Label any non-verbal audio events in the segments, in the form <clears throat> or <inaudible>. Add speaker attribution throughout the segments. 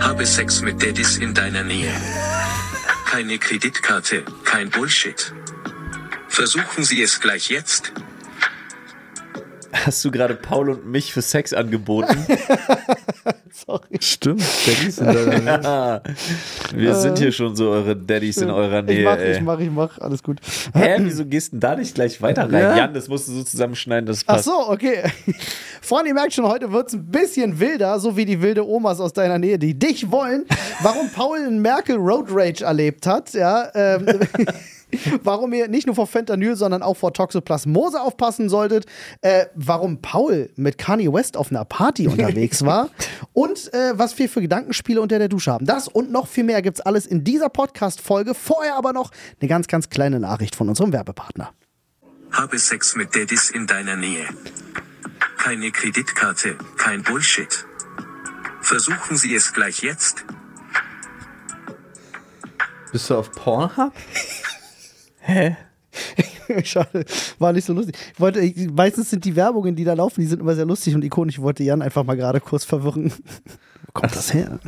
Speaker 1: habe Sex mit Daddys in deiner Nähe. Keine Kreditkarte, kein Bullshit. Versuchen Sie es gleich jetzt.
Speaker 2: Hast du gerade Paul und mich für Sex angeboten?
Speaker 3: <laughs> Sorry.
Speaker 4: Stimmt, Daddys in deiner Nähe.
Speaker 2: Ah, Wir sind hier schon so eure Daddys in eurer
Speaker 3: Äh, ich
Speaker 2: Nähe.
Speaker 3: mach,
Speaker 2: ey.
Speaker 3: ich mach, ich mach, alles gut.
Speaker 2: Hä, wieso gehst denn da nicht gleich weiter rein?
Speaker 4: Ja.
Speaker 2: Jan, das musst du so zusammenschneiden, das
Speaker 3: Ach
Speaker 2: passt.
Speaker 3: so, okay. <laughs> Freunde, ihr merkt schon, heute wird's ein bisschen wilder, so wie die wilde Omas aus deiner Nähe, die dich wollen. Warum Paul in Merkel Road Rage erlebt hat, ja. Ähm, <laughs> warum ihr nicht nur vor Fentanyl, sondern auch vor Toxoplasmose aufpassen solltet. Äh, warum Paul mit Kanye West auf einer Party unterwegs war. Und äh, was wir für Gedankenspiele unter der Dusche haben. Das und noch viel mehr gibt's alles in dieser Podcast-Folge. Vorher aber noch eine ganz, ganz kleine Nachricht von unserem Werbepartner.
Speaker 1: Habe Sex mit Daddys in deiner Nähe. Keine Kreditkarte, kein Bullshit. Versuchen Sie es gleich jetzt.
Speaker 4: Bist du auf Pornhub?
Speaker 3: <laughs> Schade, war nicht so lustig. Ich wollte, ich, meistens sind die Werbungen, die da laufen, die sind immer sehr lustig und ikonisch. Ich wollte Jan einfach mal gerade kurz verwirren. Wo kommt das her?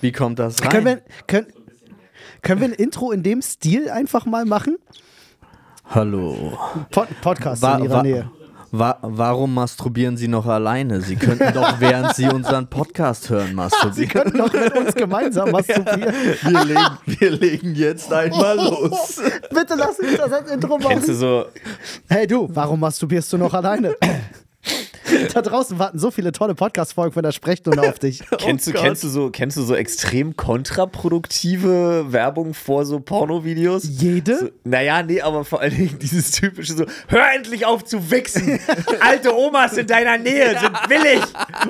Speaker 4: Wie kommt das
Speaker 3: Können
Speaker 4: rein?
Speaker 3: wir, können, können wir ein Intro in dem Stil einfach mal machen?
Speaker 4: Hallo.
Speaker 3: Pod, Podcast in ihrer
Speaker 4: wa-
Speaker 3: Nähe.
Speaker 4: wa- warum masturbieren Sie noch alleine? Sie könnten
Speaker 3: <laughs>
Speaker 4: doch, während Sie unseren Podcast hören,
Speaker 3: Sie
Speaker 4: masturbieren.
Speaker 3: können doch mit uns
Speaker 4: <laughs>
Speaker 3: gemeinsam masturbieren.
Speaker 4: Wir legen, wir legen jetzt einmal los.
Speaker 3: Bitte lass uns das Intro
Speaker 2: Kennst du
Speaker 3: machen.
Speaker 2: so,
Speaker 3: Hey du, warum masturbierst du noch
Speaker 4: <laughs>
Speaker 3: alleine? Da draußen warten so viele tolle Podcast-Folgen von der Sprechstunde auf dich.
Speaker 2: kennst du,
Speaker 4: Gott.
Speaker 2: kennst du so, kennst du so extrem kontraproduktive Werbung vor so Pornovideos?
Speaker 3: Jede?
Speaker 2: So, naja, nee, aber vor allen Dingen dieses typische so, hör endlich auf zu wichsen. Alte Omas in deiner Nähe sind willig.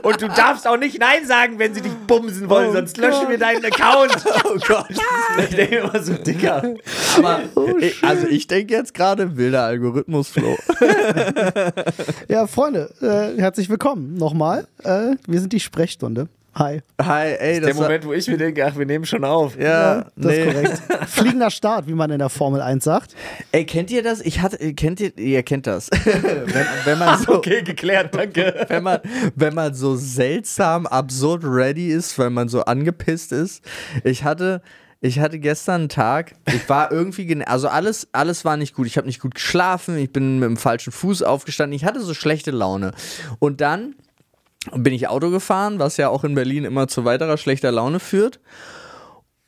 Speaker 2: Und du darfst auch nicht Nein sagen, wenn sie dich bumsen wollen,
Speaker 3: Oh
Speaker 2: sonst
Speaker 3: Gott.
Speaker 2: löschen wir deinen Account. Oh Gott. <laughs> Ich denke immer so, Dicker.
Speaker 3: <laughs>
Speaker 4: Aber,
Speaker 3: Oh,
Speaker 4: also ich denke jetzt gerade, wilder
Speaker 3: <laughs>
Speaker 4: Algorithmus, Flo.
Speaker 3: Ja, Freunde, äh, herzlich willkommen nochmal. Äh, wir sind die Sprechstunde. Hi.
Speaker 4: Hi, ey,
Speaker 2: Der
Speaker 4: das war-
Speaker 2: Moment, wo ich mir denke, ach, wir nehmen schon auf.
Speaker 4: Ja,
Speaker 3: Das
Speaker 4: nee.
Speaker 3: ist
Speaker 4: <laughs>
Speaker 3: korrekt. Fliegender Start, wie man in der Formel 1 sagt.
Speaker 4: Ey, kennt ihr das? Ich hatte, kennt ihr, ihr kennt das. <laughs> wenn,
Speaker 3: <laughs>
Speaker 4: wenn
Speaker 3: Ah,
Speaker 4: man
Speaker 2: <laughs>
Speaker 4: so,
Speaker 2: Okay, geklärt, danke.
Speaker 4: wenn man, wenn man so seltsam, absurd ready ist, wenn man so angepisst ist. Ich hatte, ich hatte gestern einen Tag, ich war irgendwie, gene- also alles, alles war nicht gut. Ich habe nicht gut geschlafen, ich bin mit dem falschen Fuß aufgestanden, ich hatte so schlechte Laune. Und dann bin ich Auto gefahren, was ja auch in Berlin immer zu weiterer schlechter Laune führt.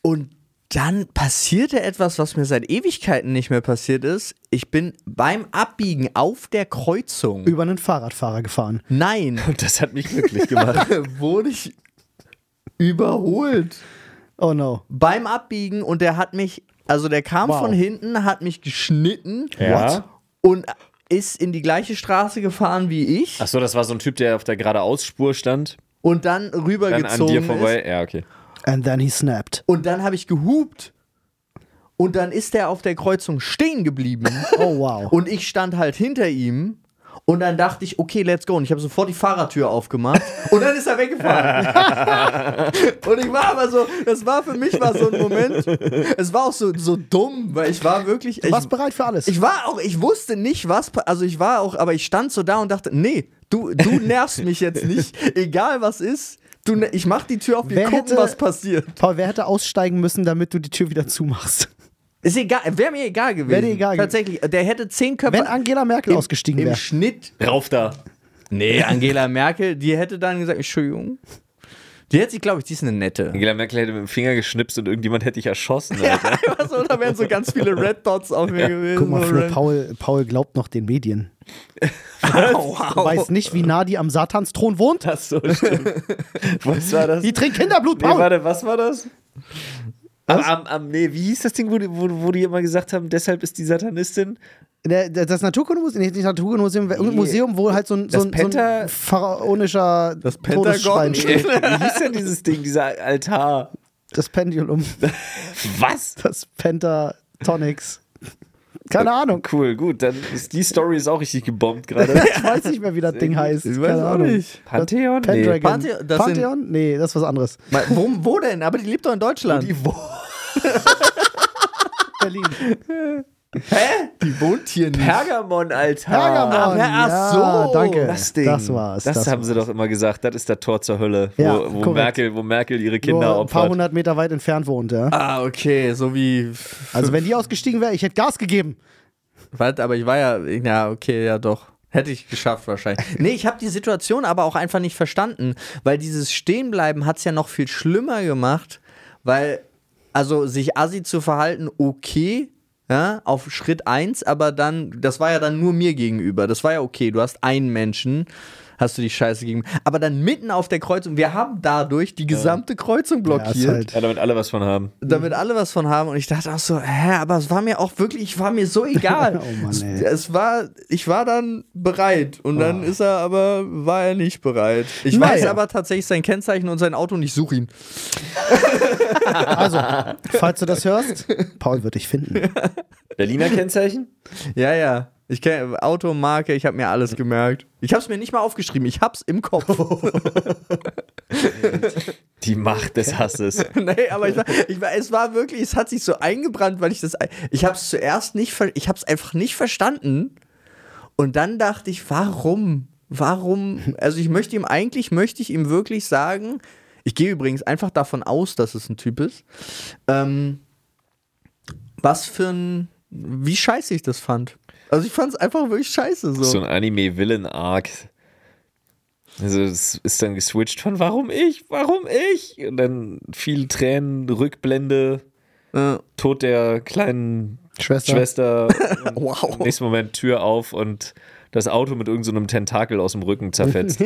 Speaker 4: Und dann passierte etwas, was mir seit Ewigkeiten nicht mehr passiert ist. Ich bin beim Abbiegen auf der Kreuzung.
Speaker 3: Über einen Fahrradfahrer gefahren.
Speaker 4: Nein,
Speaker 2: Das hat mich glücklich gemacht.
Speaker 4: <laughs> wurde ich überholt
Speaker 3: Oh no.
Speaker 4: beim Abbiegen und der hat mich, also der kam
Speaker 3: Wow.
Speaker 4: von hinten, hat mich geschnitten
Speaker 2: Ja.
Speaker 4: What? und ist in die gleiche Straße gefahren wie ich
Speaker 2: Achso, das war so ein Typ, der auf der geradeausspur stand,
Speaker 4: und dann
Speaker 2: dann
Speaker 4: rübergezogen
Speaker 2: an dir
Speaker 4: ist.
Speaker 2: vorbei. Ja, okay.
Speaker 3: And then he snapped.
Speaker 4: Und dann habe ich gehupt und dann ist der auf der Kreuzung stehen geblieben
Speaker 2: <laughs>
Speaker 3: Oh wow.
Speaker 4: und ich stand halt hinter ihm. Und dann dachte ich, okay, let's go. Und ich habe sofort die Fahrertür aufgemacht.
Speaker 3: <laughs>
Speaker 4: Und dann ist er weggefahren. und ich war aber so, das war für mich war so ein Moment. Es war auch so, so dumm, weil ich war wirklich.
Speaker 3: Du
Speaker 4: ich,
Speaker 3: warst bereit für alles.
Speaker 4: ich war auch, ich wusste nicht, was, pa- also ich war auch, aber ich stand so da und dachte, nee, du, du nervst mich jetzt nicht, egal was ist. Du, ne- ich mach die Tür auf, wir
Speaker 3: Wer
Speaker 4: gucken,
Speaker 3: hätte-
Speaker 4: was passiert.
Speaker 3: Paul, wer hätte aussteigen müssen, damit du die Tür wieder zumachst?
Speaker 4: Ist egal, wäre mir egal gewesen.
Speaker 3: dir egal gewesen.
Speaker 4: Tatsächlich, der hätte zehn Köpfe.
Speaker 3: Wenn Angela Merkel ausgestiegen
Speaker 4: Im
Speaker 3: wäre.
Speaker 4: Schnitt.
Speaker 2: Rauf da.
Speaker 4: Nee, <laughs> Angela Merkel, die hätte dann gesagt, Entschuldigung. Die hätte sich, glaube ich, die ist eine nette. <laughs>
Speaker 2: Angela Merkel hätte mit dem Finger geschnipst und irgendjemand hätte dich erschossen. Alter.
Speaker 4: Einfach so, da wären so ganz viele Red Dots auf mir gewesen.
Speaker 3: Guck mal,
Speaker 4: So
Speaker 3: Flo,
Speaker 4: red-
Speaker 3: Paul, Paul glaubt noch den Medien.
Speaker 4: Wow,
Speaker 3: Du
Speaker 4: wow.
Speaker 3: weißt nicht, wie nah die am Satansthron wohnt.
Speaker 2: Das so stimmt. <laughs> Was war das?
Speaker 3: Die trinkt Kinderblut,
Speaker 2: Nee,
Speaker 3: Paul.
Speaker 2: warte, was war das? Am, am, am, nee, wie hieß das Ding, wo, die- wo, wo die immer gesagt haben, deshalb ist die Satanistin?
Speaker 3: Ne, Das Naturkundemuseum, nicht das Naturkundemuseum, irgendein Museum, wo halt so ein, so
Speaker 2: Das
Speaker 3: ein, so
Speaker 2: Penta-
Speaker 3: ein pharaonischer
Speaker 4: Das Pentagon.
Speaker 3: Todesschrein steht.
Speaker 4: <laughs>
Speaker 2: Wie hieß denn dieses Ding, dieser Altar?
Speaker 3: Das Pendulum,
Speaker 2: Was?
Speaker 3: das Pentatonics. Keine Ahnung.
Speaker 2: Cool, gut, dann ist die Story ist auch richtig gebombt gerade.
Speaker 3: Ich weiß nicht mehr, wie das Ding heißt.
Speaker 4: Ich weiß
Speaker 3: Keine
Speaker 4: auch
Speaker 3: Ahnung.
Speaker 4: nicht.
Speaker 2: Pantheon?
Speaker 3: Pendragon.
Speaker 4: Panthe- das sind-
Speaker 3: Pantheon? Nee, das ist was anderes.
Speaker 4: Mal, wo, wo denn? Aber die lebt doch in Deutschland.
Speaker 2: Die wo
Speaker 3: Berlin.
Speaker 2: Hä?
Speaker 4: Die wohnt hier nicht.
Speaker 2: Pergamon, Alter.
Speaker 3: Pergamon.
Speaker 4: Ah, ach
Speaker 3: ja,
Speaker 4: so.
Speaker 3: Danke.
Speaker 2: Das Ding.
Speaker 3: Das war's.
Speaker 2: Das, haben
Speaker 3: war's.
Speaker 2: sie doch immer gesagt. Das ist das Tor zur Hölle,
Speaker 3: Ja,
Speaker 2: wo, wo,
Speaker 3: korrekt.
Speaker 2: Merkel, wo Merkel ihre Kinder
Speaker 4: genau
Speaker 3: Nur ein paar
Speaker 2: opfert.
Speaker 3: hundert Meter weit entfernt wohnt, ja.
Speaker 4: Ah, okay, so wie.
Speaker 3: Also wenn die ausgestiegen wäre, ich hätte Gas gegeben.
Speaker 4: Was, aber ich war ja. Ja, okay, ja doch. Hätte ich geschafft wahrscheinlich.
Speaker 3: <laughs>
Speaker 4: Nee, ich habe die Situation aber auch einfach nicht verstanden, weil dieses Stehenbleiben hat es ja noch viel schlimmer gemacht, weil, also sich assi zu verhalten, okay, ja, auf Schritt 1, aber dann, das war ja dann nur mir gegenüber. Das war ja okay, du hast einen Menschen, hast du die Scheiße gegen. Aber dann mitten auf der Kreuzung, wir haben dadurch die gesamte Kreuzung
Speaker 3: Ja, ist
Speaker 4: blockiert.
Speaker 3: halt.
Speaker 2: Ja, damit alle was von haben.
Speaker 3: Mhm.
Speaker 4: damit alle was von haben. Und ich dachte auch so, hä, aber es war mir auch wirklich, ich war mir so egal.
Speaker 3: <laughs> Oh Mann,
Speaker 4: es,
Speaker 3: ey. Oh.
Speaker 4: es war, ich war dann bereit und dann ist er aber, war er nicht bereit. Ich
Speaker 3: Naja.
Speaker 4: weiß aber tatsächlich sein Kennzeichen und sein Auto und ich suche ihn.
Speaker 3: Also, falls du das hörst, Paul wird dich
Speaker 4: <laughs>
Speaker 3: finden.
Speaker 2: Berliner Kennzeichen?
Speaker 4: Ja, ja. Ich kenne Auto, Marke, ich habe mir alles gemerkt. Ich habe es mir nicht mal aufgeschrieben, ich hab's im Kopf.
Speaker 2: Die Macht des Hasses.
Speaker 4: <laughs> nee, aber ich war, ich war, es war wirklich, es hat sich so eingebrannt, weil ich das, ich hab's zuerst nicht, ver- ich hab's einfach nicht verstanden. Und dann dachte ich, warum? Warum? Also ich möchte ihm eigentlich, möchte ich ihm wirklich sagen, ich gehe übrigens einfach davon aus, dass es ein Typ ist, ähm, was für ein, wie scheiße ich das fand. Also ich fand es einfach wirklich scheiße so.
Speaker 2: So ein Anime-Villain-Arc. Also es ist dann geswitcht von warum ich, warum ich? Und dann viel Tränen, Rückblende,
Speaker 4: Äh,
Speaker 2: Tod der kleinen
Speaker 3: Schwester.
Speaker 2: Schwester.
Speaker 3: <laughs>
Speaker 2: und
Speaker 4: <laughs> Wow.
Speaker 2: Im nächsten Moment Tür auf und das Auto mit irgendeinem so einem Tentakel aus dem Rücken
Speaker 3: <laughs>
Speaker 2: zerfetzt.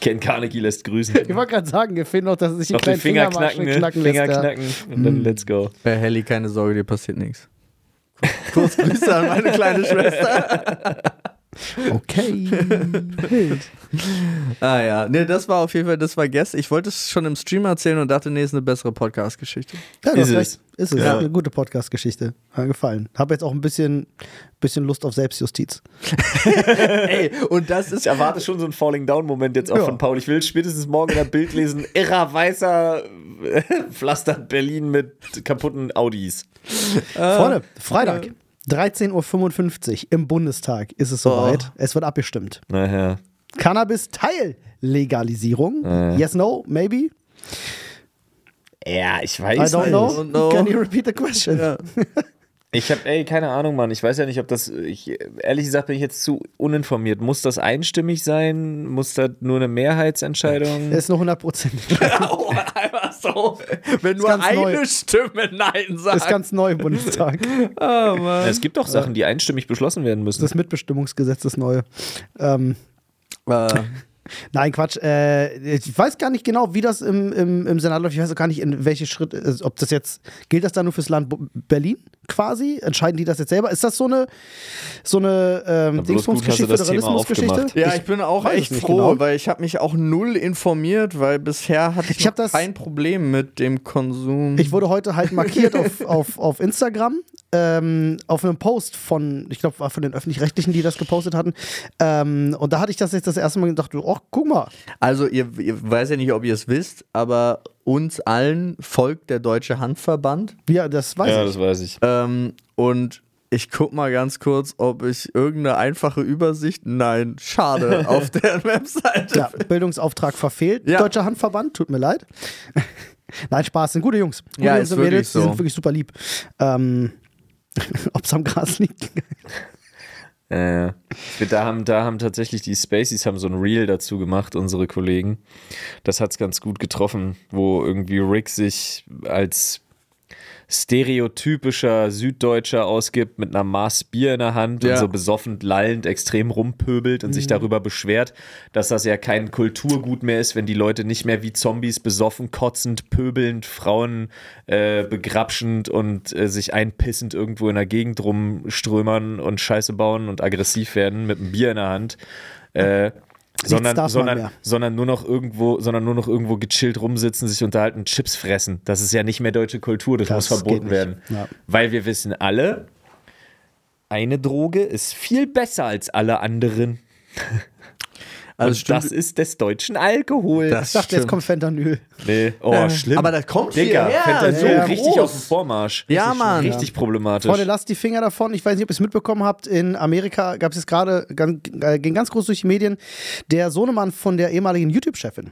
Speaker 2: Ken Carnegie lässt grüßen.
Speaker 3: Ich wollte gerade sagen, ihr fehlt noch, dass es sich einen
Speaker 2: Noch den
Speaker 3: kleinen
Speaker 2: Finger
Speaker 3: Finger,
Speaker 2: knacken, ne? Finger knacken und
Speaker 3: Mhm.
Speaker 2: dann let's go.
Speaker 4: Bei Helly, keine Sorge, dir passiert nichts. Kurz Grüße an meine <laughs> kleine Schwester.
Speaker 2: <laughs>
Speaker 3: Okay. Wild.
Speaker 4: Ah ja, nee, das war auf jeden Fall, das war gestern. Ich wollte es schon im Stream erzählen und dachte, nee, ist eine bessere Podcast-Geschichte.
Speaker 3: Ja, du
Speaker 2: Ist
Speaker 3: hast
Speaker 2: es.
Speaker 3: recht. Ist es.
Speaker 2: Ja.
Speaker 3: Eine gute Podcast-Geschichte. Hat mir gefallen. Habe jetzt auch ein bisschen, bisschen Lust auf Selbstjustiz.
Speaker 4: Ey, und das ist
Speaker 2: Ich erwarte
Speaker 4: <laughs>
Speaker 2: schon so einen Falling Down Moment jetzt auch
Speaker 3: Ja.
Speaker 2: von Paul. Ich will spätestens morgen in der Bild lesen. Irrer weißer <laughs> pflastert Berlin mit kaputten Audis. Äh,
Speaker 3: Freunde, Freitag. 13.55 Uhr im Bundestag ist es soweit.
Speaker 2: Oh.
Speaker 3: Es wird abgestimmt.
Speaker 2: Naja.
Speaker 3: Cannabis-Teillegalisierung.
Speaker 2: Äh.
Speaker 3: Yes, no, maybe.
Speaker 2: Ja, ich
Speaker 3: I
Speaker 2: weiß
Speaker 3: don't
Speaker 2: nicht.
Speaker 3: know.
Speaker 4: don't know.
Speaker 3: Can you repeat the question?
Speaker 2: Ich habe ey keine Ahnung, Mann. Ich weiß ja nicht, ob das ich ehrlich gesagt bin ich jetzt zu uninformiert. Muss das einstimmig sein? Muss das nur eine Mehrheitsentscheidung?
Speaker 3: Ist noch 100%.
Speaker 4: oh, einfach <laughs> so. Wenn nur
Speaker 3: ganz
Speaker 4: eine
Speaker 3: neu.
Speaker 4: Stimme Nein
Speaker 3: <laughs> Ist
Speaker 4: sagt.
Speaker 3: ganz neu
Speaker 2: <laughs>
Speaker 3: im Bundestag.
Speaker 2: Es gibt doch Sachen, die einstimmig beschlossen werden müssen.
Speaker 3: Das Mitbestimmungsgesetz ist neu. Ähm,
Speaker 4: Äh,
Speaker 3: Nein, Quatsch. Äh, ich weiß gar nicht genau, wie das im, im, im Senat läuft. Ich weiß auch gar nicht, in welche Schritt, äh, ob das jetzt, gilt das da nur fürs Land Bu- Berlin quasi? Entscheiden die das jetzt selber? Ist das so eine, so eine
Speaker 2: bloß
Speaker 3: ähm,
Speaker 2: gut hast du
Speaker 3: Dingsbumsgeschichte,
Speaker 2: das Thema
Speaker 3: Föderalismusgeschichte?
Speaker 2: aufgemacht.
Speaker 4: ja, ich bin auch
Speaker 3: weiß es
Speaker 4: echt
Speaker 3: nicht
Speaker 4: froh,
Speaker 3: genau.
Speaker 4: weil ich habe mich auch null informiert, weil bisher hatte ich,
Speaker 3: Ich hab
Speaker 4: noch
Speaker 3: das-
Speaker 4: kein Problem mit dem Konsum.
Speaker 3: Ich wurde heute halt markiert auf, auf, auf Instagram, ähm, auf einem Post von, ich glaube, war von den Öffentlich-Rechtlichen, die das gepostet hatten. Ähm, und da hatte ich das jetzt das erste Mal gedacht, oh, guck mal.
Speaker 4: Also, ihr, ihr weiß ja nicht, ob ihr es wisst, aber uns allen folgt der Deutsche Handverband.
Speaker 3: Ja, das weiß
Speaker 2: ja,
Speaker 3: ich.
Speaker 2: das weiß ich.
Speaker 4: Ähm, und ich guck mal ganz kurz, ob ich irgendeine einfache Übersicht. Nein,
Speaker 3: <laughs>
Speaker 4: schade, auf der Webseite.
Speaker 3: Ja, Bildungsauftrag verfehlt.
Speaker 4: Ja.
Speaker 3: Deutscher Handverband, tut mir
Speaker 4: <laughs>
Speaker 3: leid. Nein, Spaß, sind gute Jungs. Gute
Speaker 4: Ja,
Speaker 3: Jungs
Speaker 4: ist
Speaker 3: und Mädels,
Speaker 4: wirklich so.
Speaker 3: Die sind wirklich super lieb. Ähm, <laughs> Ob es am Gras liegt.
Speaker 2: Äh, wir- da, haben, da haben tatsächlich die Spaceys haben so ein Reel dazu gemacht, unsere Kollegen. Das hat es ganz gut getroffen, wo irgendwie Rick sich als stereotypischer Süddeutscher ausgibt mit einer Maß Bier in der Hand
Speaker 4: Ja.
Speaker 2: und so besoffen lallend extrem rumpöbelt und
Speaker 3: Mhm.
Speaker 2: sich darüber beschwert, dass das ja kein Kulturgut mehr ist, wenn die Leute nicht mehr wie Zombies besoffen, kotzend, pöbelnd, Frauen äh, begrapschend und äh, sich einpissend irgendwo in der Gegend rumströmern und Scheiße bauen und aggressiv werden mit einem Bier in der Hand. Äh, sondern,
Speaker 3: darf man
Speaker 2: sondern,
Speaker 3: mehr.
Speaker 2: sondern nur noch irgendwo, sondern nur noch irgendwo gechillt rumsitzen, sich unterhalten, Chips fressen. Das ist ja nicht mehr deutsche Kultur, das,
Speaker 3: Das
Speaker 2: muss verboten
Speaker 3: geht nicht.
Speaker 2: werden.
Speaker 3: Ja.
Speaker 2: Weil wir wissen alle, eine Droge ist viel besser als alle anderen.
Speaker 4: Also
Speaker 2: Und das
Speaker 4: stimmt-
Speaker 2: ist des deutschen Alkohol.
Speaker 3: Ich
Speaker 4: Das-
Speaker 3: dachte, jetzt
Speaker 4: Stimmt.
Speaker 3: kommt Fentanyl.
Speaker 2: nee. Oh, schlimm.
Speaker 4: aber das kommt
Speaker 2: Digga,
Speaker 4: hierher,
Speaker 2: Fentanyl
Speaker 3: ja,
Speaker 2: richtig
Speaker 4: groß.
Speaker 2: auf dem Vormarsch.
Speaker 4: Ja,
Speaker 2: richtig,
Speaker 4: Mann.
Speaker 2: Richtig problematisch.
Speaker 3: Freunde, lasst die Finger davon. Ich weiß nicht, ob ihr es mitbekommen habt. In Amerika gab es jetzt gerade, ganz- äh, ging ganz groß durch die Medien, der Sohnemann von der ehemaligen YouTube-Chefin.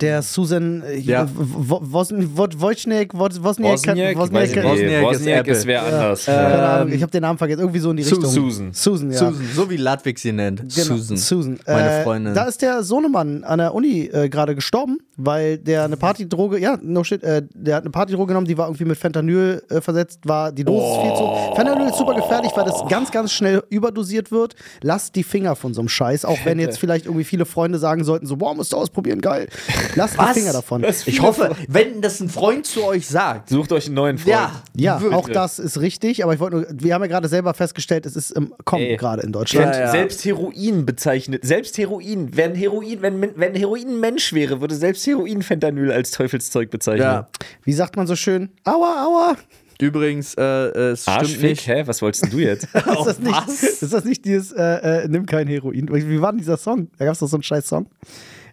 Speaker 3: Der Susan äh,
Speaker 4: Ja.
Speaker 3: Wo- Wozn- Wo- Wozniak, Woz- Wozniak,
Speaker 2: Wozniak, weiß ich nicht.
Speaker 3: Wozniak, Wozniak,
Speaker 4: Wozniak ist
Speaker 2: Wozniak ist,
Speaker 4: Apple.
Speaker 2: wer anders.
Speaker 3: keine Ahnung, ich habe den Namen vergessen, irgendwie so in die
Speaker 2: Su-
Speaker 3: Richtung.
Speaker 2: Susan.
Speaker 3: Susan, ja.
Speaker 4: Susan, so wie Ludwig sie nennt.
Speaker 3: Genau,
Speaker 4: Susan.
Speaker 3: Susan.
Speaker 4: Meine
Speaker 3: Äh,
Speaker 4: Freundin.
Speaker 3: Da ist der Sohnemann an der Uni äh, gerade gestorben, weil der eine Partydroge, ja, no shit, äh, der hat eine Partydroge genommen, die war irgendwie mit Fentanyl äh, versetzt, war die Dosis viel
Speaker 4: Oh.
Speaker 3: zu. Fentanyl ist super gefährlich, weil das ganz, ganz schnell überdosiert wird. Lasst die Finger von so einem Scheiß, auch wenn jetzt vielleicht irgendwie viele Freunde sagen sollten, so, boah, musst du ausprobieren, geil. Lasst die Finger davon.
Speaker 4: ich hoffe, wenn das ein Freund zu euch sagt.
Speaker 2: Sucht euch einen neuen Freund.
Speaker 4: Ja.
Speaker 3: ja,
Speaker 2: wirklich.
Speaker 3: auch das ist richtig, aber ich wollte nur, wir haben ja gerade selber festgestellt, es ist im Kommen
Speaker 2: Ey.
Speaker 3: gerade in Deutschland.
Speaker 2: Und
Speaker 4: Ja, ja.
Speaker 2: selbst Heroin bezeichnet, selbst Heroin, wenn Heroin, wenn, wenn Heroin ein Mensch wäre, würde selbst Heroin Fentanyl als Teufelszeug bezeichnen.
Speaker 4: Ja.
Speaker 3: Wie sagt man so schön? Aua, aua.
Speaker 4: Übrigens, äh, äh, es stimmt
Speaker 2: Arschfick,
Speaker 4: nicht.
Speaker 2: hä? Was wolltest denn du
Speaker 4: <laughs>
Speaker 2: jetzt?
Speaker 3: Ist das, nicht,
Speaker 4: was?
Speaker 3: ist das nicht dieses äh, äh, Nimm kein Heroin? Wie war denn dieser Song? Da gab es doch so einen scheiß Song.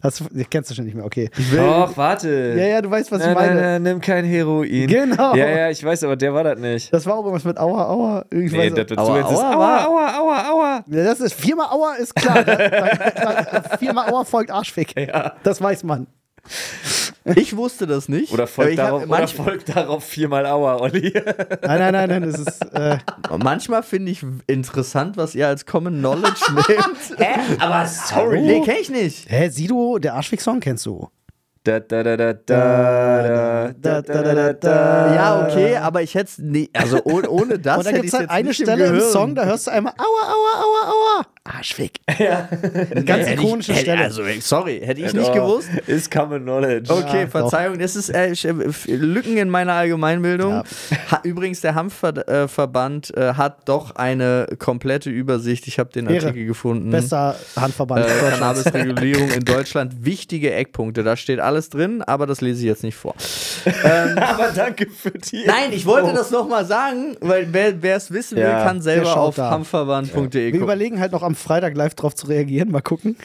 Speaker 3: Hast du, den kennst du schon nicht mehr, okay.
Speaker 2: Doch, warte.
Speaker 3: Ja, ja, du weißt, was ich
Speaker 2: Na, na,
Speaker 3: meine.
Speaker 2: na, nimm kein Heroin.
Speaker 3: Genau.
Speaker 2: Ja, ja, ich weiß, aber der war das nicht.
Speaker 3: Das war auch irgendwas mit Aua, Aua. Ich
Speaker 2: Nee,
Speaker 3: weiß-
Speaker 2: das, was
Speaker 4: Aua,
Speaker 2: du jetzt ist, aua,
Speaker 4: aua,
Speaker 2: aua, aua, aua.
Speaker 3: ja, das ist viermal Aua ist klar. Da- da- da- viermal Aua folgt Arschfick. Das weiß man.
Speaker 4: Ich wusste das nicht.
Speaker 2: Oder
Speaker 4: aber
Speaker 2: folgt,
Speaker 4: ich hab-
Speaker 2: darauf, oder
Speaker 4: manch,
Speaker 2: folgt darauf viermal aua, <laughs> Olli.
Speaker 3: Nein, nein, nein, nein. Das ist, äh,
Speaker 4: manchmal finde ich interessant, was ihr als
Speaker 3: <laughs>
Speaker 4: Common Knowledge nehmt.
Speaker 3: Äh,
Speaker 4: Hä? Aber sorry. Nee, kenn ich nicht.
Speaker 3: hä, Sido, der Arschfick-Song kennst du.
Speaker 2: Da, da, da, da, da, da, da, da, da, da.
Speaker 4: Ja, okay, aber ich hätte es nie. Also
Speaker 3: <laughs>
Speaker 4: ohne, ohne das.
Speaker 3: Äh, Und da
Speaker 4: hätte
Speaker 3: gibt es
Speaker 4: ich's
Speaker 3: halt
Speaker 4: jetzt
Speaker 3: eine
Speaker 4: nicht
Speaker 3: Stelle im,
Speaker 4: Gehirn.
Speaker 3: Song, da hörst du einmal Aua, Aua, Aua, Aua. Arschfick. Eine ganz
Speaker 4: Äh, Hätte ich-
Speaker 3: ikonische
Speaker 4: hätte-
Speaker 3: Stelle.
Speaker 4: Also, sorry, hätte ich nicht
Speaker 2: Oh,
Speaker 4: gewusst.
Speaker 2: Ist common knowledge.
Speaker 4: Okay,
Speaker 3: Äh, Ja,
Speaker 4: Verzeihung, das ist äh, ich, äh, f- Lücken in meiner Allgemeinbildung. Ha, übrigens, der Hanfverband äh, Verband, äh, hat doch eine komplette Übersicht. Ich habe den
Speaker 3: Ehre.
Speaker 4: Artikel gefunden.
Speaker 3: Bester Handverband.
Speaker 4: Äh,
Speaker 3: Deutschlands.
Speaker 4: Cannabis-Regulierung in Deutschland. Wichtige Eckpunkte. Da steht alles drin, aber das lese ich jetzt nicht vor. Ähm,
Speaker 2: Aber danke für <laughs> die.
Speaker 4: Nein, ich
Speaker 3: Oh.
Speaker 4: wollte das nochmal sagen, weil wer es wissen will,
Speaker 2: Ja.
Speaker 4: kann selber
Speaker 3: schaut
Speaker 4: auf
Speaker 3: da.
Speaker 4: hanfverband.de
Speaker 3: Wir
Speaker 4: gucken.
Speaker 3: überlegen halt noch am Freitag live drauf zu reagieren. Mal gucken.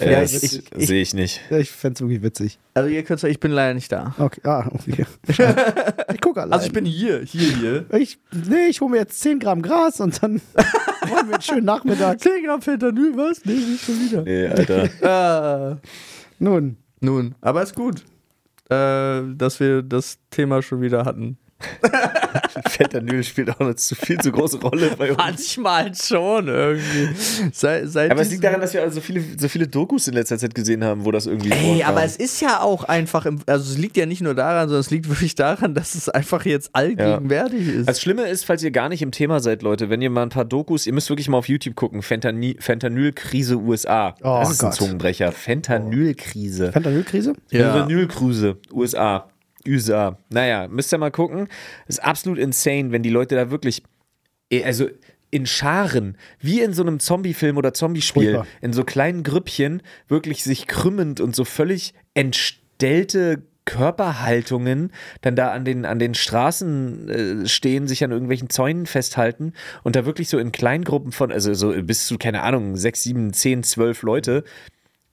Speaker 2: Äh,
Speaker 4: Ja,
Speaker 2: das
Speaker 4: ich- ich-
Speaker 2: sehe ich nicht.
Speaker 3: Ja, Ich fände es wirklich witzig.
Speaker 4: Also ihr könnt ich bin leider nicht da.
Speaker 3: Okay. Ah, okay.
Speaker 4: <laughs>
Speaker 3: Ich gucke allein.
Speaker 4: Also ich bin hier, hier, hier.
Speaker 3: Ich, nee, ich hole mir jetzt 10 Gramm Gras und
Speaker 4: <laughs>
Speaker 3: dann machen wir einen schönen Nachmittag.
Speaker 4: 10 Gramm Fentanyl, was? Nee, nicht schon wieder.
Speaker 2: Nee, Alter. <laughs>
Speaker 4: Äh,
Speaker 3: Nun,
Speaker 4: nun, aber ist gut, äh, dass wir das Thema schon wieder hatten.
Speaker 2: Fentanyl spielt auch eine zu viel zu große Rolle bei uns.
Speaker 4: Manchmal schon irgendwie. Sei, seit
Speaker 2: Aber es
Speaker 4: diesem-
Speaker 2: liegt daran, dass wir also so viele, so viele Dokus in letzter Zeit gesehen haben, wo das irgendwie.
Speaker 4: Ey,
Speaker 2: vorkam.
Speaker 4: aber es ist ja auch einfach, im, also es liegt ja nicht nur daran, sondern es liegt wirklich daran, dass es einfach jetzt allgegenwärtig ist.
Speaker 2: Das Schlimme ist, falls ihr gar nicht im Thema seid, Leute, wenn ihr mal ein paar Dokus, ihr müsst wirklich mal auf YouTube gucken. Fentanyl- Fentanyl-Krise USA.
Speaker 3: Oh
Speaker 2: das ist ein
Speaker 3: Gott.
Speaker 2: Zungenbrecher. Fentanyl-Krise.
Speaker 3: Fentanylkrise?
Speaker 4: Ja.
Speaker 2: Fentanylkruse, USA. USA. Naja, müsst ihr mal gucken. Ist absolut insane, wenn die Leute da wirklich, eh, also in Scharen, wie in so einem Zombie-Film oder Zombie-Spiel,
Speaker 3: Furchtbar.
Speaker 2: in so kleinen Grüppchen, wirklich sich krümmend und so völlig entstellte Körperhaltungen dann da an den, an den Straßen äh, stehen, sich an irgendwelchen Zäunen festhalten und da wirklich so in Kleingruppen von, also so bis zu, keine Ahnung, sechs, sieben, zehn, zwölf Leute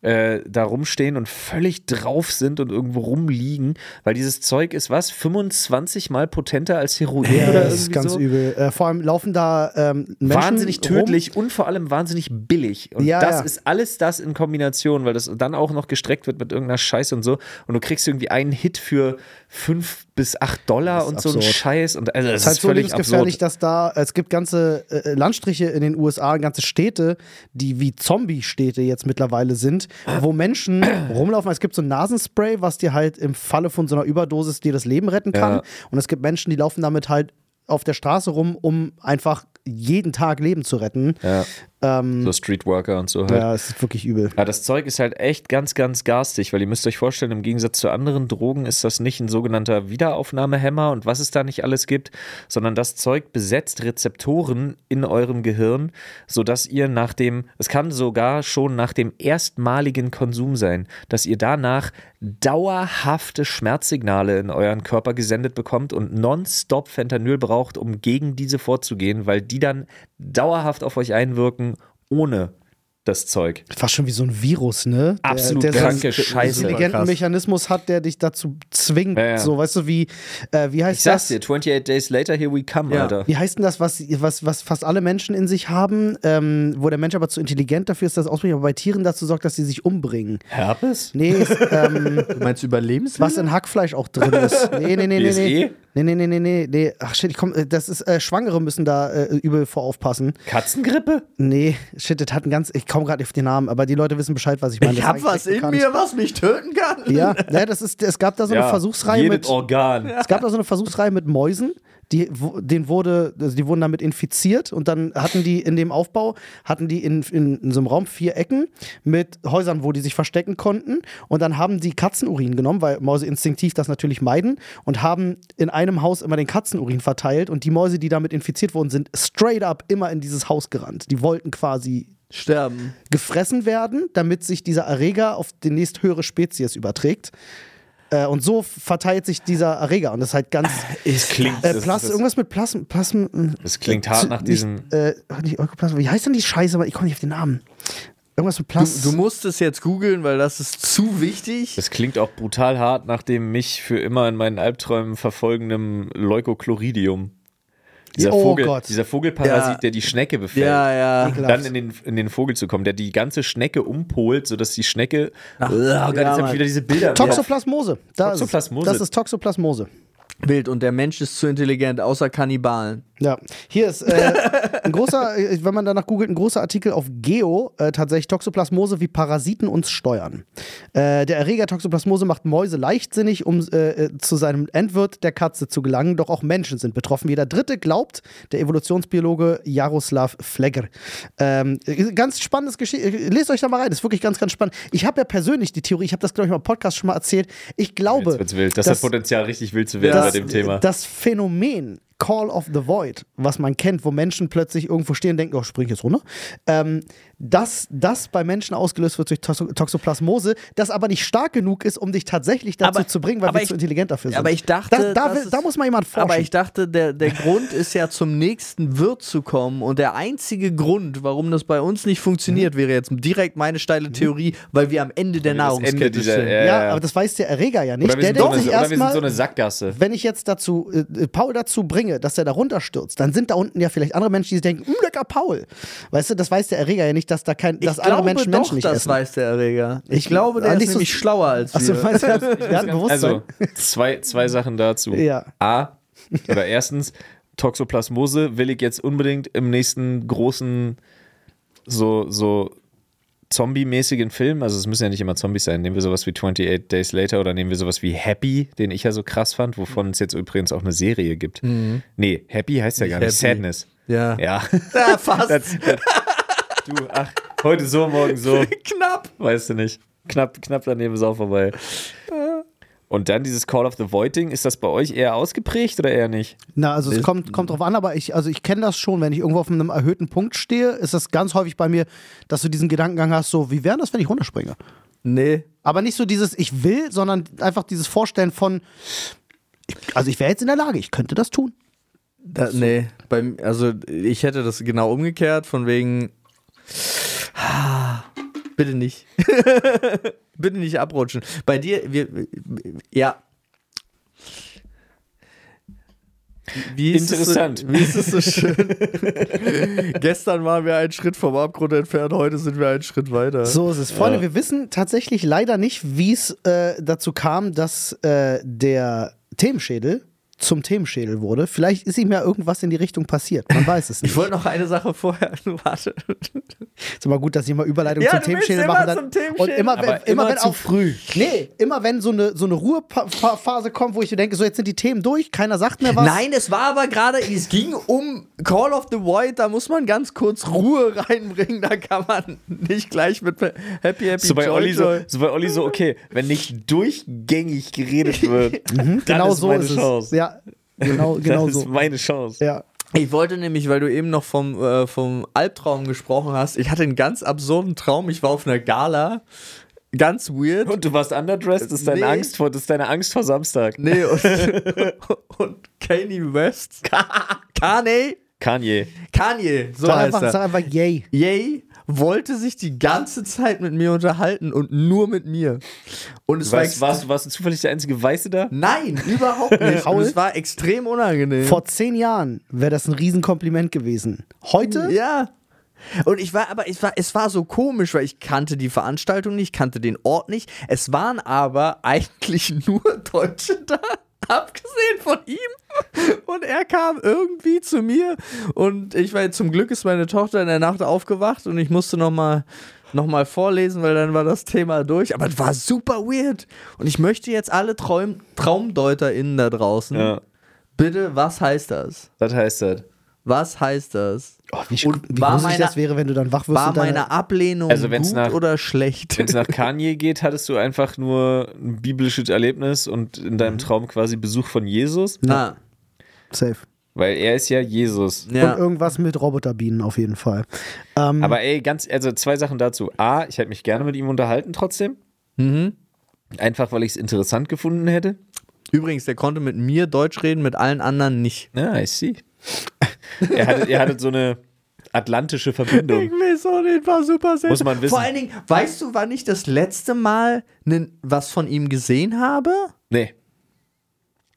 Speaker 2: äh, da rumstehen und völlig drauf sind und irgendwo rumliegen, weil dieses Zeug ist was? 25 mal potenter als Heroin oder
Speaker 3: das ist
Speaker 2: irgendwie
Speaker 3: ganz
Speaker 2: so.
Speaker 3: übel. Äh, vor allem laufen da ähm, Menschen
Speaker 2: Wahnsinnig tödlich und vor allem wahnsinnig billig. Und
Speaker 3: Ja,
Speaker 2: das
Speaker 3: ja.
Speaker 2: ist alles das in Kombination, weil das dann auch noch gestreckt wird mit irgendeiner Scheiße und so. Und du kriegst irgendwie einen Hit für 5 bis 8 Dollar und so einen
Speaker 3: absurd.
Speaker 2: Scheiß. Und also, das ist,
Speaker 3: Es ist halt so
Speaker 2: völlig
Speaker 3: lebensgefährlich,
Speaker 2: absurd.
Speaker 3: dass da, es gibt ganze äh, Landstriche in den USA, ganze Städte, die wie Zombie-Städte jetzt mittlerweile sind,
Speaker 2: <coughs>
Speaker 3: wo Menschen rumlaufen. Es gibt so ein Nasenspray, was dir halt im Falle von so einer Überdosis dir das Leben retten kann.
Speaker 2: Ja.
Speaker 3: Und es gibt Menschen, die laufen damit halt auf der Straße rum, um einfach jeden Tag Leben zu retten.
Speaker 2: Ja. so Streetworker und so halt.
Speaker 3: Ja, es ist wirklich übel.
Speaker 2: Ja, das Zeug ist halt echt ganz, ganz garstig, weil ihr müsst euch vorstellen, im Gegensatz zu anderen Drogen ist das nicht ein sogenannter Wiederaufnahmehemmer und was es da nicht alles gibt, sondern das Zeug besetzt Rezeptoren in eurem Gehirn, sodass ihr nach dem, es kann sogar schon nach dem erstmaligen Konsum sein, dass ihr danach dauerhafte Schmerzsignale in euren Körper gesendet bekommt und nonstop Fentanyl braucht, um gegen diese vorzugehen, weil die dann dauerhaft auf euch einwirken, ohne das Zeug.
Speaker 3: Fast schon wie so ein Virus, ne? Der-
Speaker 2: Absolut
Speaker 3: der, so einen
Speaker 2: kranke Scheiße.
Speaker 4: Intelligenz.
Speaker 3: intelligenten
Speaker 4: Krass.
Speaker 3: Mechanismus hat, der dich dazu zwingt.
Speaker 2: Ja, ja.
Speaker 3: So, weißt du, wie, äh, wie heißt
Speaker 2: Ich sag's
Speaker 3: das?
Speaker 2: dir, 28 Days Later, here we come,
Speaker 4: Ja.
Speaker 2: Alter.
Speaker 3: Wie heißt denn das, was, was, was fast alle Menschen in sich haben, ähm, wo der Mensch aber zu intelligent dafür ist, dass ausbricht, aber bei Tieren dazu sorgt, dass sie sich umbringen?
Speaker 2: Herpes?
Speaker 3: Nee, ist,
Speaker 4: <laughs>
Speaker 3: ähm,
Speaker 4: Du meinst Überlebensmittel?
Speaker 3: was in Hackfleisch auch drin ist. Nee, nee, nee, nee.
Speaker 2: BSE?
Speaker 4: E?
Speaker 3: Nee, nee, nee, nee, nee, nee, nee. Ach shit, ich komm, äh, das ist, äh, Schwangere müssen da äh, übel vor aufpassen.
Speaker 2: Katzengrippe?
Speaker 3: Nee, shit, das hat ein ganz, ich komme gerade nicht auf den Namen, aber die Leute wissen Bescheid, was ich meine.
Speaker 4: Ich
Speaker 3: Das
Speaker 4: hab
Speaker 3: ist
Speaker 4: was
Speaker 3: eigentlich
Speaker 4: in
Speaker 3: bekannt.
Speaker 4: mir, was mich töten kann.
Speaker 3: Ja, ja das ist, es gab da so eine Versuchsreihe
Speaker 2: jedes
Speaker 3: mit.
Speaker 2: Organ.
Speaker 3: <laughs> Es gab da so eine Versuchsreihe mit Mäusen, die, wo, denen wurde, also die wurden damit infiziert und dann hatten die in dem Aufbau, hatten die in, in, in so einem Raum vier Ecken mit Häusern, wo die sich verstecken konnten und dann haben die Katzenurin genommen, weil Mäuse instinktiv das natürlich meiden und haben in einem Haus immer den Katzenurin verteilt und die Mäuse, die damit infiziert wurden, sind straight up immer in dieses Haus gerannt. Die wollten quasi
Speaker 4: Sterben.
Speaker 3: gefressen werden, damit sich dieser Erreger auf die nächsthöhere Spezies überträgt. Äh, und so verteilt sich dieser Erreger. Und das ist halt ganz.
Speaker 2: Es klingt,
Speaker 3: Äh,
Speaker 2: Ah, das-
Speaker 3: Plas,
Speaker 2: das-
Speaker 3: irgendwas mit Plasm. Plasm
Speaker 2: das klingt hart nach diesem.
Speaker 3: äh, nicht Eukoplasma. Wie heißt denn die Scheiße? Aber ich komme nicht auf den Namen. Irgendwas mit
Speaker 4: Du,
Speaker 3: Plasm.
Speaker 4: du musst es jetzt googeln, weil das ist zu wichtig.
Speaker 2: Das klingt auch brutal hart nach dem mich für immer in meinen Albträumen verfolgenden Leukochloриdium. Dieser,
Speaker 3: Oh
Speaker 2: Vogel,
Speaker 3: Gott.
Speaker 2: dieser Vogelparasit,
Speaker 4: Ja.
Speaker 2: der die Schnecke befällt.
Speaker 4: Ja, ja.
Speaker 3: Ekelhaft.
Speaker 2: Dann in den, in den Vogel zu kommen, der die ganze Schnecke umpolt, sodass die Schnecke. Ach, oh Gott,
Speaker 4: ja,
Speaker 2: jetzt habe ich
Speaker 4: Mann.
Speaker 2: wieder diese Bilder. im Kopf.
Speaker 3: Toxoplasmose. Da ist es.
Speaker 2: Toxoplasmose.
Speaker 3: Das ist Toxoplasmose.
Speaker 4: Wild und der Mensch ist zu intelligent, außer Kannibalen.
Speaker 3: Ja, hier ist äh, ein großer, äh, wenn man danach googelt, ein großer Artikel auf Geo, äh, tatsächlich Toxoplasmose, wie Parasiten uns steuern. Äh, der Erreger Toxoplasmose macht Mäuse leichtsinnig, um äh, äh, zu seinem Endwirt der Katze zu gelangen, doch auch Menschen sind betroffen. Jeder Dritte glaubt, der Evolutionsbiologe Jaroslav Flegger. Ähm, äh, ganz spannendes Geschichte, lest euch da mal rein, ist wirklich ganz, ganz spannend. Ich habe ja persönlich die Theorie, ich habe das, glaube ich, mal im Podcast schon mal erzählt, ich glaube,
Speaker 2: Jetzt wird's wild. Das,
Speaker 3: dass-
Speaker 2: hat Potenzial, richtig wild zu werden
Speaker 3: das,
Speaker 2: bei dem Thema.
Speaker 3: Das Phänomen Call of the Void, was man kennt, wo Menschen plötzlich irgendwo stehen und denken, oh, spring ich jetzt runter, ähm, dass das bei Menschen ausgelöst wird durch Toxo- Toxoplasmose, das aber nicht stark genug ist, um dich tatsächlich dazu
Speaker 4: Aber-
Speaker 3: zu bringen, weil
Speaker 4: aber
Speaker 3: wir
Speaker 4: ich-
Speaker 3: zu intelligent dafür sind.
Speaker 4: aber ich dachte,
Speaker 3: Da, da,
Speaker 4: das
Speaker 3: will,
Speaker 4: ist-
Speaker 3: da muss mal jemand forschen.
Speaker 4: Aber ich dachte, der, der Grund ist ja zum nächsten Wirt zu kommen und der einzige Grund, warum das bei uns nicht
Speaker 3: Mhm.
Speaker 4: funktioniert, wäre jetzt direkt meine steile Theorie, weil wir am Ende der
Speaker 2: Das
Speaker 4: Nahrungskette
Speaker 2: dieser-
Speaker 4: sind.
Speaker 2: ja,
Speaker 3: ja,
Speaker 2: ja.
Speaker 3: aber das weiß der Erreger ja nicht.
Speaker 2: oder wir,
Speaker 3: der
Speaker 2: sind so
Speaker 3: denkt
Speaker 2: eine,
Speaker 3: sich
Speaker 2: oder wir sind
Speaker 3: erstmal,
Speaker 2: so eine Sackgasse.
Speaker 3: wenn ich jetzt dazu äh, äh, Paul dazu bringe, dass er da runterstürzt, dann sind da unten ja vielleicht andere Menschen, die sich denken, "Mm, lecker Paul. Weißt du, das weiß der Erreger ja nicht, dass da kein, dass
Speaker 4: ich
Speaker 3: andere
Speaker 4: glaube
Speaker 3: Menschen
Speaker 4: doch,
Speaker 3: Menschen nicht
Speaker 4: das
Speaker 3: essen.
Speaker 4: weiß der Erreger. Ich,
Speaker 3: Ich-
Speaker 4: glaube,
Speaker 3: Ah,
Speaker 4: der
Speaker 3: nicht
Speaker 4: ist
Speaker 3: so-
Speaker 4: nämlich schlauer als
Speaker 3: Achso, <laughs>
Speaker 4: wir.
Speaker 3: meinst du, er hat ein Bewusstsein?
Speaker 2: Also,
Speaker 3: <laughs>
Speaker 2: zwei, zwei Sachen dazu.
Speaker 3: Ja.
Speaker 2: A, oder erstens, Toxoplasmose will ich jetzt unbedingt im nächsten großen, so, so zombie-mäßigen Film, also es müssen ja nicht immer Zombies sein, nehmen wir sowas wie 28 Days Later oder nehmen wir sowas wie Happy, den ich ja so krass fand, wovon es jetzt übrigens auch eine Serie gibt. Nee, Happy heißt ja gar nicht,
Speaker 4: Happy.
Speaker 2: Sadness.
Speaker 4: Ja.
Speaker 2: Ja.
Speaker 4: Ja, fast.
Speaker 2: Das, das, <laughs> du, ach, heute so, morgen so.
Speaker 4: Knapp.
Speaker 2: Weißt du nicht. Knapp, knapp daneben ist auch vorbei. Und dann dieses Call of the Void-Ding, ist das bei euch eher ausgeprägt oder eher nicht?
Speaker 3: Na, also es kommt, kommt drauf an, aber ich, also ich kenne das schon, wenn ich irgendwo auf einem erhöhten Punkt stehe, ist das ganz häufig bei mir, dass du diesen Gedankengang hast, so, wie wäre das, wenn ich runterspringe?
Speaker 4: Nee.
Speaker 3: Aber nicht so dieses, ich will, sondern einfach dieses Vorstellen von, ich, also ich wäre jetzt in der Lage, ich könnte das tun.
Speaker 4: Da, nee, beim, also ich hätte das genau umgekehrt, von wegen. <sighs> Ah, Bitte nicht. <laughs> Bitte nicht abrutschen. Bei dir, wir, ja. Wie ist
Speaker 2: Interessant.
Speaker 4: Es so, wie ist es so schön? <laughs> Gestern waren wir einen Schritt vom Abgrund entfernt, heute sind wir einen Schritt weiter.
Speaker 3: So ist es. Freunde, wir wissen tatsächlich leider nicht, wie es äh, dazu kam, dass äh, der Themenschädel zum Themenschädel wurde. Vielleicht ist ihm ja irgendwas in die Richtung passiert. Man weiß es
Speaker 4: Ich
Speaker 3: nicht.
Speaker 4: wollte noch eine Sache vorher. <laughs> Warte.
Speaker 3: Ist immer gut, dass ich mal Überleitung zum
Speaker 4: Ja, du willst
Speaker 3: Themenschädel
Speaker 4: immer
Speaker 3: mache. Dann,
Speaker 4: zum Themenschädel.
Speaker 3: und immer, wenn,
Speaker 2: Aber
Speaker 3: immer,
Speaker 2: immer
Speaker 3: wenn
Speaker 2: zu
Speaker 3: auch, früh. Nee, immer wenn so eine, so eine Ruhephase kommt, wo ich mir denke, so jetzt sind die Themen durch, keiner sagt mehr was.
Speaker 4: Nein, es war aber gerade, es ging um Call of the Void, da muss man ganz kurz Ruhe <laughs> reinbringen, da kann man nicht gleich mit Happy Happy
Speaker 2: So bei,
Speaker 4: Joy,
Speaker 2: Olli so,
Speaker 4: Joy.
Speaker 2: so bei Olli so, okay, wenn nicht durchgängig geredet
Speaker 3: <laughs>
Speaker 2: wird, dann
Speaker 3: genau
Speaker 2: ist
Speaker 3: so
Speaker 2: meine
Speaker 3: ist es.
Speaker 2: Chance.
Speaker 3: Ja, genau,
Speaker 2: <laughs>
Speaker 3: genau
Speaker 2: das ist
Speaker 3: so.
Speaker 2: meine Chance.
Speaker 3: Ja.
Speaker 4: Ich wollte nämlich, weil du eben noch vom, äh, vom Albtraum gesprochen hast, ich hatte einen ganz absurden Traum, ich war auf einer Gala, ganz weird.
Speaker 2: Und du warst underdressed, das ist deine
Speaker 4: Nee.
Speaker 2: Angst vor, das ist deine Angst vor Samstag. <laughs>
Speaker 4: Nee, und, und Kanye West, Kanye,
Speaker 2: Kanye.
Speaker 4: Kanye, so
Speaker 3: Sag
Speaker 4: heißt
Speaker 3: einfach,
Speaker 4: er.
Speaker 3: sag einfach yay.
Speaker 4: Yay. wollte sich die ganze Zeit mit mir unterhalten und nur mit mir. Und es
Speaker 2: Warst,
Speaker 4: war
Speaker 2: warst, warst du zufällig der einzige Weiße da?
Speaker 4: Nein, überhaupt nicht. Und
Speaker 3: Raul?
Speaker 4: es war extrem unangenehm.
Speaker 3: Vor zehn Jahren wäre das ein Riesenkompliment gewesen. Heute?
Speaker 4: Ja. Und ich war, aber ich war, es war so komisch, weil ich kannte die Veranstaltung nicht, kannte den Ort nicht. Es waren aber <laughs> eigentlich nur Deutsche da, abgesehen von ihm. Und er kam irgendwie zu mir und ich war zum Glück ist meine Tochter in der Nacht aufgewacht und ich musste noch mal noch mal vorlesen, weil dann war das Thema durch. Aber es war super weird. Und ich möchte jetzt alle Traum, TraumdeuterInnen da draußen,
Speaker 2: Ja.
Speaker 4: bitte, was heißt das?
Speaker 2: Was heißt das?
Speaker 4: Was heißt das?
Speaker 3: Oh, wie
Speaker 4: Und
Speaker 3: wie
Speaker 4: war
Speaker 3: gruselig
Speaker 4: meine-
Speaker 3: das wäre, wenn du dann wach wirst.
Speaker 4: War
Speaker 3: und deine-
Speaker 4: meine Ablehnung
Speaker 2: Also wenn's
Speaker 4: gut
Speaker 2: nach-
Speaker 4: oder schlecht?
Speaker 2: Wenn es nach Kanye geht, hattest du einfach nur ein biblisches Erlebnis und in
Speaker 3: Mhm.
Speaker 2: deinem Traum quasi Besuch von Jesus,
Speaker 4: Na,
Speaker 3: Safe.
Speaker 2: weil er ist ja Jesus.
Speaker 3: Und ähm,
Speaker 4: ja.
Speaker 3: irgendwas mit Roboterbienen auf jeden Fall. Ähm,
Speaker 2: Aber ey, ganz, also zwei Sachen dazu. A, ich hätte mich gerne mit ihm unterhalten trotzdem.
Speaker 4: Mhm.
Speaker 2: Einfach, weil ich es interessant gefunden hätte.
Speaker 4: Übrigens, der konnte mit mir Deutsch reden, mit allen anderen nicht.
Speaker 2: Ja, I see. <laughs> er, hatte, er hatte so eine atlantische Verbindung.
Speaker 4: <laughs> weiß
Speaker 3: oh,
Speaker 4: auch nicht, war super seltsam.
Speaker 2: Muss man wissen.
Speaker 4: Vor allen Dingen, weißt du, wann ich das letzte Mal nen- was von ihm gesehen habe?
Speaker 2: Nee.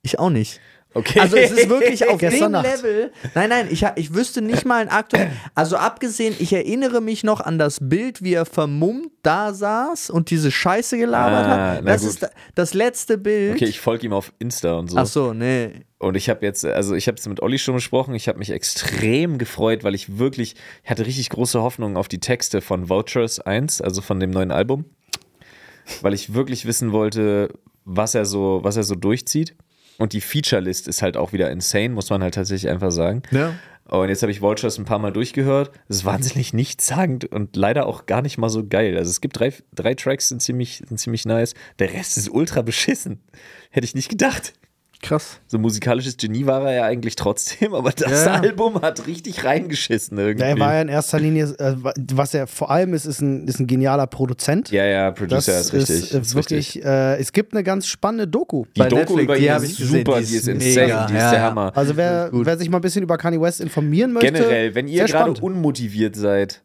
Speaker 4: Ich auch nicht.
Speaker 2: Okay.
Speaker 4: Also es ist
Speaker 2: <laughs>
Speaker 4: wirklich auf
Speaker 3: <laughs> Gestern
Speaker 4: dem
Speaker 3: Nacht.
Speaker 4: Level. Nein, nein, ich, ha- ich wüsste nicht mal ein aktuell. Also abgesehen, ich erinnere mich noch an das Bild, wie er vermummt da saß und diese Scheiße gelabert
Speaker 2: Ah,
Speaker 4: hat.
Speaker 2: na
Speaker 4: Das
Speaker 2: gut.
Speaker 4: ist da- das letzte Bild.
Speaker 2: Okay, ich folge ihm auf Insta und so.
Speaker 4: Ach so, nee.
Speaker 2: Und ich habe jetzt, also ich habe es mit Olli schon besprochen, ich habe mich extrem gefreut, weil ich wirklich, ich hatte richtig große Hoffnungen auf die Texte von Vultures 1, also von dem neuen Album, weil ich wirklich wissen wollte, was er so, was er so durchzieht. Und die Feature-List ist halt auch wieder insane, muss man halt tatsächlich einfach sagen.
Speaker 4: Ja.
Speaker 3: Ne?
Speaker 2: Und jetzt habe ich Vultures ein paar Mal durchgehört. Das ist wahnsinnig nichtssagend und leider auch gar nicht mal so geil. Also es gibt drei, drei Tracks, sind ziemlich, sind ziemlich nice. Der Rest ist ultra beschissen. Hätte ich nicht gedacht.
Speaker 4: Krass.
Speaker 2: So musikalisches Genie war er ja eigentlich trotzdem, aber das
Speaker 4: Ja.
Speaker 2: Album hat richtig reingeschissen irgendwie.
Speaker 3: ja, er war ja in erster Linie, äh, was er vor allem ist, ist ein, ist ein genialer Produzent.
Speaker 2: ja, ja, Producer ist richtig.
Speaker 3: äh,
Speaker 2: ist richtig.
Speaker 3: wirklich, äh, es gibt eine ganz spannende Doku.
Speaker 2: Die
Speaker 4: Bei
Speaker 2: Doku
Speaker 4: Netflix,
Speaker 2: über
Speaker 4: die
Speaker 2: ihn
Speaker 4: hab
Speaker 2: ist
Speaker 4: ich gesehen,
Speaker 2: super,
Speaker 4: die
Speaker 2: die ist,
Speaker 4: ist
Speaker 2: insane,
Speaker 4: mega,
Speaker 2: die ist
Speaker 4: ja,
Speaker 2: der
Speaker 4: ja.
Speaker 2: Hammer.
Speaker 3: Also wer,
Speaker 4: gut.
Speaker 3: wer sich mal ein bisschen über Kanye West informieren möchte,
Speaker 2: Generell, wenn ihr
Speaker 3: sehr
Speaker 2: gerade
Speaker 3: spannend.
Speaker 2: unmotiviert seid,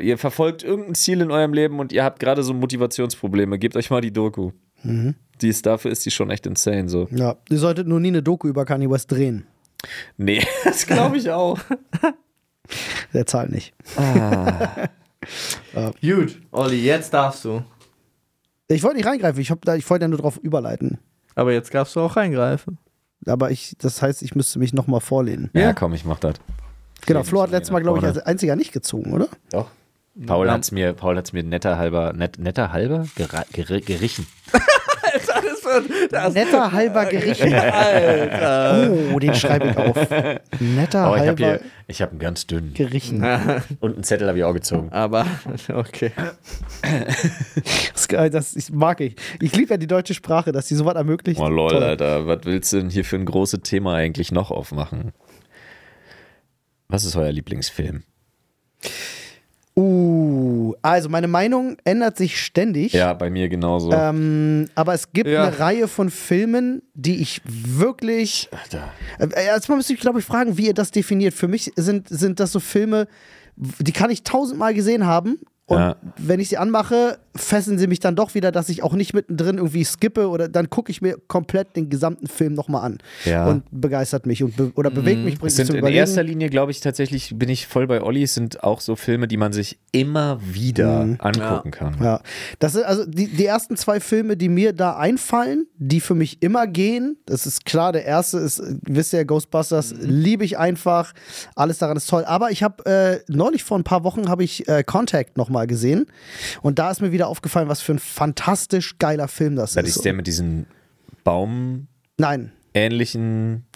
Speaker 2: ihr verfolgt irgendein Ziel in eurem Leben und ihr habt gerade so Motivationsprobleme, gebt euch mal die Doku. Die ist, dafür ist die schon echt insane. So.
Speaker 3: ja, ihr solltet nur nie eine Doku über Kanye West drehen.
Speaker 2: Nee, <laughs> das glaube ich auch.
Speaker 3: Der zahlt nicht.
Speaker 4: Gut, Olli, jetzt darfst du.
Speaker 3: Ich wollte nicht reingreifen, ich, hab da, ich wollte ja nur drauf überleiten.
Speaker 4: Aber jetzt darfst du auch reingreifen.
Speaker 3: Aber ich, das heißt, ich müsste mich nochmal vorlehnen.
Speaker 2: Ja, komm, ich mach das.
Speaker 3: Genau,
Speaker 2: ich
Speaker 3: Flo hat
Speaker 2: gehe
Speaker 3: letztes
Speaker 2: nach
Speaker 3: Mal, glaube ich,
Speaker 2: vorne.
Speaker 3: als einziger nicht gezogen, oder?
Speaker 2: Doch. Paul
Speaker 4: Ja.
Speaker 2: hat es mir, Paul hat's mir netter halber, net, netter halber gera- geri- gerichen.
Speaker 4: Alles wird.
Speaker 2: <laughs>
Speaker 4: Das,
Speaker 3: Netter halber Gericht. Oh, den schreibe ich auf. Netter
Speaker 2: Aber Oh, ich habe
Speaker 3: halber
Speaker 2: hier, ich habe einen ganz dünnen.
Speaker 3: Gericht.
Speaker 2: Und einen Zettel habe ich auch
Speaker 3: Ah,
Speaker 2: gezogen.
Speaker 4: <laughs> Aber, okay.
Speaker 3: Das, ist geil, das ich, mag ich. Ich liebe ja die deutsche Sprache, dass die sowas ermöglicht.
Speaker 2: Oh lol,
Speaker 3: Toll.
Speaker 2: Alter, was willst du denn hier für ein großes Thema eigentlich noch aufmachen? Was ist euer Lieblingsfilm?
Speaker 3: Uh, also meine Meinung ändert sich ständig.
Speaker 2: Ja, bei mir genauso.
Speaker 3: Ähm, aber es gibt
Speaker 4: Ja.
Speaker 3: eine Reihe von Filmen, die ich wirklich.
Speaker 2: Alter.
Speaker 3: Äh, erstmal müsste ich, glaube ich, fragen, wie ihr das definiert. Für mich sind, sind das so Filme, die kann ich tausendmal gesehen haben. Und
Speaker 2: Ja.
Speaker 3: wenn ich sie anmache, fesseln sie mich dann doch wieder, dass ich auch nicht mittendrin irgendwie skippe oder dann gucke ich mir komplett den gesamten Film nochmal an.
Speaker 2: Ja.
Speaker 3: Und begeistert mich und be oder bewegt mich, bringt
Speaker 2: Es
Speaker 3: mich
Speaker 2: sind
Speaker 3: zum
Speaker 2: in
Speaker 3: Überlegen.
Speaker 2: erster Linie, glaube ich, tatsächlich bin ich voll bei Olli. Es sind auch so Filme, die man sich immer wieder angucken kann.
Speaker 3: Mhm. Ja, das sind also die, die ersten zwei Filme, die mir da einfallen, die für mich immer gehen. Das ist klar, der erste ist, äh, wisst ihr, Ghostbusters liebe ich einfach. Alles daran ist toll. Aber ich habe äh, neulich vor ein paar Wochen habe ich äh, Contact nochmal gesehen und da ist mir wieder aufgefallen, was für ein fantastisch geiler Film das,
Speaker 2: Das
Speaker 3: ist.
Speaker 2: ist der mit diesen baumähnlichen
Speaker 3: nein,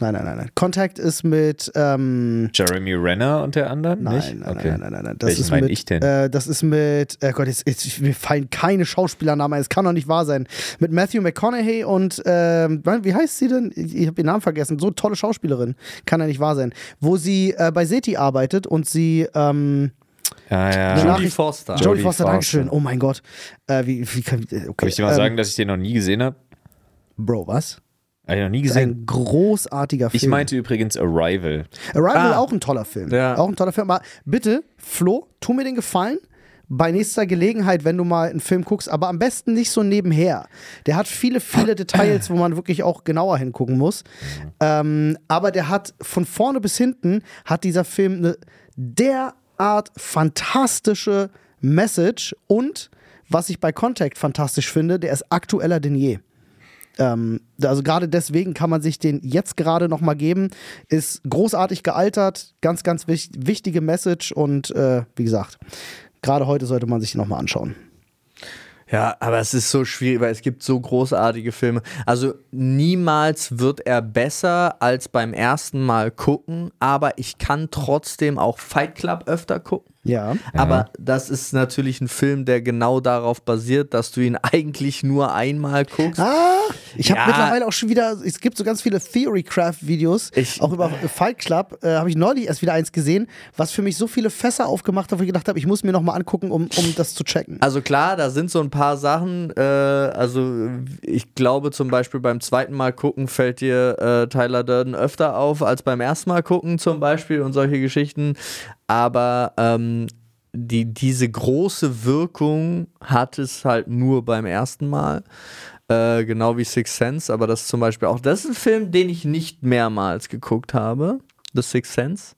Speaker 3: nein, nein, nein, nein. Contact ist mit ähm,
Speaker 2: Jeremy Renner und der anderen?
Speaker 3: Nein,
Speaker 2: nicht?
Speaker 3: nein,
Speaker 2: Okay.
Speaker 3: nein, nein, nein, nein. Das
Speaker 2: Welchen
Speaker 3: ist
Speaker 2: mein
Speaker 3: mit,
Speaker 2: ich denn?
Speaker 3: Äh, das ist mit, äh Gott, jetzt, jetzt, mir fallen keine Schauspielernamen ein, es kann doch nicht wahr sein. Mit Matthew McConaughey und, ähm, Mann, wie heißt sie denn? Ich, ich habe ihren Namen vergessen. So tolle Schauspielerin, kann ja nicht wahr sein. Wo sie äh, bei SETI arbeitet und sie, ähm,
Speaker 2: Ah, ja, ja.
Speaker 3: Danach-
Speaker 4: Jodie Foster.
Speaker 3: Jodie
Speaker 2: Jodie
Speaker 3: Foster,
Speaker 2: Foster.
Speaker 3: Dankeschön. Oh mein Gott. Äh, wie, wie kann, äh, okay.
Speaker 2: Kann ich dir mal
Speaker 3: ähm,
Speaker 2: sagen, dass ich den noch nie gesehen habe?
Speaker 3: Bro, was?
Speaker 2: Hab ich noch nie gesehen.
Speaker 3: Ein großartiger Film.
Speaker 2: Ich meinte übrigens Arrival.
Speaker 3: Arrival
Speaker 4: Ah.
Speaker 3: auch ein toller Film.
Speaker 4: Ja.
Speaker 3: Auch ein toller Film. Aber bitte, Flo, tu mir den Gefallen. bei nächster Gelegenheit, wenn du mal einen Film guckst, aber am besten nicht so nebenher. Der hat viele,
Speaker 4: <clears throat>
Speaker 3: viele Details, wo man wirklich auch genauer hingucken muss. Ähm, aber der hat von vorne bis hinten hat dieser Film eine derart fantastische Message und was ich bei Contact fantastisch finde, der ist aktueller denn je. Ähm, also gerade deswegen kann man sich den jetzt gerade noch mal geben. Ist großartig gealtert, ganz, ganz wich wichtige Message und äh, wie gesagt, gerade heute sollte man sich den noch mal anschauen.
Speaker 4: Ja, aber es ist so schwierig, weil es gibt so großartige Filme. Also niemals wird er besser als beim ersten Mal gucken, aber ich kann trotzdem auch Fight Club öfter gucken.
Speaker 3: Ja.
Speaker 4: Aber das ist natürlich ein Film, der genau darauf basiert, dass du ihn <laughs> eigentlich nur einmal guckst.
Speaker 3: Ah, ich habe
Speaker 4: Ja.
Speaker 3: mittlerweile auch schon wieder, es gibt so ganz viele Theorycraft-Videos,
Speaker 4: Ich-
Speaker 3: auch über Fight Club, äh, habe ich neulich erst wieder eins gesehen, was für mich so viele Fässer aufgemacht hat, wo ich gedacht habe, ich muss mir noch mal angucken, um, um das zu checken.
Speaker 4: Also klar, da sind so ein paar Sachen. Äh, also ich glaube zum Beispiel beim zweiten Mal gucken fällt dir äh, Tyler Durden öfter auf als beim ersten Mal gucken zum Beispiel und solche Geschichten. Aber ähm, die, diese große Wirkung hat es halt nur beim ersten Mal. Äh, genau wie Six Sense, aber das ist zum Beispiel auch, das ist ein Film, den ich nicht mehrmals geguckt habe. The Sixth Sense.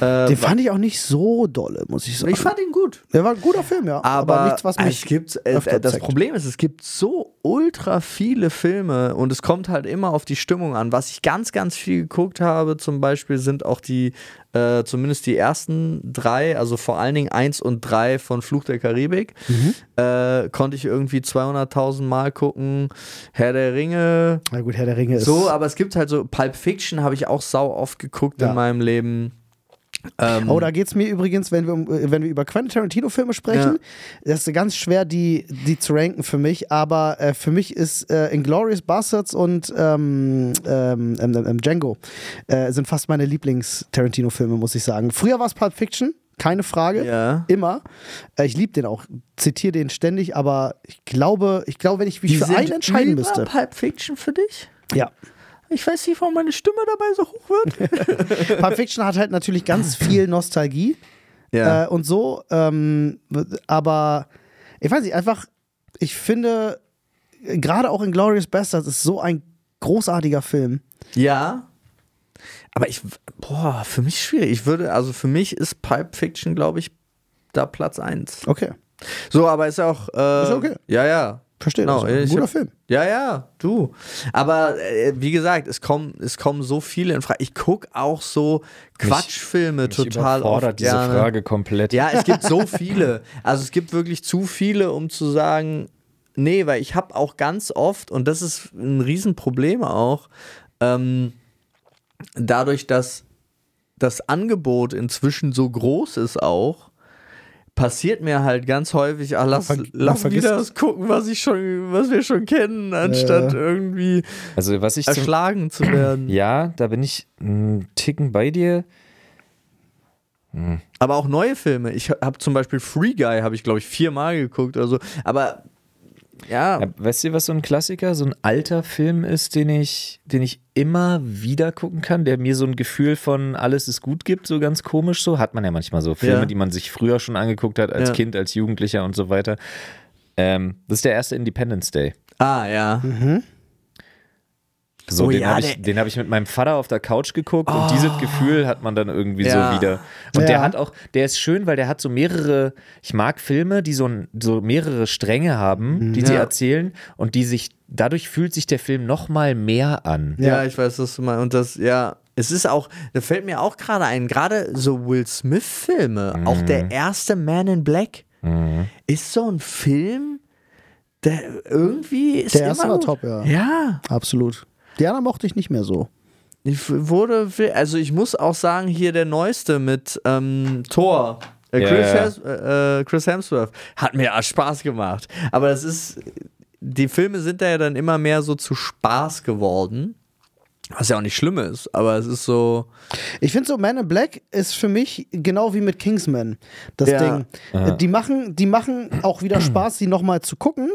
Speaker 4: Äh,
Speaker 3: Den fand ich auch nicht so dolle, muss ich sagen.
Speaker 4: ich fand ihn gut.
Speaker 3: Der war ein guter Film, ja.
Speaker 4: Aber,
Speaker 3: nichts, was mich
Speaker 4: es gibt, äh,
Speaker 3: öfter
Speaker 4: das
Speaker 3: zeigt.
Speaker 4: Problem ist, es gibt so ultra viele Filme und es kommt halt immer auf die Stimmung an. Was ich ganz, ganz viel geguckt habe, zum Beispiel sind auch die, äh, zumindest die ersten drei, also vor allen Dingen eins und drei von Fluch der Karibik,
Speaker 3: Mhm.
Speaker 4: äh, konnte ich irgendwie 200.000 Mal gucken. Herr der Ringe,
Speaker 3: Na gut, Herr der Ringe ist.
Speaker 4: so, aber es gibt halt so, Pulp Fiction habe ich auch sau oft geguckt
Speaker 3: Ja.
Speaker 4: in meinem Leben. Ähm,
Speaker 3: Oh, da geht es mir übrigens, wenn wir, um, äh, wenn wir über Quentin Tarantino-Filme sprechen, das ist ganz schwer, die, die zu ranken für mich, aber äh, für mich ist äh, Inglourious Bastards und ähm, ähm, ähm, ähm, Django äh, sind fast meine Lieblings-Tarantino-Filme, muss ich sagen. Früher war es Pulp Fiction, keine Frage,
Speaker 4: Ja.
Speaker 3: immer. Äh, ich liebe den auch, zitiere den ständig, aber ich glaube, ich glaube, wenn ich mich
Speaker 4: die
Speaker 3: für
Speaker 4: sind
Speaker 3: einen entscheiden
Speaker 4: über
Speaker 3: müsste.
Speaker 4: Pulp Fiction für dich?
Speaker 3: Ja.
Speaker 4: Ich weiß nicht, warum meine Stimme dabei so hoch wird.
Speaker 3: Pulp Fiction hat halt natürlich ganz
Speaker 4: <laughs>
Speaker 3: viel Nostalgie. äh, und so. Ähm, aber ich weiß nicht, einfach, ich finde, gerade auch in Glorious Bastards ist so ein großartiger Film.
Speaker 4: ja. Aber ich, boah, für mich schwierig. Ich würde, also für mich ist Pipe Fiction, glaube ich, da Platz 1.
Speaker 3: Okay,
Speaker 4: So, aber ist ja auch. Äh,
Speaker 3: Ist okay.
Speaker 4: Ja, ja.
Speaker 3: verstehe.
Speaker 4: Genau,
Speaker 3: das ist ein
Speaker 4: ich
Speaker 3: guter
Speaker 4: hab-
Speaker 3: Film.
Speaker 4: Ja, ja, du. Aber äh, wie gesagt, es kommen, es kommen so viele in Frage. Ich gucke auch so Quatschfilme total oft
Speaker 2: überfordert diese
Speaker 4: gerne.
Speaker 2: Frage komplett.
Speaker 4: Ja, es gibt so viele. Also es gibt wirklich zu viele, um zu sagen, nee, weil ich habe auch ganz oft, und das ist ein Riesenproblem auch, ähm, dadurch, dass das Angebot inzwischen so groß ist auch, passiert mir halt ganz häufig, ach, lass,
Speaker 3: Ver-
Speaker 4: lass
Speaker 3: man vergisst
Speaker 4: wieder das gucken, was ich schon, was wir schon kennen, anstatt irgendwie
Speaker 2: Also was
Speaker 4: Äh,
Speaker 2: ich zum,
Speaker 4: erschlagen zu
Speaker 2: <clears throat>
Speaker 4: werden.
Speaker 2: ja, da bin ich einen Ticken bei dir.
Speaker 4: Aber auch neue Filme. Ich habe zum Beispiel Free Guy, habe ich glaube ich viermal geguckt oder so. Aber ja,
Speaker 2: Ja, Äh, weißt du, was so ein Klassiker, so ein alter Film ist, den ich, den ich immer wieder gucken kann, der mir so ein Gefühl von alles ist gut gibt, so ganz komisch so. Hat man ja manchmal so Filme,
Speaker 4: Ja.
Speaker 2: die man sich früher schon angeguckt hat, als
Speaker 4: Ja.
Speaker 2: Kind, als Jugendlicher und so weiter. Ähm, das ist der erste Independence Day.
Speaker 4: ah ja.
Speaker 3: Mhm.
Speaker 2: So,
Speaker 4: Oh
Speaker 2: den
Speaker 4: ja,
Speaker 2: habe ich,
Speaker 4: der-
Speaker 2: den hab ich mit meinem Vater auf der Couch geguckt und dieses Gefühl hat man dann irgendwie
Speaker 4: Ja.
Speaker 2: so wieder. Und
Speaker 3: Ja.
Speaker 2: der hat auch, der ist schön, weil der hat so mehrere, ich mag Filme, die so, ein- so mehrere Stränge haben, die sie
Speaker 4: Ja.
Speaker 2: erzählen und die sich, dadurch fühlt sich der Film nochmal mehr an.
Speaker 4: Ja, ich weiß, was du meinst. Und das, ja, es ist auch, da fällt mir auch gerade ein, gerade so Will Smith-Filme, auch der erste Man in Black, ist so ein Film, der irgendwie ist
Speaker 3: Der erste
Speaker 4: immer
Speaker 3: war
Speaker 4: gut.
Speaker 3: top, ja.
Speaker 4: Ja,
Speaker 3: Absolut. Die anderen mochte ich nicht mehr so.
Speaker 4: ich wurde, viel- also ich muss auch sagen, hier der neueste mit ähm, Thor. äh,
Speaker 2: Ja,
Speaker 4: Chris,
Speaker 2: ja.
Speaker 4: Hems äh, äh, Chris Hemsworth hat mir auch Spaß gemacht. Aber das ist, die Filme sind da ja dann immer mehr so zu Spaß geworden. Was ja auch nicht schlimm ist, aber es ist so.
Speaker 3: Ich finde so, Man in Black ist für mich genau wie mit Kingsman das
Speaker 4: Ja.
Speaker 3: Ding. Äh, Die machen, die machen auch
Speaker 4: <clears throat>
Speaker 3: wieder Spaß, sie nochmal zu gucken.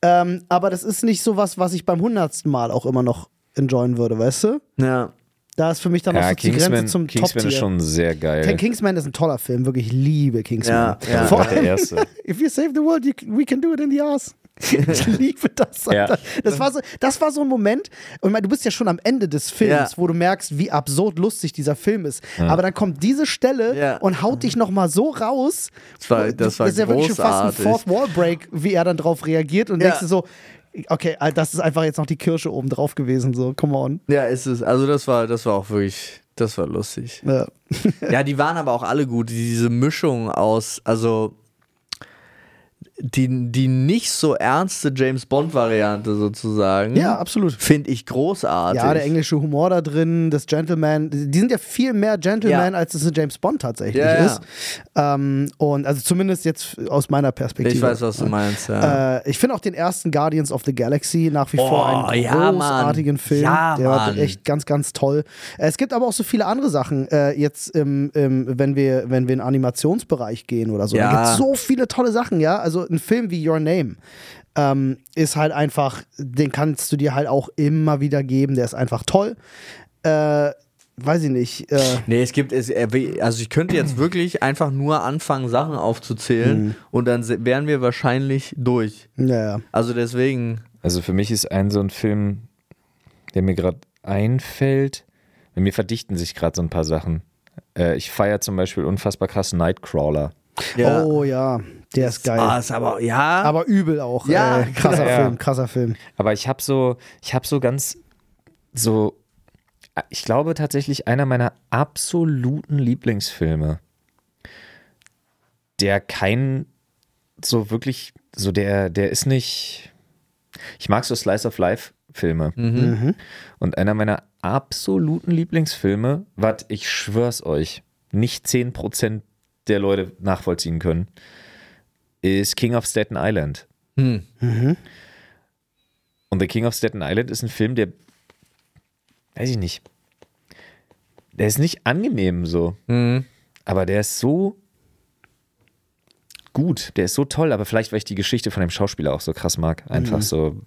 Speaker 3: Ähm, aber das ist nicht so was, was ich beim hundertsten Mal auch immer noch enjoyen würde, weißt du?
Speaker 4: Ja.
Speaker 3: Da ist für mich dann auch so die Grenze zum
Speaker 2: Kingsman
Speaker 3: Top-Tier.
Speaker 2: ist schon sehr geil.
Speaker 3: Ken- Kingsman ist ein toller Film, wirklich ich liebe Kingsman.
Speaker 4: Ja, ja.
Speaker 3: Vor
Speaker 2: Auch der
Speaker 3: allem,
Speaker 2: erste.
Speaker 3: <laughs> if you save the world, you, we can do it in the ass.
Speaker 4: <laughs>
Speaker 3: Ich liebe das. Alter.
Speaker 2: Ja.
Speaker 3: Das, war so, das war so ein Moment, und ich meine, du bist ja schon am Ende des Films,
Speaker 4: Ja.
Speaker 3: wo du merkst, wie absurd lustig dieser Film ist. Aber dann kommt diese Stelle
Speaker 4: Ja.
Speaker 3: und haut dich nochmal so raus.
Speaker 4: Das war- das war
Speaker 3: ist ja wirklich schon fast ein
Speaker 4: großartig.
Speaker 3: Fourth Wall Break, wie er dann drauf reagiert und
Speaker 4: Ja.
Speaker 3: denkst du so, okay, Alter, das ist einfach jetzt noch die Kirsche oben drauf gewesen, so, come on.
Speaker 4: Ja, ist es. Also das war, das war auch wirklich, das war lustig.
Speaker 3: Ja.
Speaker 4: Ja, die waren aber auch alle gut. Diese Mischung aus, also die, die nicht so ernste James Bond-Variante sozusagen.
Speaker 3: Ja, absolut.
Speaker 4: Finde ich großartig.
Speaker 3: Ja, der englische Humor da drin, das Gentleman. Die sind ja viel mehr Gentleman,
Speaker 4: Ja.
Speaker 3: als es in James Bond tatsächlich
Speaker 4: Ja, ja.
Speaker 3: ist. Ähm, und also zumindest jetzt aus meiner Perspektive.
Speaker 4: Ich weiß, was du meinst. Ja.
Speaker 3: Äh, ich finde auch den ersten Guardians of the Galaxy nach wie vor
Speaker 4: Oh,
Speaker 3: einen
Speaker 4: ja, Mann.
Speaker 3: großartigen Film.
Speaker 4: Ja,
Speaker 3: der war
Speaker 4: Mann.
Speaker 3: echt ganz, ganz toll. Äh, Es gibt aber auch so viele andere Sachen, äh, jetzt im, im, wenn, wir, wenn wir in den Animationsbereich gehen oder so.
Speaker 4: Ja.
Speaker 3: Da gibt es so viele tolle Sachen, ja. Also ein Film wie Your Name ähm, ist halt einfach, den kannst du dir halt auch immer wieder geben. Der ist einfach toll. Äh, weiß ich nicht. Äh,
Speaker 4: Nee, es gibt, es, er will- also ich könnte jetzt wirklich einfach nur anfangen, Sachen aufzuzählen
Speaker 3: Mhm.
Speaker 4: und dann se- wären wir wahrscheinlich durch.
Speaker 3: naja.
Speaker 4: Also deswegen,
Speaker 2: Also für mich ist ein so ein Film, der mir gerade einfällt. Bei mir verdichten sich gerade so ein paar Sachen. Äh, ich feiere zum Beispiel unfassbar krass Nightcrawler.
Speaker 4: ja.
Speaker 3: Oh ja, der ist geil.
Speaker 4: Ah, ist aber, ja.
Speaker 3: aber übel auch.
Speaker 4: Ja,
Speaker 3: äh, krasser
Speaker 2: genau.
Speaker 3: Film, krasser Film.
Speaker 2: Aber ich habe so, ich habe so ganz so, ich glaube tatsächlich einer meiner absoluten Lieblingsfilme, der kein so wirklich, so der, der ist nicht. Ich mag so Slice of Life Filme. Und einer meiner absoluten Lieblingsfilme, was ich schwör's euch, nicht 10% der Leute nachvollziehen können, ist King of Staten Island. Und The King of Staten Island ist ein Film, der, weiß ich nicht, der ist nicht angenehm so, aber der ist so gut, der ist so toll, aber vielleicht, weil ich die Geschichte von dem Schauspieler auch so krass mag, einfach so,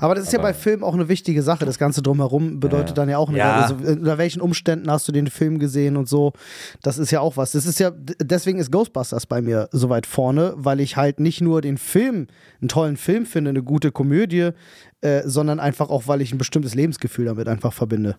Speaker 3: Aber das ist ja bei Filmen auch eine wichtige Sache. Das Ganze drumherum bedeutet dann ja auch eine
Speaker 4: Ja.
Speaker 3: Also, äh, unter welchen Umständen hast du den Film gesehen und so. Das ist ja auch was. Das ist ja, d- deswegen ist Ghostbusters bei mir so weit vorne, weil ich halt nicht nur den Film, einen tollen Film finde, eine gute Komödie, äh, sondern einfach auch, weil ich ein bestimmtes Lebensgefühl damit einfach verbinde.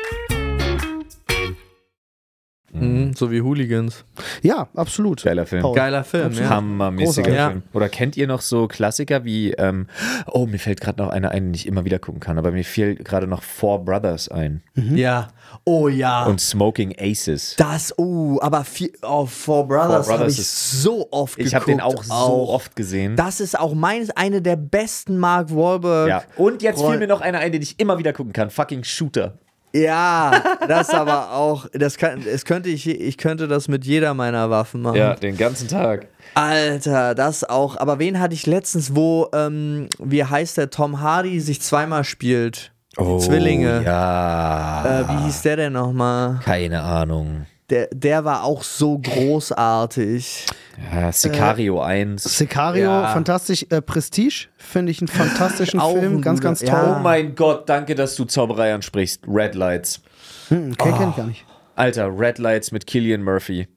Speaker 4: Mhm, so wie Hooligans.
Speaker 3: Ja, absolut.
Speaker 2: geiler Film.
Speaker 3: Paul.
Speaker 4: Geiler Film,
Speaker 3: Absolut.
Speaker 4: ja.
Speaker 2: Hammermäßiger
Speaker 4: Großartig.
Speaker 2: Film. Oder kennt ihr noch so Klassiker wie, ähm, oh, mir fällt gerade noch einer ein, den ich immer wieder gucken kann, aber mir fiel gerade noch Four Brothers ein
Speaker 4: Ja. Oh ja.
Speaker 2: und Smoking Aces.
Speaker 4: das, oh, aber viel, oh, Four Brothers,
Speaker 2: Four
Speaker 4: habe
Speaker 2: Brothers
Speaker 4: ich
Speaker 2: ist-
Speaker 4: so oft geguckt.
Speaker 2: Ich habe den auch so
Speaker 4: auch.
Speaker 2: oft gesehen.
Speaker 4: Das ist auch meines eine der besten Mark Wahlberg.
Speaker 2: ja. Und jetzt
Speaker 4: Roll-
Speaker 2: fiel mir noch einer ein, den ich immer wieder gucken kann. Fucking Shooter. <laughs>
Speaker 4: Ja, das aber auch, das kann, es könnte ich, ich könnte das mit jeder meiner Waffen machen.
Speaker 2: Ja, den ganzen Tag.
Speaker 4: Alter, das auch. Aber wen hatte ich letztens, wo, ähm, wie heißt der, Tom Hardy sich zweimal spielt? Die Zwillinge.
Speaker 2: Oh, Ja. Ah.
Speaker 4: Äh, wie hieß der denn nochmal?
Speaker 2: Keine Ahnung.
Speaker 4: Der, der war auch so großartig.
Speaker 2: Ja, Sicario 1.
Speaker 3: Sicario,
Speaker 4: Ja.
Speaker 3: fantastisch. Äh, Prestige finde ich einen fantastischen
Speaker 4: Auch
Speaker 3: Film,
Speaker 4: ein
Speaker 3: ganz, ganz toll.
Speaker 4: guter-
Speaker 2: Oh mein Gott, danke, dass du Zauberei ansprichst. Red Lights.
Speaker 3: Okay, kenne Hm, ich gar nicht.
Speaker 2: Alter, Red Lights mit Killian Murphy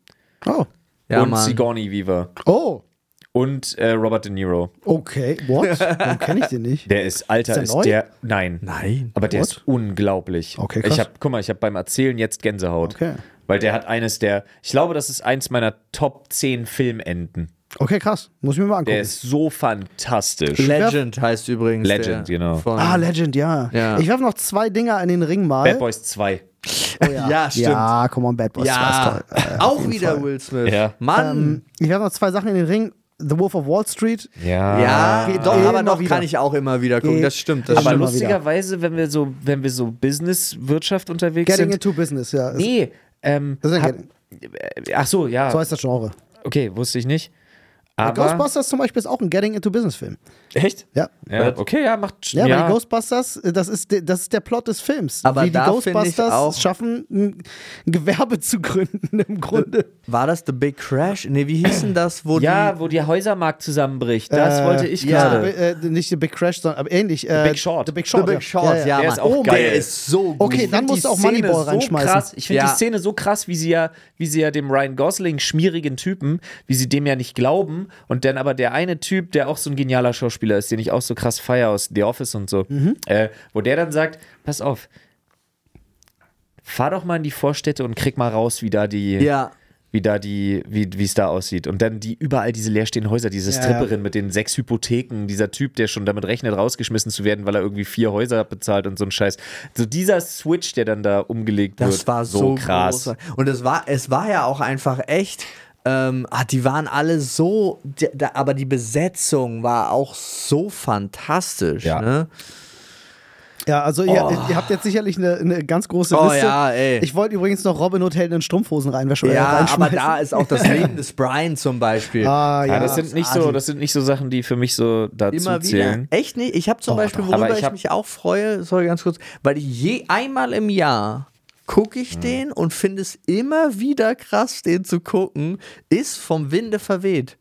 Speaker 3: Oh.
Speaker 4: Ja,
Speaker 2: und
Speaker 4: Mann.
Speaker 2: Sigourney Weaver
Speaker 3: Oh,
Speaker 2: und äh, Robert De Niro.
Speaker 3: okay. What? Warum kenne ich den nicht?
Speaker 2: Der ist, Alter,
Speaker 3: Ist
Speaker 2: ist,
Speaker 3: der neu?
Speaker 2: der. Nein.
Speaker 4: Nein.
Speaker 2: Aber der
Speaker 3: What?
Speaker 2: ist unglaublich.
Speaker 3: Okay, krass.
Speaker 2: Ich hab, guck mal, ich habe beim Erzählen jetzt Gänsehaut.
Speaker 3: Okay.
Speaker 2: Weil der hat eines der. Ich glaube, das ist eins meiner Top 10 Filmenden.
Speaker 3: Okay, krass. Muss ich mir mal
Speaker 2: Der
Speaker 3: angucken.
Speaker 2: ist so fantastisch.
Speaker 4: Legend heißt übrigens.
Speaker 2: Legend,
Speaker 4: der
Speaker 2: genau.
Speaker 4: Von,
Speaker 3: ah, Legend, ja.
Speaker 4: Ja.
Speaker 3: Ich werfe noch zwei Dinger in den Ring mal. Oh
Speaker 2: Bad Boys 2.
Speaker 4: ja. stimmt. Ja,
Speaker 3: Ja, come on, Bad Boys. war's toll. Äh, auf
Speaker 4: auch
Speaker 3: jeden
Speaker 4: wieder
Speaker 3: Fall.
Speaker 4: Will Smith.
Speaker 2: Ja.
Speaker 4: Mann.
Speaker 3: Ich werfe noch zwei Sachen in den Ring. The Wolf of Wall Street.
Speaker 2: Ja.
Speaker 4: ja,
Speaker 3: Geht
Speaker 4: doch,
Speaker 3: immer
Speaker 4: aber doch
Speaker 3: wieder.
Speaker 4: kann ich auch immer äh, wieder gucken.
Speaker 3: Geht
Speaker 4: Das stimmt. Das
Speaker 3: immer
Speaker 2: Aber
Speaker 4: stimmt.
Speaker 3: wieder.
Speaker 2: lustigerweise, wenn wir so, wenn wir so Businesswirtschaft unterwegs
Speaker 3: Getting
Speaker 2: sind.
Speaker 3: into Business, ja. Ist-
Speaker 2: Nee, ähm,
Speaker 3: Das ist ja
Speaker 2: hab,
Speaker 3: Getting-
Speaker 2: ach so, ja.
Speaker 3: so heißt das Genre.
Speaker 2: Okay, wusste ich nicht. Aber
Speaker 3: Ghostbusters zum Beispiel ist auch ein Getting into Business-Film.
Speaker 2: echt?
Speaker 3: Ja.
Speaker 2: Ja, okay, ja, macht
Speaker 3: Ja,
Speaker 2: ja,
Speaker 3: aber die Ghostbusters, äh, das ist, de, das ist der Plot des Films.
Speaker 4: Aber
Speaker 3: Wie die
Speaker 4: da find ich
Speaker 3: Ghostbusters
Speaker 4: auch-
Speaker 3: es schaffen, ein ein Gewerbe zu gründen, im Grunde.
Speaker 4: War das The Big Crash? Nee, wie <clears throat> hieß denn das, wo
Speaker 2: ja,
Speaker 4: die.
Speaker 2: wo der Häusermarkt zusammenbricht. Das wollte ich
Speaker 4: ja.
Speaker 2: gerade.
Speaker 3: Äh, nicht The Big Crash, sondern aber ähnlich. The
Speaker 2: Big Short.
Speaker 3: The Big Short.
Speaker 4: The Big Short, ja,
Speaker 2: Der
Speaker 4: Mann.
Speaker 2: ist auch
Speaker 4: oh,
Speaker 2: geil.
Speaker 4: Der ist so gut.
Speaker 3: Okay, dann
Speaker 2: find
Speaker 3: musst
Speaker 2: die
Speaker 3: du auch
Speaker 2: Szene
Speaker 3: Moneyball
Speaker 2: so
Speaker 3: reinschmeißen.
Speaker 2: Krass. Ich finde
Speaker 4: Ja.
Speaker 2: die Szene so krass, wie sie ja, wie sie ja dem Ryan Gosling schmierigen Typen, wie sie dem ja nicht glauben und dann aber der eine Typ, der auch so ein genialer Schauspieler ist, den ich auch so krass feier aus The Office und so,
Speaker 4: Mhm.
Speaker 2: äh, wo der dann sagt, pass auf, fahr doch mal in die Vorstädte und krieg mal raus, wie da die,
Speaker 4: Ja.
Speaker 2: wie da die, wie wie es da aussieht. Und dann die überall diese leerstehenden Häuser, diese Stripperin mit den sechs Hypotheken, dieser Typ, der schon damit rechnet, rausgeschmissen zu werden, weil er irgendwie vier Häuser bezahlt und so ein Scheiß. So dieser Switch, der dann da umgelegt wird,
Speaker 4: Das war so
Speaker 2: krass.
Speaker 4: groß. Und es war, es war ja auch einfach echt. Ähm, ah, die waren alle so, die, da, aber die Besetzung war auch so fantastisch.
Speaker 2: Ja.
Speaker 4: Ne?
Speaker 3: Ja, also ihr, ihr habt jetzt sicherlich eine, eine ganz große
Speaker 4: Oh
Speaker 3: Liste.
Speaker 4: ja, ey.
Speaker 3: Ich wollte übrigens noch Robin Hood Helden in Strumpfhosen reinwäsche
Speaker 4: Ja, aber
Speaker 3: reinschmeißen.
Speaker 4: da ist auch <laughs> das Leben des Brian zum Beispiel.
Speaker 3: ah, ja.
Speaker 2: Ja, das sind nicht so, das sind nicht so Sachen, die für mich so dazu
Speaker 4: Immer wieder.
Speaker 2: zählen.
Speaker 4: Echt nicht? Ich habe zum Beispiel,
Speaker 2: doch.
Speaker 4: worüber
Speaker 2: Aber
Speaker 4: Oh, ich,
Speaker 2: ich hab-
Speaker 4: mich auch freue, sorry ganz kurz, weil ich je einmal im Jahr gucke ich den und finde es immer wieder krass, den zu gucken, ist vom Winde verweht.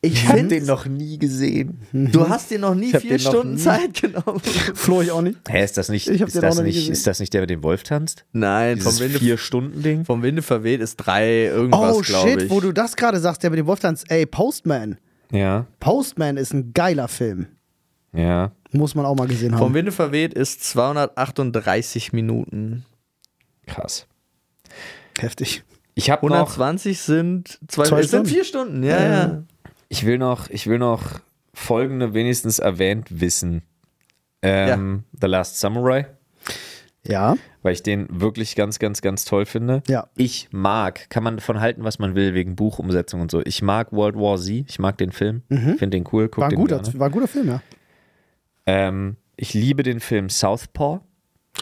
Speaker 4: Ich
Speaker 2: Ich hab
Speaker 4: finde
Speaker 2: den noch nie gesehen.
Speaker 4: Du hast dir noch nie
Speaker 2: hab
Speaker 4: vier
Speaker 2: den noch
Speaker 4: Stunden
Speaker 2: nie-
Speaker 4: Zeit genommen.
Speaker 3: Flo ich auch nicht.
Speaker 2: Hä, ist das nicht,
Speaker 3: Ich hab
Speaker 2: ist
Speaker 3: den auch
Speaker 2: das
Speaker 3: noch nie
Speaker 2: nicht,
Speaker 3: gesehen.
Speaker 2: ist das nicht der, mit dem Wolf tanzt?
Speaker 4: <laughs> Nein, vom
Speaker 2: Dieses
Speaker 4: Winde,
Speaker 2: Vier-Stunden-Ding?
Speaker 4: vom Winde verweht ist drei irgendwas,
Speaker 3: Oh
Speaker 4: glaube
Speaker 3: shit,
Speaker 4: ich.
Speaker 3: wo du das gerade sagst, der mit dem Wolftanz. Ey, Postman.
Speaker 2: Ja,
Speaker 3: Postman ist ein geiler Film.
Speaker 2: ja.
Speaker 3: Muss man auch mal gesehen
Speaker 4: vom
Speaker 3: haben.
Speaker 4: Winde verweht ist 238 Minuten.
Speaker 2: Krass.
Speaker 3: Heftig.
Speaker 2: Ich habe noch
Speaker 4: 120 sind zwei,
Speaker 3: Zwei
Speaker 4: es sind
Speaker 3: Stunden. Ähm,
Speaker 4: vier Stunden. Ja, ja.
Speaker 2: Ich will noch, ich will noch folgende wenigstens erwähnt wissen. Ähm, The Last Samurai,
Speaker 3: Ja.
Speaker 2: weil ich den wirklich ganz, ganz, ganz toll finde.
Speaker 3: Ja.
Speaker 2: Ich mag, kann man davon halten, was man will, wegen Buchumsetzung und so. Ich mag World War Z, ich mag den Film, finde den cool, guck
Speaker 3: Mhm. War ein,
Speaker 2: den ne?
Speaker 3: guter,
Speaker 2: gerne.
Speaker 3: war ein guter Film, ja.
Speaker 2: Ähm, ich liebe den Film Southpaw.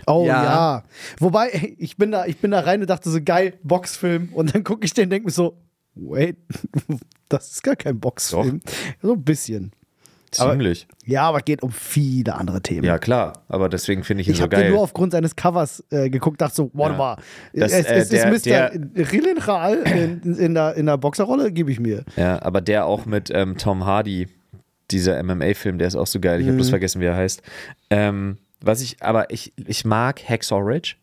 Speaker 3: Oh ja.
Speaker 4: Ja.
Speaker 3: Wobei, ey, ich bin da, ich bin da rein und dachte so, geil, Boxfilm. Und dann gucke ich den und denke mir so, wait, <laughs> das ist gar kein Boxfilm. So ein bisschen.
Speaker 2: Ziemlich.
Speaker 3: Ja, aber geht um viele andere Themen.
Speaker 2: ja, klar, aber deswegen finde ich ihn
Speaker 3: Ich
Speaker 2: so
Speaker 3: habe den
Speaker 2: geil.
Speaker 3: nur aufgrund seines Covers äh, geguckt, dachte so, warte
Speaker 2: Ja.
Speaker 3: mal,
Speaker 2: Das,
Speaker 3: es,
Speaker 2: äh,
Speaker 3: es
Speaker 2: der-
Speaker 3: ist Mr. Rillenral in, in, der, in der Boxerrolle, gebe ich mir.
Speaker 2: ja, aber der auch mit ähm, Tom Hardy, dieser MMA-Film, der ist auch so geil. Ich habe
Speaker 3: Mhm.
Speaker 2: bloß vergessen, wie er heißt. Ähm, was ich, aber ich, ich mag Hacksaw Ridge.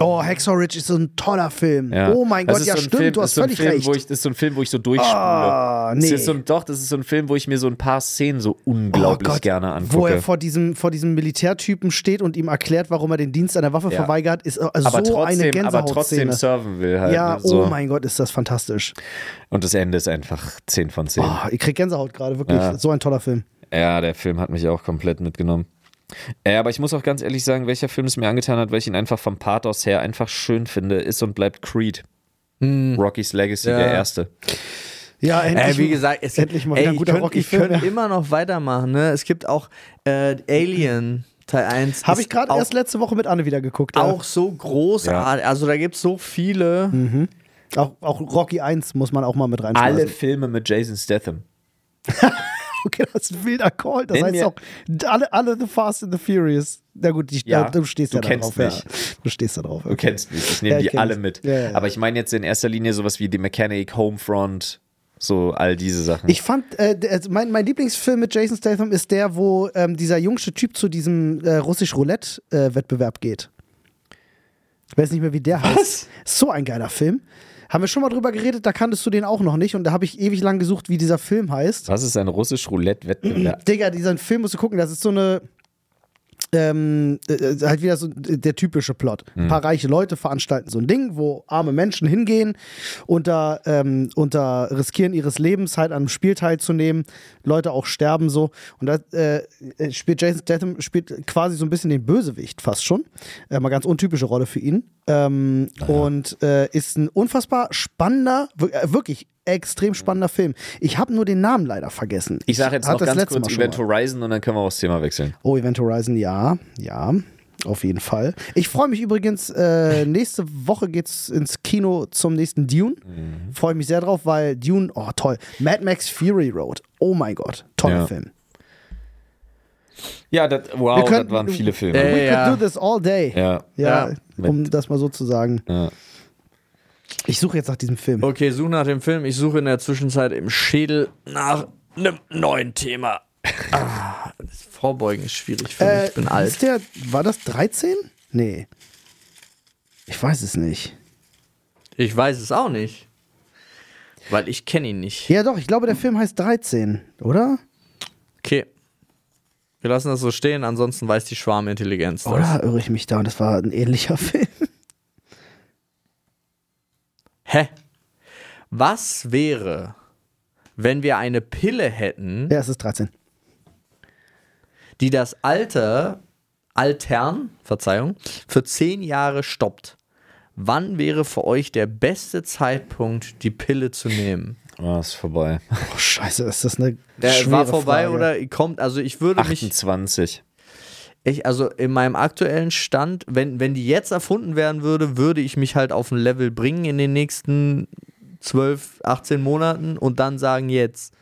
Speaker 3: Oh, Hacksaw Ridge ist so ein toller Film.
Speaker 2: Ja.
Speaker 3: Oh mein
Speaker 2: Das
Speaker 3: Gott,
Speaker 2: ist
Speaker 3: ja
Speaker 2: so ein
Speaker 3: stimmt,
Speaker 2: Film,
Speaker 3: du
Speaker 2: das
Speaker 3: hast
Speaker 2: ist so ein
Speaker 3: völlig
Speaker 2: Film,
Speaker 3: recht.
Speaker 2: Wo ich, das ist so ein Film, wo ich so durchspule.
Speaker 3: Ah,
Speaker 2: Das
Speaker 3: nee.
Speaker 2: ist so ein, doch, das ist so ein Film, wo ich mir so ein paar Szenen so unglaublich gerne
Speaker 3: Oh Wo er
Speaker 2: angucke.
Speaker 3: vor diesem, vor diesem Militärtypen steht und ihm erklärt, warum er den Dienst an der Waffe
Speaker 2: Ja.
Speaker 3: verweigert, ist äh, so
Speaker 2: aber
Speaker 3: eine
Speaker 2: trotzdem, aber
Speaker 3: Gänsehautszene.
Speaker 2: trotzdem serven will halt.
Speaker 3: ja,
Speaker 2: ne, so.
Speaker 3: oh mein Gott, ist das fantastisch.
Speaker 2: Und das Ende ist einfach 10 von 10.
Speaker 3: Oh, ich krieg Gänsehaut gerade, wirklich. So ein toller Film.
Speaker 2: Ja, der Film hat mich auch komplett mitgenommen. Äh, aber ich muss auch ganz ehrlich sagen, welcher Film es mir angetan hat, weil ich ihn einfach vom Pathos her einfach schön finde, ist und bleibt Creed. Rocky's Legacy,
Speaker 4: Ja.
Speaker 2: der erste.
Speaker 3: Ja, endlich,
Speaker 4: Äh, wie gesagt, es
Speaker 3: endlich mal wieder
Speaker 4: ey,
Speaker 3: ein guter
Speaker 4: ich könnt- Ich
Speaker 3: Rocky-Film.
Speaker 4: könnte
Speaker 3: Ja.
Speaker 4: immer noch weitermachen. Ne? Es gibt auch äh, Alien Teil 1.
Speaker 3: Habe
Speaker 4: ist
Speaker 3: ich gerade
Speaker 4: auch-
Speaker 3: erst letzte Woche mit Anne wieder geguckt. ja.
Speaker 4: auch so großartig. Also da gibt es so viele.
Speaker 3: Hm.
Speaker 2: Also
Speaker 3: Auch, auch Rocky 1 muss man auch mal mit reinschmeißen.
Speaker 2: Alle Filme mit Jason Statham.
Speaker 3: <laughs> Okay, das ist ein wilder Call. Das
Speaker 2: Nenn
Speaker 3: heißt
Speaker 2: mir-
Speaker 3: auch alle, alle The Fast and the Furious. Na gut, ich, äh,
Speaker 2: Ja,
Speaker 3: du stehst
Speaker 2: du
Speaker 3: ja da
Speaker 2: kennst
Speaker 3: drauf.
Speaker 2: mich.
Speaker 3: Ja. Du stehst da drauf.
Speaker 2: Du kennst mich, ich nehme
Speaker 3: Ja, ich
Speaker 2: die
Speaker 3: kenn
Speaker 2: alle
Speaker 3: das.
Speaker 2: mit.
Speaker 3: Ja, ja, ja.
Speaker 2: Aber ich meine jetzt in erster Linie sowas wie die Mechanic, Homefront, so all diese Sachen.
Speaker 3: Ich fand, äh, d- also mein, mein Lieblingsfilm mit Jason Statham ist der, wo ähm, dieser jungsche Typ zu diesem äh, Russisch-Roulette-Wettbewerb geht. Ich weiß nicht mehr, wie der heißt. So ein geiler Film. Haben wir schon mal drüber geredet, da kanntest du den auch noch nicht und da habe ich ewig lang gesucht, wie dieser Film heißt.
Speaker 2: Was ist ein russisch Roulette-Wettbewerb?
Speaker 3: Digga, diesen Film musst du gucken, das ist so eine. Ähm, äh, äh, halt wieder so äh, der typische Plot.
Speaker 2: Mhm.
Speaker 3: Ein paar reiche Leute veranstalten so ein Ding, wo arme Menschen hingehen, unter, ähm, unter Riskieren ihres Lebens halt an einem Spiel teilzunehmen, Leute auch sterben so. Und da äh, äh, spielt Jason Statham spielt quasi so ein bisschen den Bösewicht fast schon. Äh, mal ganz untypische Rolle für ihn. Ähm,
Speaker 2: Ah,
Speaker 3: und äh, ist ein unfassbar spannender, wir- äh, wirklich extrem spannender Film. Ich habe nur den Namen leider vergessen.
Speaker 2: Ich sage jetzt
Speaker 3: Hat
Speaker 2: noch
Speaker 3: das
Speaker 2: ganz
Speaker 3: letzte
Speaker 2: kurz
Speaker 3: Mal schon
Speaker 2: Event
Speaker 3: mal.
Speaker 2: Horizon und dann können wir auch das Thema wechseln.
Speaker 3: Oh, Event Horizon, ja, ja, auf jeden Fall. Ich freue mich übrigens, äh, nächste Woche geht's ins Kino zum nächsten Dune.
Speaker 2: Mhm.
Speaker 3: Freue mich sehr drauf, weil Dune, oh toll. Mad Max Fury Road, oh mein Gott, toller
Speaker 2: Ja.
Speaker 3: Film.
Speaker 2: Ja, das, wow,
Speaker 3: Wir könnten-
Speaker 2: das waren viele Filme.
Speaker 4: Äh,
Speaker 3: We
Speaker 4: ja.
Speaker 3: could do this all day.
Speaker 2: ja.
Speaker 3: Ja,
Speaker 4: Ja.
Speaker 3: um das mal so zu sagen.
Speaker 2: Ja.
Speaker 3: Ich suche jetzt nach diesem Film.
Speaker 4: Okay, such nach dem Film. Ich suche in der Zwischenzeit im Schädel nach einem neuen Thema. Ah, das Vorbeugen ist schwierig für mich.
Speaker 3: Äh,
Speaker 4: Ich bin
Speaker 3: Ist
Speaker 4: alt.
Speaker 3: der, war das 13? Nee. Ich weiß es nicht.
Speaker 4: Ich weiß es auch nicht. Weil ich kenne ihn nicht.
Speaker 3: Ja, doch, ich glaube, der Film heißt 13, oder?
Speaker 4: Okay. Wir lassen das so stehen, ansonsten weiß die Schwarmintelligenz das.
Speaker 3: Oder irre ich mich da? Und das war ein ähnlicher <laughs> Film.
Speaker 4: Hä? Was wäre, wenn wir eine Pille hätten,
Speaker 3: Ja, es ist 13.
Speaker 4: die das Alter, Altern, Verzeihung, für zehn Jahre stoppt? Wann wäre für euch der beste Zeitpunkt, die Pille zu nehmen?
Speaker 2: Ah, ist vorbei.
Speaker 3: Oh, scheiße, ist das eine
Speaker 4: Der
Speaker 3: schwere
Speaker 4: war vorbei
Speaker 3: Frage.
Speaker 4: oder kommt, also ich würde mich,
Speaker 2: 28.
Speaker 4: ich, also in meinem aktuellen Stand, wenn, wenn die jetzt erfunden werden würde, würde ich mich halt auf ein Level bringen in den nächsten 12, 18 Monaten und dann sagen jetzt.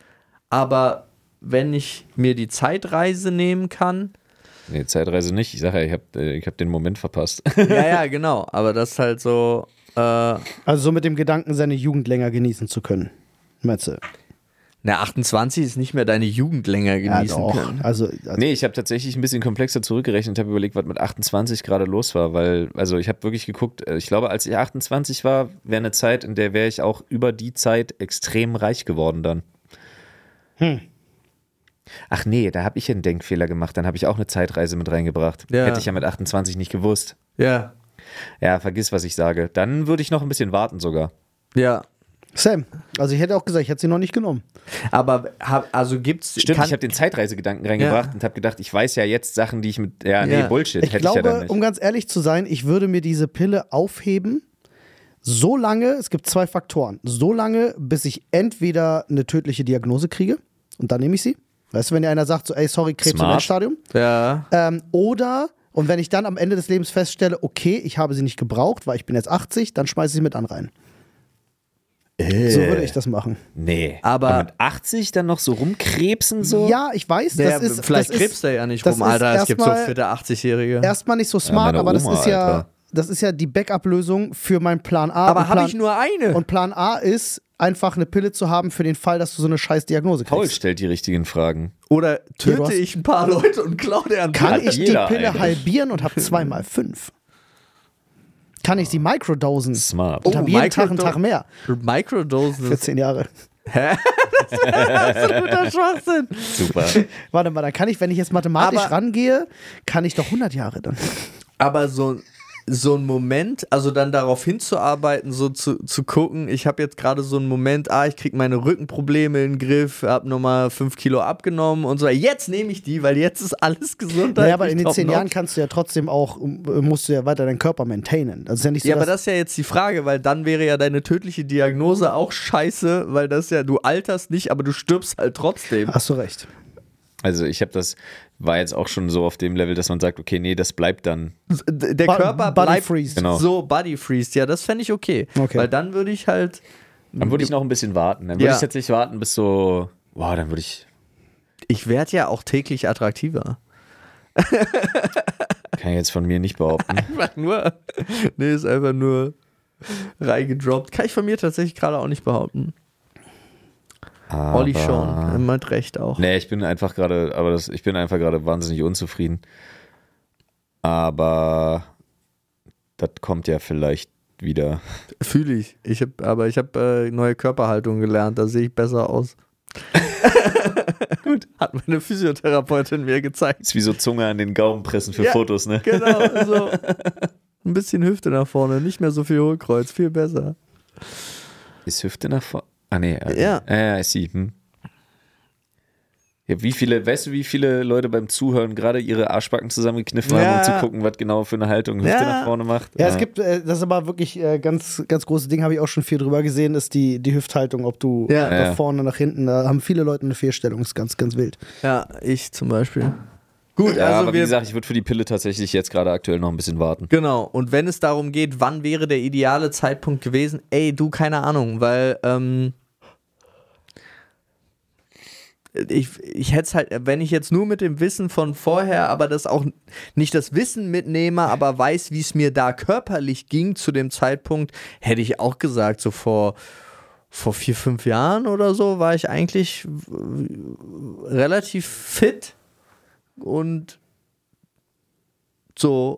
Speaker 4: Aber wenn ich mir die Zeitreise
Speaker 3: <laughs>
Speaker 4: nehmen kann,
Speaker 2: Nee, Zeitreise nicht. Ich sage ja, ich habe äh, ich hab den Moment verpasst. <laughs>
Speaker 4: ja, ja, genau, aber das ist halt so, äh,
Speaker 3: Also so mit dem Gedanken, seine Jugend länger genießen zu können. Metze.
Speaker 4: na 28 ist nicht mehr deine Jugend länger
Speaker 3: Ja,
Speaker 4: genießen
Speaker 3: doch.
Speaker 4: können.
Speaker 3: Also, also
Speaker 2: Nee, ich habe tatsächlich ein bisschen komplexer zurückgerechnet, habe überlegt, was mit 28 gerade los war, weil, also ich habe wirklich geguckt, äh, ich glaube, als ich 28 war, wäre eine Zeit, in der wäre ich auch über die Zeit extrem reich geworden dann. Ach nee, da habe ich einen Denkfehler gemacht, dann habe ich auch eine Zeitreise mit reingebracht.
Speaker 4: Ja.
Speaker 2: Hätte ich ja mit 28 nicht gewusst.
Speaker 4: Ja,
Speaker 2: Ja, vergiss, was ich sage. Dann würde ich noch ein bisschen warten sogar.
Speaker 4: ja.
Speaker 3: Sam. Also ich hätte auch gesagt, ich hätte sie noch nicht genommen.
Speaker 4: Aber, hab, also gibt's,
Speaker 2: Stimmt,
Speaker 4: kann-
Speaker 2: ich habe den Zeitreisegedanken reingebracht
Speaker 4: Ja.
Speaker 2: und habe gedacht, ich weiß ja jetzt Sachen, die ich mit. Ja, nee,
Speaker 4: Ja.
Speaker 2: Bullshit,
Speaker 3: Ich
Speaker 2: hätte
Speaker 3: glaube,
Speaker 2: ich ja dann nicht.
Speaker 3: um ganz ehrlich zu sein, ich würde mir diese Pille aufheben, solange, es gibt zwei Faktoren, solange, bis ich entweder eine tödliche Diagnose kriege und dann nehme ich sie. Weißt du, wenn dir einer sagt, so, ey, sorry, Krebs im
Speaker 2: Smart.
Speaker 3: Endstadium.
Speaker 4: ja.
Speaker 3: Ähm, oder, und wenn ich dann am Ende des Lebens feststelle, okay, ich habe sie nicht gebraucht, weil ich bin jetzt 80, dann schmeiße ich sie mit an rein. So
Speaker 4: Äh.
Speaker 3: würde ich das machen.
Speaker 2: Nee.
Speaker 4: Aber-
Speaker 2: mit 80 dann noch so rumkrebsen so?
Speaker 3: Ja, ich weiß, das
Speaker 4: ja,
Speaker 3: ist.
Speaker 4: vielleicht
Speaker 3: das
Speaker 4: krebst
Speaker 3: ist,
Speaker 4: du ja nicht
Speaker 3: das
Speaker 4: rum,
Speaker 3: ist
Speaker 4: Alter. Es gibt so
Speaker 3: erstmal-
Speaker 4: fitte 80-Jährige.
Speaker 3: Erstmal nicht so smart,
Speaker 2: meine
Speaker 3: aber das
Speaker 2: Oma,
Speaker 3: ist ja.
Speaker 2: Alter.
Speaker 3: Das ist ja die Backup-Lösung für meinen Plan A.
Speaker 4: Aber
Speaker 3: Und
Speaker 4: habe
Speaker 3: Plan-
Speaker 4: ich nur eine?
Speaker 3: Und Plan A ist, einfach eine Pille zu haben für den Fall, dass du so eine scheiß Diagnose
Speaker 2: Paul
Speaker 3: kriegst.
Speaker 2: stellt die richtigen Fragen.
Speaker 4: Oder
Speaker 3: Ja, du
Speaker 4: töte
Speaker 3: hast-
Speaker 4: ich ein paar Leute und klaue deren
Speaker 3: Kann
Speaker 4: Blatt?
Speaker 3: ich die
Speaker 2: jeder
Speaker 3: Pille
Speaker 2: eigentlich.
Speaker 3: halbieren und habe zweimal fünf? Kann ich die microdosen?
Speaker 2: Smart.
Speaker 4: Oh.
Speaker 3: Und habe jeden Tag einen
Speaker 4: Microdo-
Speaker 3: Tag mehr.
Speaker 4: Microdosen
Speaker 3: Für
Speaker 4: ist
Speaker 3: zehn Jahre.
Speaker 4: absoluter Schwachsinn.
Speaker 2: Super.
Speaker 3: Warte mal, dann kann ich, wenn ich jetzt mathematisch
Speaker 4: Aber-
Speaker 3: rangehe, kann ich doch 100 Jahre dann.
Speaker 4: Aber so, so ein Moment, also dann darauf hinzuarbeiten, so zu, zu gucken, ich habe jetzt gerade so einen Moment, ah, ich kriege meine Rückenprobleme in den Griff, habe nochmal 5 Kilo abgenommen und so. Jetzt nehme ich die, weil jetzt ist alles gesund.
Speaker 3: Naja, aber in den zehn Jahren kannst du ja trotzdem auch, äh, musst du ja weiter deinen Körper maintainen. Also ist ja nicht so,
Speaker 4: Ja, aber
Speaker 3: dass-
Speaker 4: das ist ja jetzt die Frage, weil dann wäre ja deine tödliche Diagnose auch scheiße, weil das ja, du alterst nicht, aber du stirbst halt trotzdem.
Speaker 3: Hast du recht.
Speaker 2: Also ich habe das, war jetzt auch schon so auf dem Level, dass man sagt, okay, nee, das bleibt dann.
Speaker 4: D- Der
Speaker 3: Bu-
Speaker 4: Körper
Speaker 3: Body
Speaker 4: bleibt
Speaker 3: freeze.
Speaker 2: Genau.
Speaker 4: so Body Freeze. Ja, das fände ich okay.
Speaker 3: Okay.
Speaker 4: Weil dann würde ich halt.
Speaker 2: Dann würde ich noch ein bisschen warten. Dann würde
Speaker 4: Ja.
Speaker 2: ich tatsächlich warten bis so, wow, dann würde ich
Speaker 4: ich werde ja auch täglich attraktiver. <laughs>
Speaker 2: Kann ich jetzt von mir nicht behaupten.
Speaker 4: Einfach nur. Nee, ist einfach nur reingedroppt. Kann ich von mir tatsächlich gerade auch nicht behaupten.
Speaker 2: Aber,
Speaker 4: Olli schon. Er hat recht auch.
Speaker 2: Nee, ich bin einfach gerade, aber das, ich bin einfach gerade wahnsinnig unzufrieden. Aber das kommt ja vielleicht wieder. <laughs>
Speaker 4: Fühle ich. ich hab, aber ich habe äh, neue Körperhaltung gelernt. Da sehe ich
Speaker 2: <laughs>
Speaker 4: besser aus. <laughs> Gut. Hat meine Physiotherapeutin mir gezeigt.
Speaker 2: Ist wie so Zunge an den Gaumen pressen für
Speaker 4: Ja.
Speaker 2: Fotos, ne?
Speaker 4: Genau, so. <laughs> Ein bisschen Hüfte nach vorne, nicht mehr so viel Hohlkreuz, viel besser.
Speaker 2: Ist Hüfte nach vorne? Ah, nee. Okay.
Speaker 4: Ja.
Speaker 2: Ah, I see. Hm. Ja, wie viele, weißt du, wie viele Leute beim Zuhören gerade ihre Arschbacken zusammengekniffen haben,
Speaker 4: Ja.
Speaker 2: um zu gucken, was genau für eine Haltung Hüfte
Speaker 4: Ja.
Speaker 2: nach vorne macht?
Speaker 3: Ja, es gibt, äh, das ist aber wirklich äh, ganz, ganz großes Ding, habe ich auch schon viel drüber gesehen, ist die, die Hüfthaltung, ob du
Speaker 4: Ja.
Speaker 3: nach
Speaker 2: Ja.
Speaker 3: vorne, nach hinten, da haben viele Leute eine Fehlstellung, ist ganz, ganz wild.
Speaker 4: Ja, ich zum Beispiel. Gut,
Speaker 2: Ja,
Speaker 4: also
Speaker 2: aber wie
Speaker 4: wir,
Speaker 2: gesagt, ich würde für die Pille tatsächlich jetzt gerade aktuell noch ein bisschen warten.
Speaker 4: Genau, und wenn es darum geht, wann wäre der ideale Zeitpunkt gewesen, ey, du, keine Ahnung, weil ähm, ich, ich hätte es halt, wenn ich jetzt nur mit dem Wissen von vorher, aber das auch nicht das Wissen mitnehme, aber weiß, wie es mir da körperlich ging zu dem Zeitpunkt, hätte ich auch gesagt, so vor, vor vier, fünf Jahren oder so war ich eigentlich äh, relativ fit und so.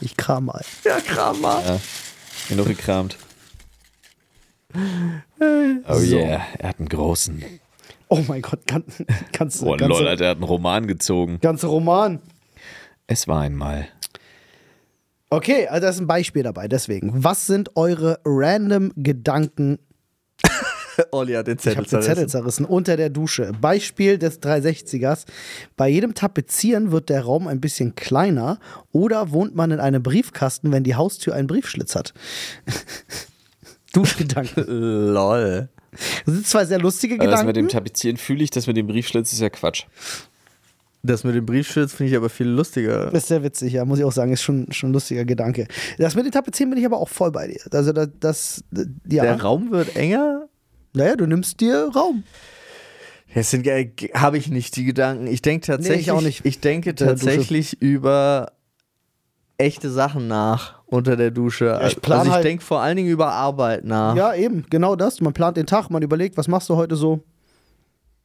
Speaker 3: Ich kram mal.
Speaker 4: Ja, Kramer.
Speaker 2: Genug gekramt. Oh yeah, er hat einen großen.
Speaker 3: Oh mein Gott, ganz, <laughs> ganz,
Speaker 2: Oh
Speaker 3: ganze,
Speaker 2: lol, Alter, er hat einen Roman gezogen.
Speaker 3: ganze Roman.
Speaker 2: Es war einmal.
Speaker 3: Okay, also da ist ein Beispiel dabei, deswegen. Was sind eure random Gedanken
Speaker 4: Äh, Olli hat den
Speaker 3: Ich
Speaker 4: Zettel
Speaker 3: habe den Zettel
Speaker 4: zerrissen.
Speaker 3: zerrissen unter der Dusche. Beispiel des 360ers. Bei jedem Tapezieren wird der Raum ein bisschen kleiner oder wohnt man in einem Briefkasten, wenn die Haustür einen Briefschlitz hat. <laughs> Duschgedanken.
Speaker 4: Lol.
Speaker 3: Das sind zwei sehr lustige
Speaker 2: Aber Äh, das mit dem
Speaker 3: Gedanken.
Speaker 2: Tapezieren fühle ich, das mit dem Briefschlitz ist ja Quatsch.
Speaker 4: Das mit dem Briefschlitz finde ich aber viel lustiger.
Speaker 3: Das ist sehr witzig, ja, muss ich auch sagen. Ist schon, schon ein lustiger Gedanke. Das mit dem Tapezieren bin ich aber auch voll bei dir. Also, das, das
Speaker 4: Der
Speaker 3: ja.
Speaker 4: Raum wird enger,
Speaker 3: Naja, du nimmst dir Raum.
Speaker 4: Jetzt sind äh, g- habe ich nicht die Gedanken. Ich denke tatsächlich,
Speaker 3: auch nicht.
Speaker 4: ich denke
Speaker 3: Unter der Dusche.
Speaker 4: tatsächlich über echte Sachen nach unter der Dusche.
Speaker 3: ich plan
Speaker 4: also ich
Speaker 3: halt-
Speaker 4: denke vor allen Dingen über Arbeit nach.
Speaker 3: Ja, eben, genau das. Man plant den Tag, man überlegt, was machst du heute so.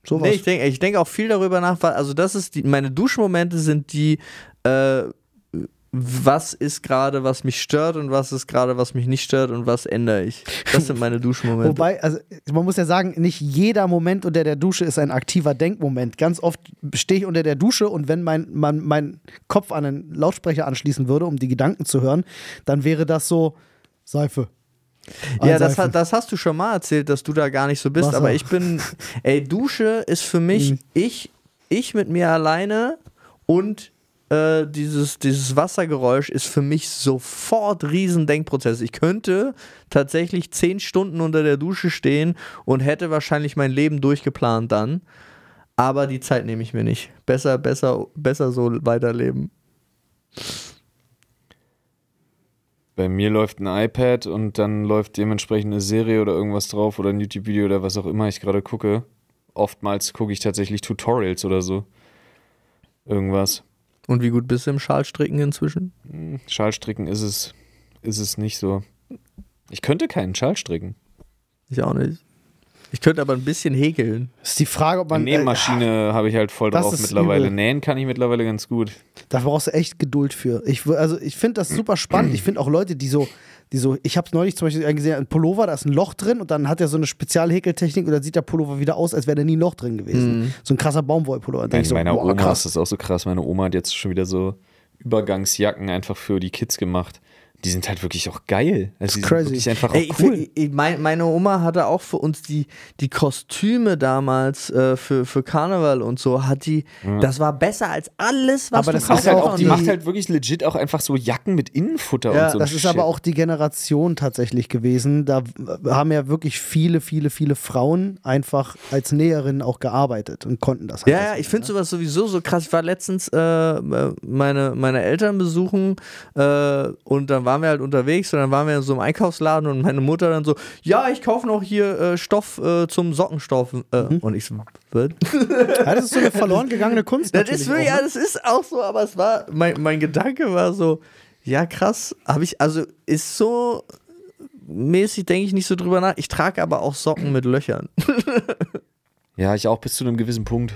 Speaker 3: So was.
Speaker 4: nee, ich denke ich denk auch viel darüber nach. wa- Also das ist die, meine Duschmomente sind die, äh, was ist gerade, was mich stört und was ist gerade, was mich nicht stört und was ändere ich. Das sind
Speaker 3: <laughs>
Speaker 4: meine Duschmomente.
Speaker 3: Wobei, also man muss ja sagen, nicht jeder Moment unter der Dusche ist ein aktiver Denkmoment. Ganz oft stehe ich unter der Dusche und wenn mein, mein, mein Kopf an einen Lautsprecher anschließen würde, um die Gedanken zu hören, dann wäre das so Seife.
Speaker 4: Ja, das,
Speaker 3: Einseifen.
Speaker 4: hat- das hast du schon mal erzählt, dass du da gar nicht so bist,
Speaker 3: Wasser.
Speaker 4: aber ich bin, ey, Dusche ist für mich, ich, ich mit mir alleine und äh, dieses, dieses Wassergeräusch ist für mich sofort riesen Denkprozess. Ich könnte tatsächlich zehn Stunden unter der Dusche stehen und hätte wahrscheinlich mein Leben durchgeplant dann. Aber die Zeit nehme ich mir nicht. Besser, besser, besser so weiterleben.
Speaker 2: Bei mir läuft ein iPad und dann läuft dementsprechend eine Serie oder irgendwas drauf oder ein YouTube-Video oder was auch immer ich gerade gucke. Oftmals gucke ich tatsächlich Tutorials oder so. Irgendwas.
Speaker 4: Und wie gut bist du im Schalstricken inzwischen?
Speaker 2: Schalstricken ist es, ist es nicht so. Ich könnte keinen Schal stricken.
Speaker 4: Ich auch nicht. Ich könnte aber ein bisschen häkeln.
Speaker 3: Ist die Frage, ob man. äh,
Speaker 2: Nähmaschine habe ich halt voll
Speaker 3: das
Speaker 2: drauf
Speaker 3: ist
Speaker 2: mittlerweile.
Speaker 3: übel.
Speaker 2: Nähen kann ich mittlerweile ganz gut.
Speaker 3: Da brauchst du echt Geduld für. Ich, wür- also ich finde das super spannend. Ich finde auch Leute, die so, die so, ich habe neulich zum Beispiel einen gesehen, ein Pullover, da ist ein Loch drin und dann hat er so eine Spezialhäkeltechnik und dann sieht der Pullover wieder aus, als wäre da nie ein Loch drin gewesen. So ein krasser Baumwollpullover. Da
Speaker 2: Bei
Speaker 3: denk ich so,
Speaker 2: meiner
Speaker 3: boah,
Speaker 2: Oma
Speaker 3: krass.
Speaker 2: ist das auch so krass. Meine Oma hat jetzt schon wieder so Übergangsjacken einfach für die Kids gemacht. Die sind halt wirklich auch geil. Also die sind
Speaker 3: crazy.
Speaker 2: wirklich einfach auch
Speaker 4: Ey,
Speaker 2: cool.
Speaker 4: ich, ich, mein, meine Oma hatte auch für uns die, die Kostüme damals äh, für, für Karneval und so, hat die, das war besser als alles, was
Speaker 3: Aber
Speaker 4: du
Speaker 3: das
Speaker 2: macht
Speaker 3: ist
Speaker 4: kaufen
Speaker 2: halt
Speaker 3: auch
Speaker 2: auch, die
Speaker 3: die-
Speaker 2: macht halt wirklich legit auch einfach so Jacken mit Innenfutter
Speaker 3: Ja,
Speaker 2: und so.
Speaker 3: das
Speaker 2: ein
Speaker 3: ist
Speaker 2: Shit.
Speaker 3: aber auch die Generation tatsächlich gewesen. Da w- haben ja wirklich viele, viele, viele Frauen einfach als Näherinnen auch gearbeitet und konnten das halt.
Speaker 4: Ja, ja,
Speaker 3: deswegen,
Speaker 4: ich finde
Speaker 3: ne?
Speaker 4: sowas sowieso so krass. Ich war letztens äh, äh, meine, meine Eltern besuchen äh, und dann waren wir halt unterwegs und dann waren wir in so einem Einkaufsladen und meine Mutter dann so, ja, ich kaufe noch hier äh, Stoff äh, zum Sockenstaufen. Äh,
Speaker 2: Mhm.
Speaker 4: Und ich so, was?
Speaker 3: ja, das ist so eine verloren gegangene Kunst.
Speaker 4: Das
Speaker 3: natürlich
Speaker 4: ist, wirklich,
Speaker 3: auch,
Speaker 4: ja,
Speaker 3: ne?
Speaker 4: das ist auch so, aber es war, mein, mein Gedanke war so, ja krass, habe ich, also ist so mäßig, denke ich nicht so drüber nach. Ich trage aber auch Socken mit Löchern. <laughs>
Speaker 2: Ja, ich auch bis zu einem gewissen Punkt.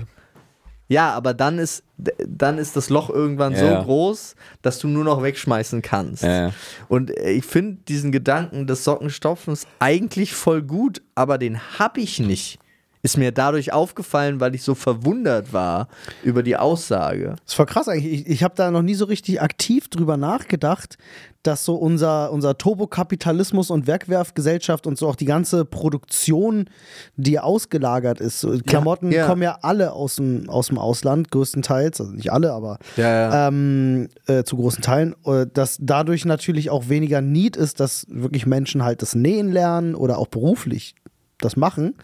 Speaker 4: Ja, aber dann ist, dann ist das Loch irgendwann
Speaker 2: Ja,
Speaker 4: so
Speaker 2: ja.
Speaker 4: groß, dass du nur noch wegschmeißen kannst.
Speaker 2: Ja, ja.
Speaker 4: Und äh, ich finde diesen Gedanken des Sockenstopfens eigentlich voll gut, aber den habe ich nicht. Ist mir dadurch aufgefallen, weil ich so verwundert war über die Aussage.
Speaker 3: Das ist voll krass eigentlich. Ich, ich habe da noch nie so richtig aktiv drüber nachgedacht, dass so unser, unser Turbokapitalismus und Werkwerfgesellschaft und so auch die ganze Produktion, die ausgelagert ist. So, Klamotten
Speaker 4: ja.
Speaker 3: kommen ja alle aus dem, aus dem Ausland, größtenteils, also nicht alle, aber ähm, äh, zu großen Teilen, äh, dass dadurch natürlich auch weniger Need ist, dass wirklich Menschen halt das Nähen lernen oder auch beruflich das machen.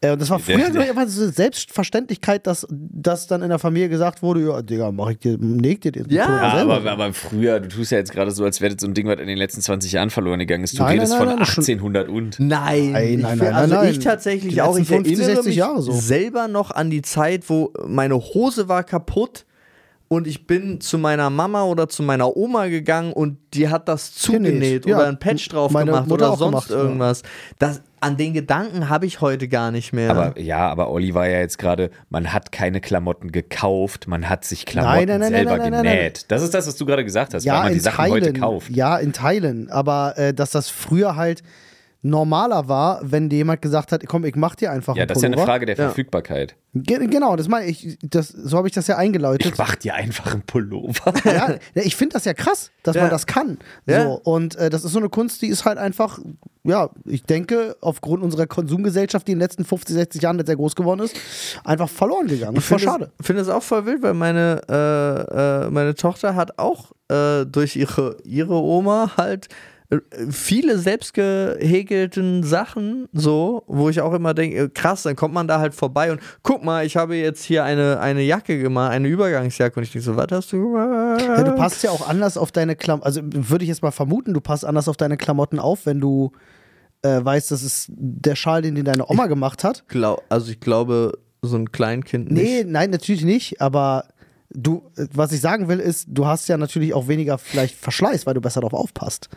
Speaker 3: Äh, und das war früher glaub ich, einfach so eine Selbstverständlichkeit, dass, dass dann in der Familie gesagt wurde, ja, Digga, mach ich dir, leg dir den
Speaker 4: Ja,
Speaker 3: Pullover
Speaker 2: Ja,
Speaker 3: selber.
Speaker 2: aber, aber früher, du tust ja jetzt gerade so, als wäre das so ein Ding, was in den letzten 20 Jahren verloren gegangen ist. Du
Speaker 3: Nein, nein,
Speaker 2: redest
Speaker 3: nein,
Speaker 2: von
Speaker 3: nein, das ist schon-
Speaker 2: 1800 und.
Speaker 4: Nein,
Speaker 3: Nein,
Speaker 4: ich
Speaker 3: nein,
Speaker 4: will-
Speaker 3: nein,
Speaker 4: also
Speaker 3: nein,
Speaker 4: ich
Speaker 3: nein.
Speaker 4: tatsächlich
Speaker 3: Die
Speaker 4: auch. Ich
Speaker 3: letzten 50,
Speaker 4: erinnere
Speaker 3: 60
Speaker 4: mich
Speaker 3: Jahre so.
Speaker 4: selber noch an die Zeit, wo meine Hose war kaputt und ich bin zu meiner Mama oder zu meiner Oma gegangen und die hat das
Speaker 3: Genäht,
Speaker 4: zugenäht
Speaker 3: ja.
Speaker 4: oder ein Patch drauf
Speaker 3: Meine
Speaker 4: gemacht
Speaker 3: Mutter
Speaker 4: oder
Speaker 3: auch
Speaker 4: sonst
Speaker 3: gemacht, ja.
Speaker 4: irgendwas. Das, an den Gedanken habe ich heute gar nicht mehr.
Speaker 2: Aber ja, aber Olli war ja jetzt gerade, man hat keine Klamotten gekauft, man hat sich Klamotten
Speaker 3: Nein, nein, nein,
Speaker 2: selber
Speaker 3: nein, nein, nein,
Speaker 2: genäht. Das ist das, was du gerade gesagt hast, weil
Speaker 3: ja,
Speaker 2: man die
Speaker 3: in
Speaker 2: Sachen
Speaker 3: Teilen.
Speaker 2: heute kauft.
Speaker 3: Ja, in Teilen. Aber äh, dass das früher halt normaler war, wenn dir jemand gesagt hat, komm, ich mach dir einfach
Speaker 2: Ja,
Speaker 3: einen
Speaker 2: das ist ja eine
Speaker 3: Pullover.
Speaker 2: Frage der Verfügbarkeit.
Speaker 3: Ge genau, das meine ich. Das, so habe ich das ja eingeläutet.
Speaker 2: Ich mach dir einfach einen Pullover.
Speaker 3: ja, ja, ich finde das ja krass, dass
Speaker 4: Ja.
Speaker 3: man das kann. So.
Speaker 4: Ja.
Speaker 3: Und äh, das ist so eine Kunst, die ist halt einfach, ja, ich denke, aufgrund unserer Konsumgesellschaft, die in den letzten 50, 60 Jahren jetzt sehr groß geworden ist, einfach verloren gegangen.
Speaker 4: Ich
Speaker 3: Voll
Speaker 4: finde
Speaker 3: schade.
Speaker 4: das- finde es auch voll wild, weil meine, äh, äh, meine Tochter hat auch äh, durch ihre, ihre Oma halt äh, viele selbst gehäkelten Sachen so, wo ich auch immer denke, krass, dann kommt man da halt vorbei und guck mal, ich habe jetzt hier eine, eine Jacke gemacht, eine Übergangsjacke und ich denke so, was hast du gemacht?
Speaker 3: Ja, du passt ja auch anders auf deine Klamotten, also würde ich jetzt mal vermuten, du passt anders auf deine Klamotten auf, wenn du äh, weißt, das ist der Schal, den dir deine Oma gemacht hat.
Speaker 4: Glau also ich glaube, so ein Kleinkind
Speaker 3: Nee,
Speaker 4: nicht.
Speaker 3: nein, natürlich nicht, aber du, äh, was ich sagen will, ist, du hast ja natürlich auch weniger vielleicht Verschleiß, weil du besser darauf aufpasst.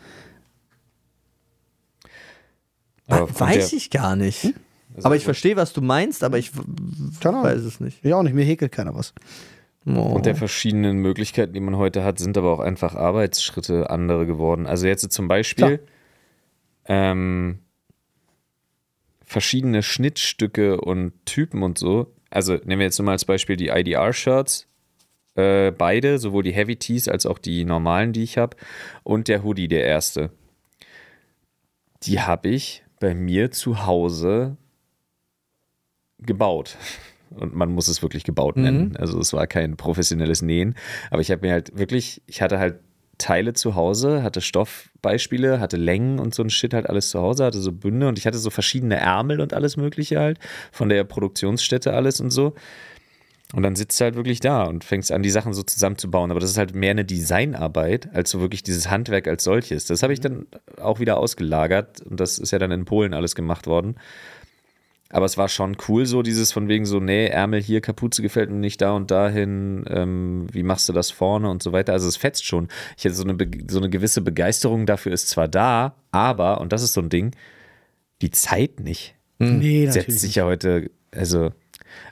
Speaker 2: <laughs> Aber aufgrund
Speaker 4: Weiß
Speaker 2: der-
Speaker 4: ich gar nicht. aber ich verstehe, was du meinst, aber ich w-
Speaker 3: Keine Ahnung.
Speaker 4: weiß es nicht.
Speaker 3: Ja, auch nicht, mir häkelt keiner was.
Speaker 4: Oh.
Speaker 2: Und der verschiedenen Möglichkeiten, die man heute hat, sind aber auch einfach Arbeitsschritte andere geworden. Also jetzt zum Beispiel ähm, verschiedene Schnittstücke und Typen und so. Also nehmen wir jetzt nur mal als Beispiel die IDR-Shirts. Äh, beide, sowohl die Heavy Tees als auch die normalen, die ich habe. Und der Hoodie, der erste. Die habe ich bei mir zu Hause gebaut. Und man muss es wirklich gebaut nennen. Also es war kein professionelles Nähen. Aber ich habe mir halt wirklich, ich hatte halt Teile zu Hause, hatte Stoffbeispiele, hatte Längen und so ein Shit halt alles zu Hause, hatte so Bünde und ich hatte so verschiedene Ärmel und alles Mögliche halt, von der Produktionsstätte alles und so. Und dann sitzt du halt wirklich da und fängst an, die Sachen so zusammenzubauen. Aber das ist halt mehr eine Designarbeit, als so wirklich dieses Handwerk als solches. Das habe ich dann auch wieder ausgelagert und das ist ja dann in Polen alles gemacht worden. Aber es war schon cool, so dieses von wegen so, nee, Ärmel hier, Kapuze gefällt mir nicht da und dahin, ähm, wie machst du das vorne und so weiter. Also es fetzt schon. Ich hätte so eine, Be- so eine gewisse Begeisterung dafür ist zwar da, aber, und das ist so ein Ding, die Zeit nicht.
Speaker 3: Nee, natürlich.
Speaker 2: Hm, Setzt sich ja heute, also,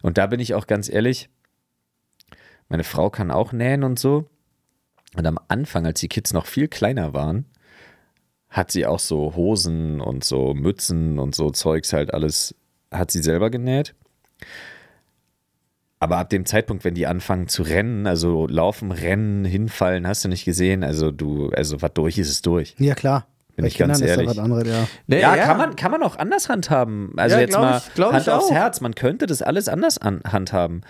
Speaker 2: und da bin ich auch ganz ehrlich, meine Frau kann auch nähen und so. Und am Anfang, als die Kids noch viel kleiner waren, hat sie auch so Hosen und so Mützen und so Zeugs halt alles, hat sie selber genäht. Aber ab dem Zeitpunkt, wenn die anfangen zu rennen, also laufen, rennen, hinfallen, hast du nicht gesehen, also du, also was durch ist, ist durch.
Speaker 3: Ja, klar.
Speaker 2: Bin
Speaker 3: Bei
Speaker 2: ich ganz
Speaker 3: Kindern ist da
Speaker 2: ehrlich.
Speaker 3: was anderes, ja.
Speaker 4: Nee,
Speaker 2: ja, Kann, man, kann man auch anders handhaben. Also
Speaker 4: Ne, Ja,
Speaker 2: jetzt
Speaker 4: glaub
Speaker 2: mal
Speaker 4: ich- glaub
Speaker 2: Hand
Speaker 4: ich
Speaker 2: aufs
Speaker 4: auch.
Speaker 2: Herz, man könnte das alles anders an, handhaben.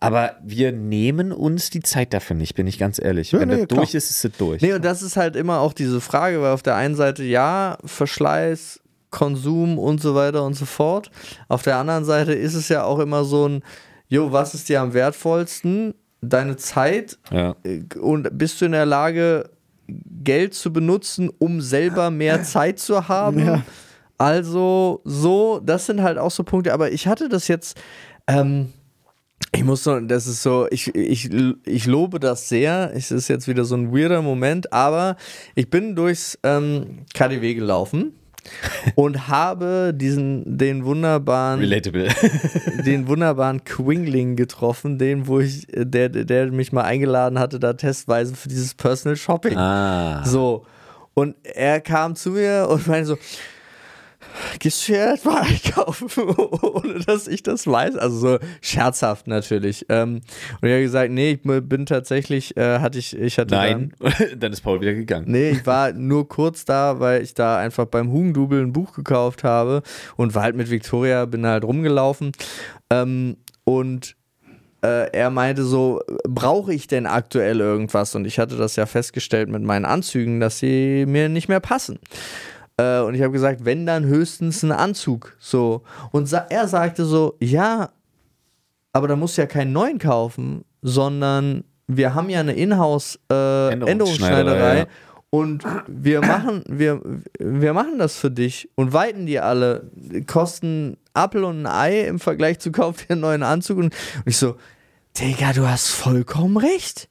Speaker 2: Aber wir nehmen uns die Zeit dafür nicht, bin ich ganz ehrlich.
Speaker 3: Ja,
Speaker 2: Wenn
Speaker 3: nee,
Speaker 2: das
Speaker 3: klar.
Speaker 2: durch ist, ist es durch.
Speaker 4: Nee, und das ist halt immer auch diese Frage, weil auf der einen Seite ja, Verschleiß, Konsum und so weiter und so fort. Auf der anderen Seite ist es ja auch immer so ein, jo, was ist dir am wertvollsten? Deine Zeit
Speaker 2: Ja.
Speaker 4: äh, und bist du in der Lage, Geld zu benutzen, um selber mehr Zeit zu haben? Also so, das sind halt auch so Punkte, aber ich hatte das jetzt, ähm, ich muss so, das ist so, ich, ich, ich lobe das sehr. Es ist jetzt wieder so ein weirder Moment, aber ich bin durchs ähm, KDW gelaufen und habe diesen, den wunderbaren, <laughs>
Speaker 2: Relatable.
Speaker 4: den wunderbaren Quingling getroffen, den, wo ich, äh, der, der mich mal eingeladen hatte, da testweise für dieses Personal Shopping.
Speaker 2: ah.
Speaker 4: So. Und er kam zu mir und meinte so, gehst du hier etwa einkaufen, <laughs> ohne dass ich das weiß? Also so scherzhaft natürlich. Ähm, und er hat gesagt, nee, ich bin tatsächlich, äh, hatte ich, ich hatte
Speaker 2: Nein, <laughs> dann ist Paul wieder gegangen.
Speaker 4: Dann, <laughs> nee, ich war nur kurz da, weil ich da einfach beim Hugendubel ein Buch gekauft habe und war halt mit Victoria, bin halt rumgelaufen. Ähm, und äh, er meinte so, brauche ich denn aktuell irgendwas? Und ich hatte das ja festgestellt mit meinen Anzügen, dass sie mir nicht mehr passen. Äh, und ich habe gesagt, wenn dann höchstens ein Anzug. So. Und sa er sagte so, ja, aber da musst du ja keinen neuen kaufen, sondern wir haben ja eine Inhouse äh,
Speaker 2: Änderungsschneiderei,
Speaker 4: Änderungsschneiderei.
Speaker 2: ja.
Speaker 4: Und wir machen, wir, wir machen das für dich und weiten die alle. Kosten Apfel und ein Ei im Vergleich zu kauf dir einen neuen Anzug. Und und ich so, Digga, du hast vollkommen recht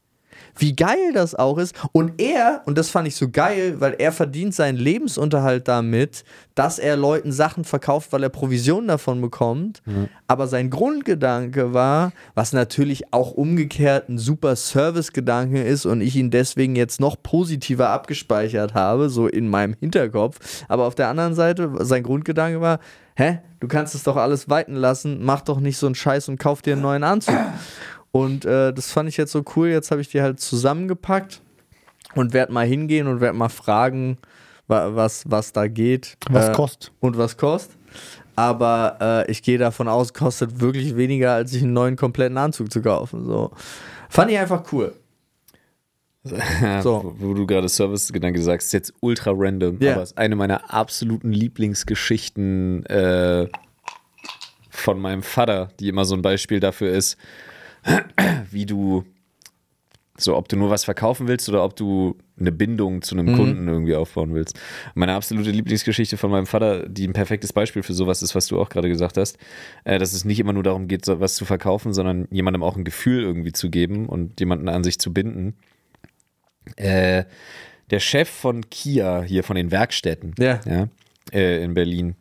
Speaker 4: wie geil das auch ist. Und er, und das fand ich so geil, weil er verdient seinen Lebensunterhalt damit, dass er Leuten Sachen verkauft, weil er Provision davon bekommt. Aber sein Grundgedanke war, was natürlich auch umgekehrt ein super Service-Gedanke ist und ich ihn deswegen jetzt noch positiver abgespeichert habe, so in meinem Hinterkopf. Aber auf der anderen Seite, sein Grundgedanke war, hä, du kannst es doch alles weiten lassen, mach doch nicht so einen Scheiß und kauf dir einen neuen Anzug. Und äh, das fand ich jetzt so cool. Jetzt habe ich die halt zusammengepackt und werde mal hingehen und werde mal fragen, wa was, was da geht.
Speaker 3: Was
Speaker 4: äh,
Speaker 3: kostet.
Speaker 4: Und was kostet. Aber äh, ich gehe davon aus, kostet wirklich weniger, als sich einen neuen kompletten Anzug zu kaufen. So. Fand ich einfach cool.
Speaker 2: so. Wo du gerade Service-Gedanke sagst, ist jetzt ultra random,
Speaker 4: Ja.
Speaker 2: aber ist eine meiner absoluten Lieblingsgeschichten äh, von meinem Vater, die immer so ein Beispiel dafür ist, <clears throat> wie du, so ob du nur was verkaufen willst oder ob du eine Bindung zu einem Kunden irgendwie aufbauen willst. Meine absolute Lieblingsgeschichte von meinem Vater, die ein perfektes Beispiel für sowas ist, was du auch gerade gesagt hast, äh, dass es nicht immer nur darum geht, so was zu verkaufen, sondern jemandem auch ein Gefühl irgendwie zu geben und jemanden an sich zu binden äh, der Chef von Kia hier von den Werkstätten
Speaker 4: Ja.
Speaker 2: äh, in Berlin.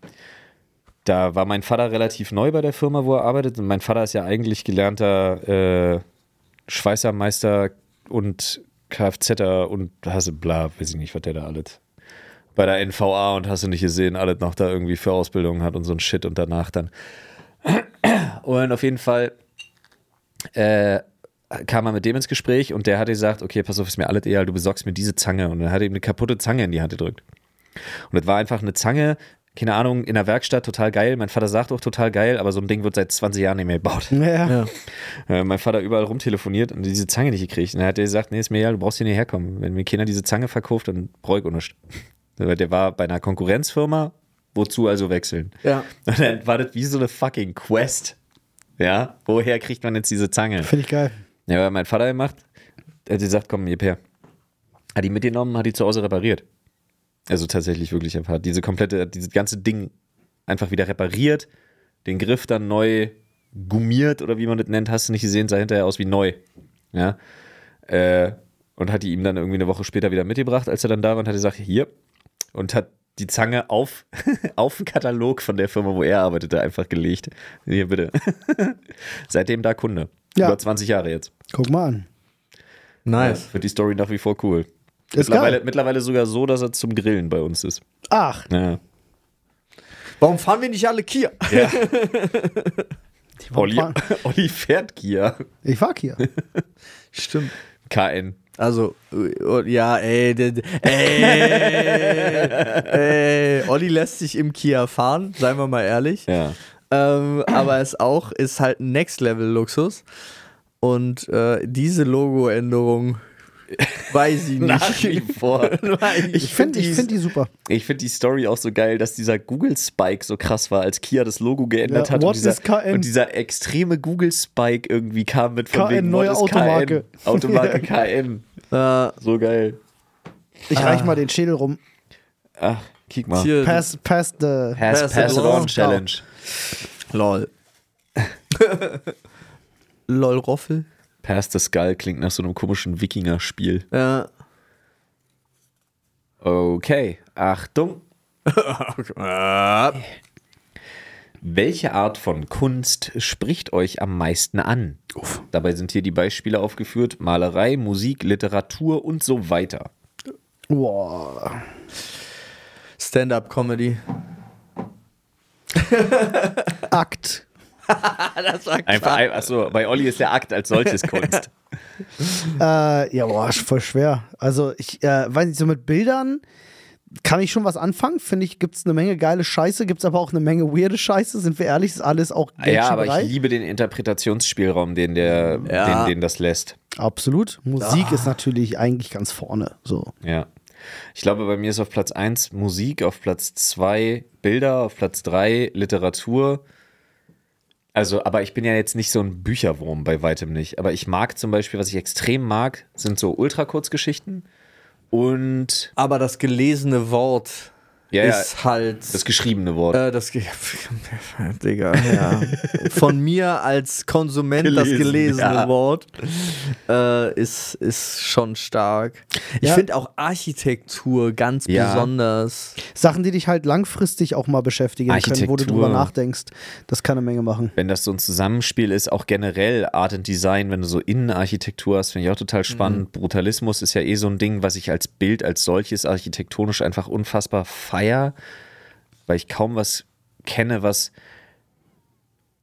Speaker 2: Da war mein Vater relativ neu bei der Firma, wo er arbeitet. Und mein Vater ist ja eigentlich gelernter äh, Schweißermeister und Kfzer und hasse bla, weiß ich nicht, was der da alles bei der NVA und hast du nicht gesehen, alles noch da irgendwie für Ausbildung hat und so ein Shit und danach dann. <clears throat> Und auf jeden Fall äh, kam er mit dem ins Gespräch und der hat gesagt, okay, pass auf, ist mir alles egal, du besorgst mir diese Zange. Und dann hat er ihm eine kaputte Zange in die Hand gedrückt. Und das war einfach eine Zange, keine Ahnung, in der Werkstatt total geil. Mein Vater sagt auch total geil, aber so ein Ding wird seit 20 Jahren nicht mehr gebaut.
Speaker 3: Ja.
Speaker 2: Äh, mein Vater überall rumtelefoniert und diese Zange nicht gekriegt. Und dann hat er gesagt, nee, ist mir ja, du brauchst hier nicht herkommen. Wenn mir Kinder diese Zange verkauft, dann brauche ich auch nichts. <laughs> Weil Der war bei einer Konkurrenzfirma, wozu also wechseln?
Speaker 4: Ja.
Speaker 2: Und dann war das wie so eine fucking Quest. Ja, woher kriegt man jetzt diese Zange?
Speaker 3: Finde ich geil.
Speaker 2: Ja, weil mein Vater gemacht, er hat gesagt, komm, gib her. Hat die mitgenommen, hat die zu Hause repariert. Also tatsächlich wirklich, er hat diese komplette, hat dieses ganze Ding einfach wieder repariert, den Griff dann neu gummiert oder wie man das nennt, hast du nicht gesehen, sah hinterher aus wie neu. Ja. Äh, und hat die ihm dann irgendwie eine Woche später wieder mitgebracht, als er dann da war und hat gesagt, hier. Und hat die Zange auf, <laughs> auf den Katalog von der Firma, wo er arbeitete, einfach gelegt. Hier bitte. <laughs> Seitdem da Kunde.
Speaker 3: Ja.
Speaker 2: Über 20 Jahre jetzt.
Speaker 3: Guck mal an.
Speaker 4: Nice.
Speaker 2: Ich finde die Story nach wie vor cool.
Speaker 3: Ist
Speaker 2: mittlerweile,
Speaker 3: geil.
Speaker 2: mittlerweile sogar so, dass er zum Grillen bei uns ist.
Speaker 3: Ach,
Speaker 2: Ja.
Speaker 4: Warum fahren wir nicht alle Kia?
Speaker 3: <laughs>
Speaker 2: Olli,
Speaker 3: fahren-
Speaker 2: <laughs> Olli fährt Kia.
Speaker 3: ich war
Speaker 2: <laughs>
Speaker 3: hier.
Speaker 4: Stimmt.
Speaker 2: KN.
Speaker 4: Also, äh, ja, ey, d- d- ey, ey, Olli lässt sich im Kia fahren, seien wir mal ehrlich.
Speaker 2: Ja.
Speaker 4: Ähm, aber es auch ist halt ein Next-Level-Luxus. Und äh, diese Logo-Änderung
Speaker 2: <laughs>
Speaker 4: weiß ich
Speaker 2: Nach
Speaker 4: nicht. <laughs>
Speaker 2: wie vor.
Speaker 3: Ich finde ich find die super.
Speaker 2: Ich finde die Story auch so geil, dass dieser Google Spike so krass war, als Kia das Logo geändert
Speaker 3: Ja,
Speaker 2: hat.
Speaker 3: what
Speaker 2: Und dieser,
Speaker 3: is KN?
Speaker 2: und dieser extreme Google Spike irgendwie kam mit von
Speaker 3: KN,
Speaker 2: wegen what
Speaker 3: neue
Speaker 2: is
Speaker 3: Automarke.
Speaker 2: KN? <laughs>
Speaker 3: <laughs>
Speaker 2: Automarke KN.
Speaker 4: Äh,
Speaker 2: So geil.
Speaker 3: Ich
Speaker 2: Ah.
Speaker 3: reich mal den Schädel rum.
Speaker 2: Ach, kick mal.
Speaker 4: hier,
Speaker 3: Pass, pass the.
Speaker 2: Pass,
Speaker 4: Pass
Speaker 2: pass,
Speaker 4: it
Speaker 2: it
Speaker 4: on.
Speaker 2: on Challenge. <laughs>
Speaker 4: lol. lol, Roffel.
Speaker 2: Pass the Skull klingt nach so einem komischen Wikinger-Spiel.
Speaker 4: Ja.
Speaker 2: Okay, Achtung.
Speaker 4: Ah.
Speaker 2: Welche Art von Kunst spricht euch am meisten an? Dabei sind hier die Beispiele aufgeführt: Malerei, Musik, Literatur und so weiter.
Speaker 3: Boah.
Speaker 4: Stand-up-Comedy.
Speaker 3: Akt.
Speaker 2: Einfach, achso, bei Olli ist der Akt als solches Kunst.
Speaker 3: Äh, ja, boah, ist voll schwer. Also, ich äh, weiß nicht, so mit Bildern kann ich schon was anfangen. Finde ich, gibt es eine Menge geile Scheiße, gibt es aber auch eine Menge weirde Scheiße. Sind wir ehrlich, ist alles auch
Speaker 2: ja, aber
Speaker 3: Geldschieberei.
Speaker 2: ich liebe den Interpretationsspielraum, den, der,
Speaker 4: Ja.
Speaker 2: den, den das lässt.
Speaker 3: Absolut. Musik
Speaker 2: Ah.
Speaker 3: ist natürlich eigentlich ganz vorne. So.
Speaker 2: Ja. Ich glaube, bei mir ist auf Platz 1 Musik, auf Platz 2 Bilder, auf Platz 3 Literatur. Also, aber ich bin ja jetzt nicht so ein Bücherwurm bei weitem nicht. Aber ich mag zum Beispiel, was ich extrem mag, sind so Ultrakurzgeschichten und
Speaker 4: Aber das gelesene Wort
Speaker 2: ja, ja,
Speaker 4: ist halt.
Speaker 2: das geschriebene Wort.
Speaker 4: Äh, das ge Digga, ja. <laughs> Von mir als Konsument das
Speaker 2: Gelesen,
Speaker 4: gelesene
Speaker 2: ja.
Speaker 4: Wort äh, ist, ist schon stark. Ich
Speaker 3: Ja.
Speaker 4: finde auch Architektur ganz
Speaker 2: Ja.
Speaker 4: besonders.
Speaker 3: Sachen, die dich halt langfristig auch mal beschäftigen können, wo du
Speaker 2: Architektur.
Speaker 3: drüber nachdenkst. Das kann eine Menge machen.
Speaker 2: wenn das so ein Zusammenspiel ist, auch generell Art and Design, wenn du so Innenarchitektur hast, finde ich auch total spannend. Brutalismus ist ja eh so ein Ding, was ich als Bild, als solches architektonisch einfach unfassbar feier, weil ich kaum was kenne, was,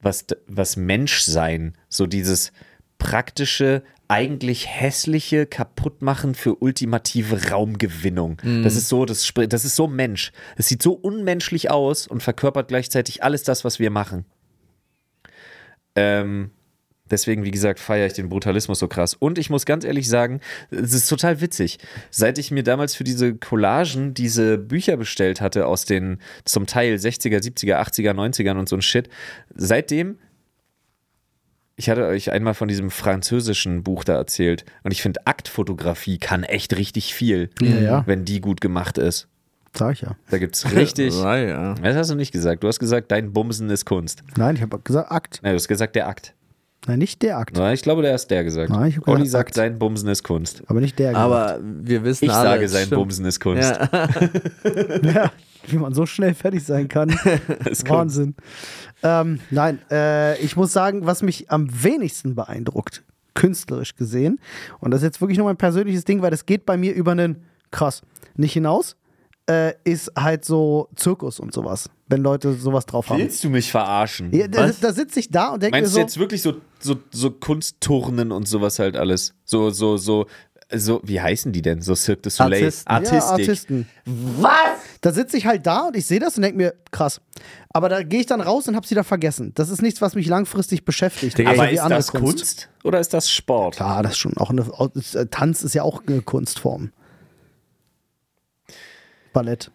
Speaker 2: was, d- was Menschsein, so dieses praktische, eigentlich hässliche Kaputtmachen für ultimative Raumgewinnung. Das ist so, das, spr- das ist so Mensch. Es sieht so unmenschlich aus und verkörpert gleichzeitig alles das, was wir machen. Ähm, deswegen, wie gesagt, feiere ich den Brutalismus so krass. Und ich muss ganz ehrlich sagen, es ist total witzig. Seit ich mir damals für diese Collagen diese Bücher bestellt hatte aus den zum Teil 60er, 70er, 80er, 90ern und so ein Shit, seitdem. Ich hatte euch einmal von diesem französischen Buch da erzählt. Und ich finde, Aktfotografie kann echt richtig viel,
Speaker 3: ja.
Speaker 2: wenn die gut gemacht ist.
Speaker 3: Sag ich ja.
Speaker 2: Da gibt es richtig.
Speaker 4: <laughs> Ja, ja.
Speaker 2: Das hast du nicht gesagt. Du hast gesagt, dein Bumsen ist Kunst.
Speaker 3: Nein, ich habe gesagt Akt.
Speaker 2: Nein, du hast gesagt, der Akt.
Speaker 3: Nein, nicht der Akt.
Speaker 2: Na, ich glaube, der ist der gesagt.
Speaker 3: Nein, ich hab
Speaker 2: Olli
Speaker 3: gesagt,
Speaker 2: sagt,
Speaker 3: Akt.
Speaker 2: sein Bumsen ist Kunst.
Speaker 3: Aber nicht der Akt.
Speaker 4: Aber wir wissen
Speaker 2: Ich
Speaker 4: alle.
Speaker 2: sage,
Speaker 4: es
Speaker 2: sein
Speaker 4: stimmt.
Speaker 2: Bumsen ist Kunst.
Speaker 4: Ja.
Speaker 3: Ja, wie man so schnell fertig sein kann.
Speaker 2: <laughs> Ist Kunst.
Speaker 3: Wahnsinn. Ähm, nein, äh, ich muss sagen, was mich am wenigsten beeindruckt, künstlerisch gesehen, und das ist jetzt wirklich nur mein persönliches Ding, weil das geht bei mir über einen krass nicht hinaus, äh, ist halt so Zirkus und sowas, wenn Leute sowas drauf haben.
Speaker 2: Willst du mich verarschen?
Speaker 3: Ja, da
Speaker 4: Was?
Speaker 3: da sitze ich da und denke mir
Speaker 2: Meinst
Speaker 3: so,
Speaker 2: du jetzt wirklich so, so, so Kunstturnen und sowas halt alles? So, so, so, so, wie heißen die denn? So Cirque du Soleil?
Speaker 4: Artisten.
Speaker 3: ja, Artisten.
Speaker 2: Was?
Speaker 3: Da sitze ich halt da und ich sehe das und denke mir, krass. Aber da gehe ich dann raus und habe sie da vergessen. Das ist nichts, was mich langfristig beschäftigt.
Speaker 2: aber
Speaker 3: Also wie
Speaker 2: ist
Speaker 3: andere
Speaker 2: das Kunst? oder ist das Sport?
Speaker 3: Klar, das ist schon auch eine. ist, äh, Tanz ist ja auch eine Kunstform. Ballett.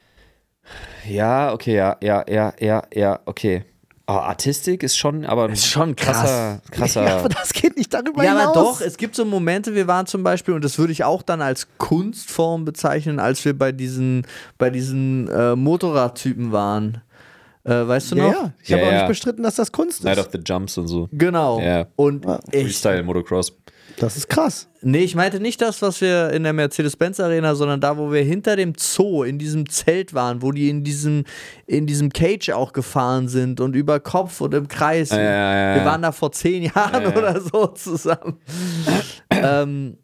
Speaker 2: Ja, okay, ja, ja, ja, ja, ja, okay. Oh, Artistik ist schon, aber ein
Speaker 4: Ist schon krass.
Speaker 2: krasser,
Speaker 3: <laughs> Ja, aber
Speaker 2: krasser.
Speaker 3: das geht nicht darüber
Speaker 4: Ja,
Speaker 3: hinaus.
Speaker 4: aber doch, es gibt so Momente, wir waren zum Beispiel, und das würde ich auch dann als Kunstform bezeichnen, als wir bei diesen, bei diesen äh, Motorradtypen waren. Äh, weißt du
Speaker 3: ja,
Speaker 4: noch?
Speaker 3: ja. Ich
Speaker 2: Ja,
Speaker 3: habe auch
Speaker 2: ja.
Speaker 3: nicht bestritten, dass das Kunst
Speaker 2: Night
Speaker 3: ist.
Speaker 2: of the Jumps und so.
Speaker 4: Genau.
Speaker 2: Ja.
Speaker 4: Und ich,
Speaker 2: Freestyle Motocross.
Speaker 3: Das ist krass.
Speaker 4: nee, ich meinte nicht das, was wir in der Mercedes-Benz-Arena, sondern da, wo wir hinter dem Zoo in diesem Zelt waren, wo die in diesem, in diesem Cage auch gefahren sind und über Kopf und im Kreis.
Speaker 2: ja, ja, ja.
Speaker 4: Wir waren da vor zehn Jahren oder so zusammen. ähm,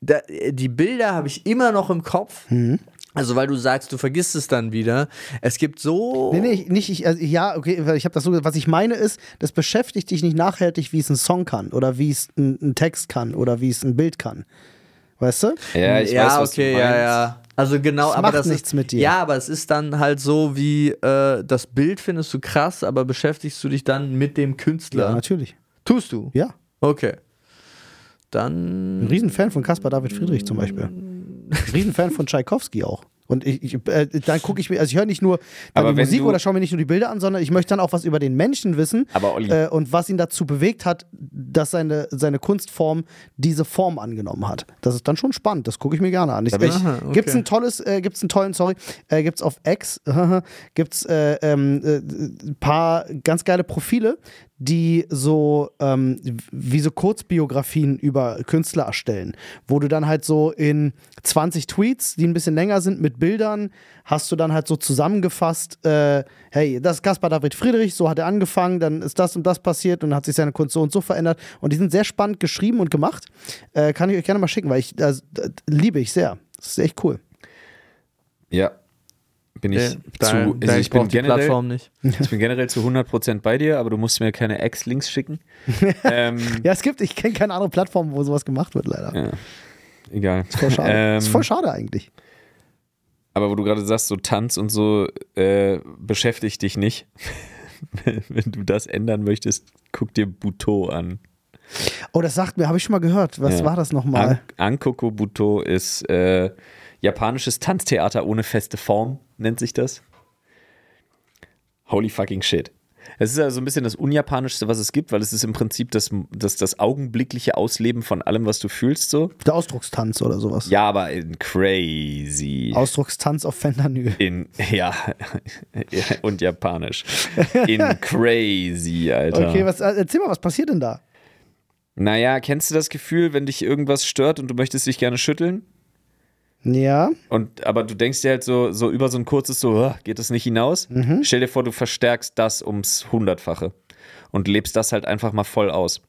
Speaker 4: da, die Bilder habe ich immer noch im Kopf.
Speaker 3: Mhm.
Speaker 4: Also, weil du sagst, du vergisst es dann wieder. Es gibt so.
Speaker 3: Nee, nee, ich- nicht ich. Also, ja, okay, weil ich habe das so. gesagt. Was ich meine ist, das beschäftigt dich nicht nachhaltig, wie es ein Song kann oder wie es ein, ein Text kann oder wie es ein Bild kann. Weißt du?
Speaker 2: Ja, ich
Speaker 4: ja,
Speaker 2: weiß, was
Speaker 4: okay,
Speaker 2: du
Speaker 4: ja,
Speaker 2: meinst.
Speaker 4: ja. Also genau,
Speaker 3: Das
Speaker 4: aber
Speaker 3: macht
Speaker 4: das
Speaker 3: nichts
Speaker 4: ist,
Speaker 3: mit dir.
Speaker 4: Ja, aber es ist dann halt so wie äh, das Bild findest du krass, aber beschäftigst du dich dann mit dem Künstler.
Speaker 3: natürlich.
Speaker 4: Tust du?
Speaker 3: Ja.
Speaker 4: Okay. Dann
Speaker 3: Ein Riesenfan von Caspar David Friedrich zum Beispiel. Ein
Speaker 2: Mm.
Speaker 3: Riesenfan von Tchaikovsky auch. Und ich, ich, äh, dann gucke ich mir, also ich höre nicht nur dann
Speaker 2: Aber
Speaker 3: die
Speaker 2: wenn
Speaker 3: Musik
Speaker 2: du-
Speaker 3: oder schaue mir nicht nur die Bilder an, sondern ich möchte dann auch was über den Menschen wissen
Speaker 2: Aber Olli-
Speaker 3: äh, und was ihn dazu bewegt hat, dass seine, seine Kunstform diese Form angenommen hat. Das ist dann schon spannend, das gucke ich mir gerne an. Ich, ich,
Speaker 4: Aha, okay.
Speaker 3: Gibt's ein tolles, äh, gibt's einen tollen, sorry, äh, gibt's auf X, <laughs> gibt's äh, ähm, äh, ein paar ganz geile Profile, die so ähm, wie so Kurzbiografien über Künstler erstellen, wo du dann halt so in 20 Tweets, die ein bisschen länger sind, mit Bildern, hast du dann halt so zusammengefasst, äh, hey, das ist Caspar David Friedrich, so hat er angefangen, dann ist das und das passiert und dann hat sich seine Kunst so und so verändert und die sind sehr spannend geschrieben und gemacht. Äh, kann ich euch gerne mal schicken, weil ich das, das liebe ich sehr. Das ist echt cool.
Speaker 2: Ja. Bin ich
Speaker 4: äh,
Speaker 2: zu.
Speaker 4: dein,
Speaker 2: also
Speaker 4: dein
Speaker 2: ich, bin
Speaker 4: braucht die
Speaker 2: generell,
Speaker 4: Plattform nicht.
Speaker 2: <laughs> ich bin generell zu 100% bei dir, aber du musst mir keine Ex-Links schicken. ähm,
Speaker 3: Ja, es gibt, ich kenne keine andere Plattform, wo sowas gemacht wird, leider.
Speaker 2: egal. Ist
Speaker 3: Voll schade.
Speaker 2: Ähm,
Speaker 3: ist voll schade eigentlich.
Speaker 2: Aber wo du gerade sagst, so Tanz und so äh, beschäftigt dich nicht. <laughs> Wenn du das ändern möchtest, guck dir Buto an.
Speaker 3: Oh, das sagt mir, habe ich schon mal gehört. Was
Speaker 2: Ja.
Speaker 3: war das nochmal?
Speaker 2: An Ankoko Buto ist äh, japanisches Tanztheater ohne feste Form, nennt sich das. Holy fucking shit. Es ist also ein bisschen das Unjapanischste, was es gibt, weil es ist im Prinzip das, das, das augenblickliche Ausleben von allem, was du fühlst, so.
Speaker 3: Der Ausdruckstanz oder sowas.
Speaker 2: Ja, aber in crazy.
Speaker 3: Ausdruckstanz auf Fendernil.
Speaker 2: In, <laughs> ja, und japanisch.
Speaker 3: <laughs>
Speaker 2: In crazy, Alter.
Speaker 3: Okay, was, äh, erzähl mal, was passiert denn da?
Speaker 2: Naja, kennst du das Gefühl, wenn dich irgendwas stört und du möchtest dich gerne schütteln?
Speaker 3: Ja,
Speaker 2: Und, aber du denkst dir halt so, so über so ein kurzes so, "Ah, geht das nicht hinaus?
Speaker 3: Mhm.
Speaker 2: Stell dir vor, du verstärkst das ums Hundertfache und lebst das halt einfach mal voll aus.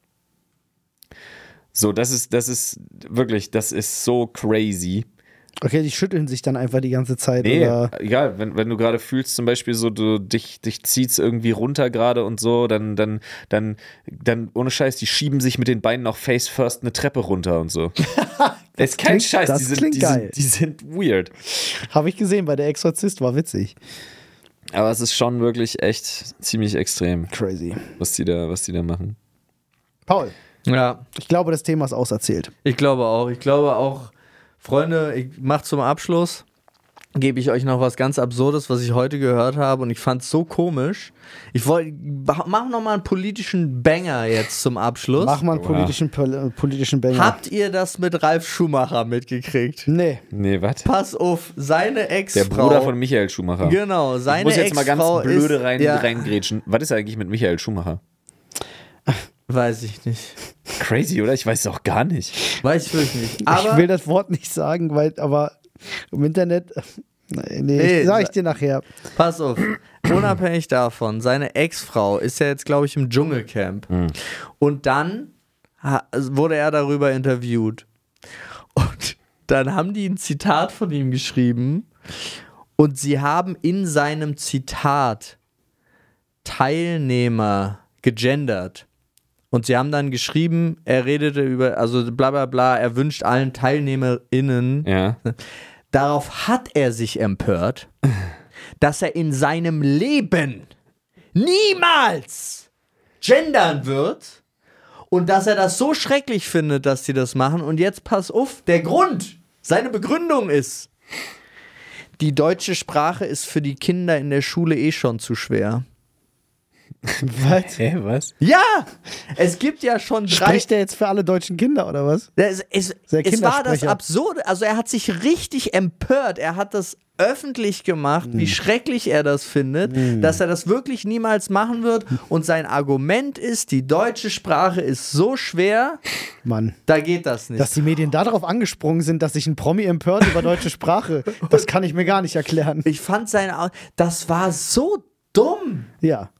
Speaker 2: So, das ist, das ist wirklich, das ist so crazy.
Speaker 3: okay, die schütteln sich dann einfach die ganze Zeit.
Speaker 2: Nee,
Speaker 3: Oder
Speaker 2: egal, wenn, wenn du gerade fühlst, zum Beispiel so, du dich, dich zieht's irgendwie runter gerade und so, dann, dann, dann, dann, ohne Scheiß, die schieben sich mit den Beinen auch face first eine Treppe runter und so. das ist kein
Speaker 3: klingt-
Speaker 2: Scheiß,
Speaker 3: <laughs> das
Speaker 2: die sind,
Speaker 3: klingt
Speaker 2: die,
Speaker 3: geil.
Speaker 2: sind, die sind weird.
Speaker 3: habe ich gesehen bei der Exorzist, war witzig.
Speaker 2: Aber es ist schon wirklich echt ziemlich extrem,
Speaker 3: Crazy.
Speaker 2: was die da, was die da machen.
Speaker 3: Paul,
Speaker 4: Ja,
Speaker 3: ich glaube, das Thema ist auserzählt.
Speaker 4: ich glaube auch. Ich glaube auch, Freunde, ich mach zum Abschluss, gebe ich euch noch was ganz Absurdes, was ich heute gehört habe und ich fand es so komisch. Ich wollte, mach noch mal einen politischen Banger jetzt zum Abschluss.
Speaker 3: Mach mal einen
Speaker 2: Oha.
Speaker 3: politischen, Pöl- äh, politischen
Speaker 2: Hm.
Speaker 3: Banger.
Speaker 4: Habt ihr das mit Ralf Schumacher mitgekriegt?
Speaker 3: nee.
Speaker 2: Nee, was?
Speaker 4: Pass auf, seine Ex-Frau.
Speaker 2: Der Bruder von Michael Schumacher.
Speaker 4: Genau,
Speaker 2: Ich
Speaker 4: seine
Speaker 2: muss jetzt mal ganz
Speaker 4: Ex-Frau
Speaker 2: blöde
Speaker 4: ist-
Speaker 2: rein,
Speaker 4: ja.
Speaker 2: reingrätschen. Was ist eigentlich mit Michael Schumacher?
Speaker 4: Weiß ich nicht.
Speaker 2: Crazy, oder? Ich weiß es auch gar nicht.
Speaker 4: Weiß ich wirklich nicht. Aber
Speaker 3: ich will das Wort nicht sagen, weil, aber im Internet. <laughs> Nee, nee,
Speaker 4: Nee,
Speaker 3: sag ich
Speaker 4: sa-
Speaker 3: dir nachher.
Speaker 4: Pass auf. Unabhängig davon, seine Ex-Frau ist ja jetzt, glaube ich, im Dschungelcamp. Und dann ha- also wurde er darüber interviewt. Und dann haben die ein Zitat von ihm geschrieben. Und sie haben in seinem Zitat Teilnehmer gegendert. Und sie haben dann geschrieben, er redete über, also bla bla bla, er wünscht allen TeilnehmerInnen
Speaker 2: Ja.
Speaker 4: Darauf hat er sich empört dass er in seinem Leben niemals gendern wird und dass er das so schrecklich findet, dass die das machen. Und jetzt pass auf, der Grund, seine Begründung ist, die deutsche Sprache ist für die Kinder in der Schule eh schon zu schwer.
Speaker 2: Was? Hä, was?
Speaker 4: Ja, es gibt ja schon drei.
Speaker 3: Spricht der jetzt für alle deutschen Kinder oder was?
Speaker 4: Es, es,
Speaker 3: der
Speaker 4: es war das
Speaker 3: Kindersprecher.
Speaker 4: Absurde. Also er hat sich richtig empört. Er hat das öffentlich gemacht, wie schrecklich er das findet, dass er das wirklich niemals machen wird. Und sein Argument ist, die deutsche Sprache ist so schwer,
Speaker 3: Mann.
Speaker 4: da geht das nicht.
Speaker 3: Dass die Medien darauf angesprungen sind, dass sich ein Promi empört über deutsche Sprache, das kann ich mir gar nicht erklären.
Speaker 4: ich fand sein, Au- das war so dumm.
Speaker 3: Ja.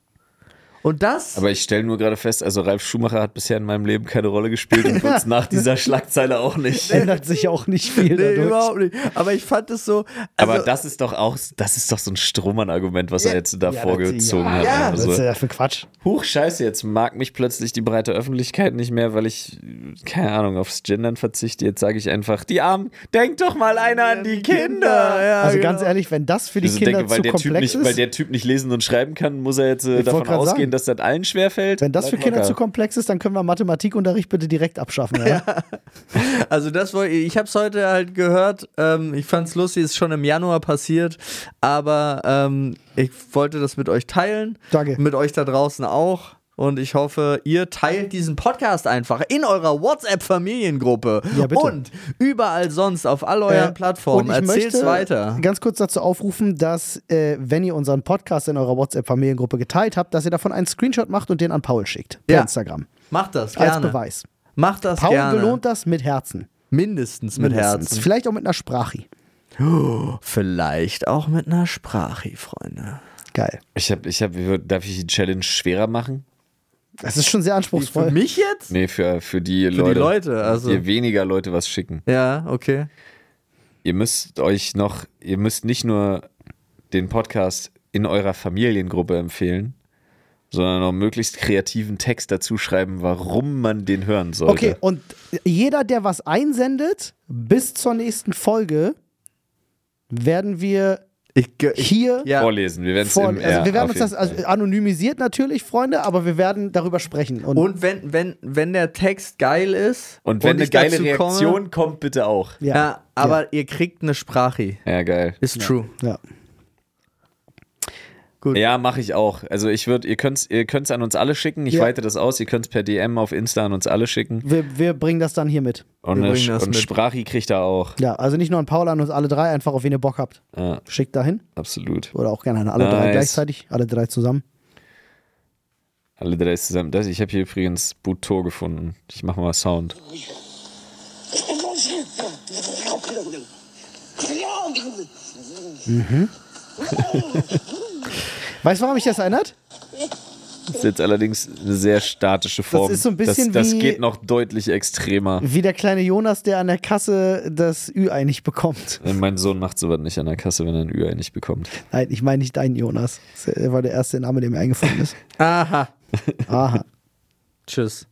Speaker 4: Und das,
Speaker 2: Aber ich stelle nur gerade fest, also Ralf Schumacher hat bisher in meinem Leben keine Rolle gespielt und wird
Speaker 4: <laughs>
Speaker 2: nach dieser Schlagzeile auch nicht.
Speaker 4: Also
Speaker 3: Ändert sich auch nicht viel
Speaker 4: nee,
Speaker 3: dadurch.
Speaker 4: überhaupt nicht. Aber ich fand es so.
Speaker 2: Aber
Speaker 4: also-
Speaker 2: das ist doch auch, das ist doch so ein Strohmann-Argument, was er jetzt da
Speaker 3: ja,
Speaker 2: vorgezogen
Speaker 3: das-
Speaker 2: hat.
Speaker 4: ja,
Speaker 3: Was ist
Speaker 2: also,
Speaker 3: das für ein Quatsch?
Speaker 2: huch, scheiße, jetzt mag mich plötzlich die breite Öffentlichkeit nicht mehr, weil ich, keine Ahnung, aufs Gendern verzichte. Jetzt sage ich einfach, die Armen, denk doch mal einer an die Kinder.
Speaker 4: Ja,
Speaker 3: Also
Speaker 4: genau.
Speaker 3: ganz ehrlich, wenn das für die
Speaker 2: Also
Speaker 3: Kinder
Speaker 2: denke, weil
Speaker 3: zu
Speaker 2: der, typ
Speaker 3: komplex
Speaker 2: nicht, weil
Speaker 3: ist,
Speaker 2: der Typ nicht lesen und schreiben kann, muss er jetzt äh,
Speaker 3: Ich wollt
Speaker 2: davon
Speaker 3: grad
Speaker 2: ausgehen,
Speaker 3: sagen.
Speaker 2: dass das allen schwerfällt.
Speaker 3: wenn das für
Speaker 2: Bleib
Speaker 3: Kinder
Speaker 2: locker.
Speaker 3: zu komplex ist, dann können wir Mathematikunterricht bitte direkt abschaffen.
Speaker 4: <laughs>
Speaker 3: Ja?
Speaker 4: Also das wollte ich, ich habe es heute halt gehört. Ähm, ich fand's lustig, ist schon im Januar passiert, aber ähm, ich wollte das mit euch teilen.
Speaker 3: Danke.
Speaker 4: Mit euch da draußen auch. Und ich hoffe, ihr teilt diesen Podcast einfach in eurer WhatsApp-Familiengruppe
Speaker 3: Ja, bitte.
Speaker 4: und überall sonst auf all euren
Speaker 3: Äh,
Speaker 4: Plattformen.
Speaker 3: und ich
Speaker 4: Erzählt's
Speaker 3: möchte
Speaker 4: weiter.
Speaker 3: Ganz kurz dazu aufrufen, dass, äh, wenn ihr unseren Podcast in eurer WhatsApp-Familiengruppe geteilt habt, dass ihr davon einen Screenshot macht und den an Paul schickt. Per
Speaker 4: Ja.
Speaker 3: Instagram.
Speaker 4: Macht das
Speaker 3: Als
Speaker 4: gerne.
Speaker 3: Beweis.
Speaker 4: Macht das
Speaker 3: Paul
Speaker 4: gerne.
Speaker 3: belohnt das mit Herzen.
Speaker 4: Mindestens mit
Speaker 3: mindestens.
Speaker 4: Herzen.
Speaker 3: Vielleicht auch mit einer Sprache.
Speaker 4: Vielleicht auch mit einer Sprache, Freunde.
Speaker 3: Geil.
Speaker 2: Ich hab, ich hab, darf ich die Challenge schwerer machen?
Speaker 3: Das ist schon sehr
Speaker 4: Für
Speaker 3: anspruchsvoll.
Speaker 4: mich jetzt?
Speaker 2: Nee, für, für die Leute.
Speaker 4: Leute, also.
Speaker 2: Ihr weniger Leute was schicken.
Speaker 4: Ja, okay.
Speaker 2: Ihr müsst euch noch, ihr müsst nicht nur den Podcast in eurer Familiengruppe empfehlen, sondern noch möglichst kreativen Text dazu schreiben, warum man den hören sollte.
Speaker 3: Okay, und jeder, der was einsendet, bis zur nächsten Folge werden wir
Speaker 4: Ich, ge- ich,
Speaker 3: hier
Speaker 4: ja.
Speaker 2: Vorlesen. Wir werden es
Speaker 3: vor.
Speaker 2: im
Speaker 3: Also
Speaker 2: ja,
Speaker 3: wir werden
Speaker 2: auf
Speaker 3: uns das
Speaker 2: jeden Fall.
Speaker 3: also anonymisiert natürlich, Freunde, aber wir werden darüber sprechen. Und,
Speaker 4: Und wenn, wenn, wenn der Text geil ist
Speaker 2: Und wenn eine
Speaker 4: ich
Speaker 2: geile
Speaker 4: dazu
Speaker 2: Reaktion
Speaker 4: komme,
Speaker 2: kommt, bitte auch.
Speaker 4: ja, aber ihr kriegt eine Sprache.
Speaker 2: Ja, geil.
Speaker 4: Ist true.
Speaker 3: ja.
Speaker 2: Ja, mache ich auch. Also ich würde, ihr könnt es ihr könnt's an uns alle schicken. Ich
Speaker 3: Ja.
Speaker 2: weite das aus. Ihr könnt es per DM auf Insta an uns alle schicken.
Speaker 3: Wir, wir bringen das dann hier mit.
Speaker 2: Und,
Speaker 4: Wir
Speaker 2: eine,
Speaker 4: bringen das
Speaker 2: und
Speaker 4: mit.
Speaker 2: Sprachi kriegt er auch.
Speaker 3: Ja, also nicht nur an Paul, an uns alle drei, einfach auf wen ihr Bock habt.
Speaker 2: Ja,
Speaker 3: Schickt dahin.
Speaker 2: absolut.
Speaker 3: Oder auch gerne an alle drei
Speaker 2: Nice.
Speaker 3: gleichzeitig, alle drei zusammen.
Speaker 2: Alle drei zusammen. Das, ich habe hier übrigens Buto gefunden. Ich mache mal Sound.
Speaker 3: Weißt du, warum mich das erinnert?
Speaker 2: Das ist jetzt allerdings eine sehr statische Form.
Speaker 3: ist so ein bisschen
Speaker 2: das, das
Speaker 3: wie-
Speaker 2: geht noch deutlich extremer.
Speaker 3: Wie der kleine Jonas, der an der Kasse das Ü-Ei nicht bekommt.
Speaker 2: Mein Sohn macht sowas nicht an der Kasse, wenn er ein Ü-Ei nicht bekommt.
Speaker 3: Nein, ich meine nicht deinen Jonas. Das war der erste Name, der mir eingefallen ist.
Speaker 4: Aha.
Speaker 3: Aha.
Speaker 4: Tschüss.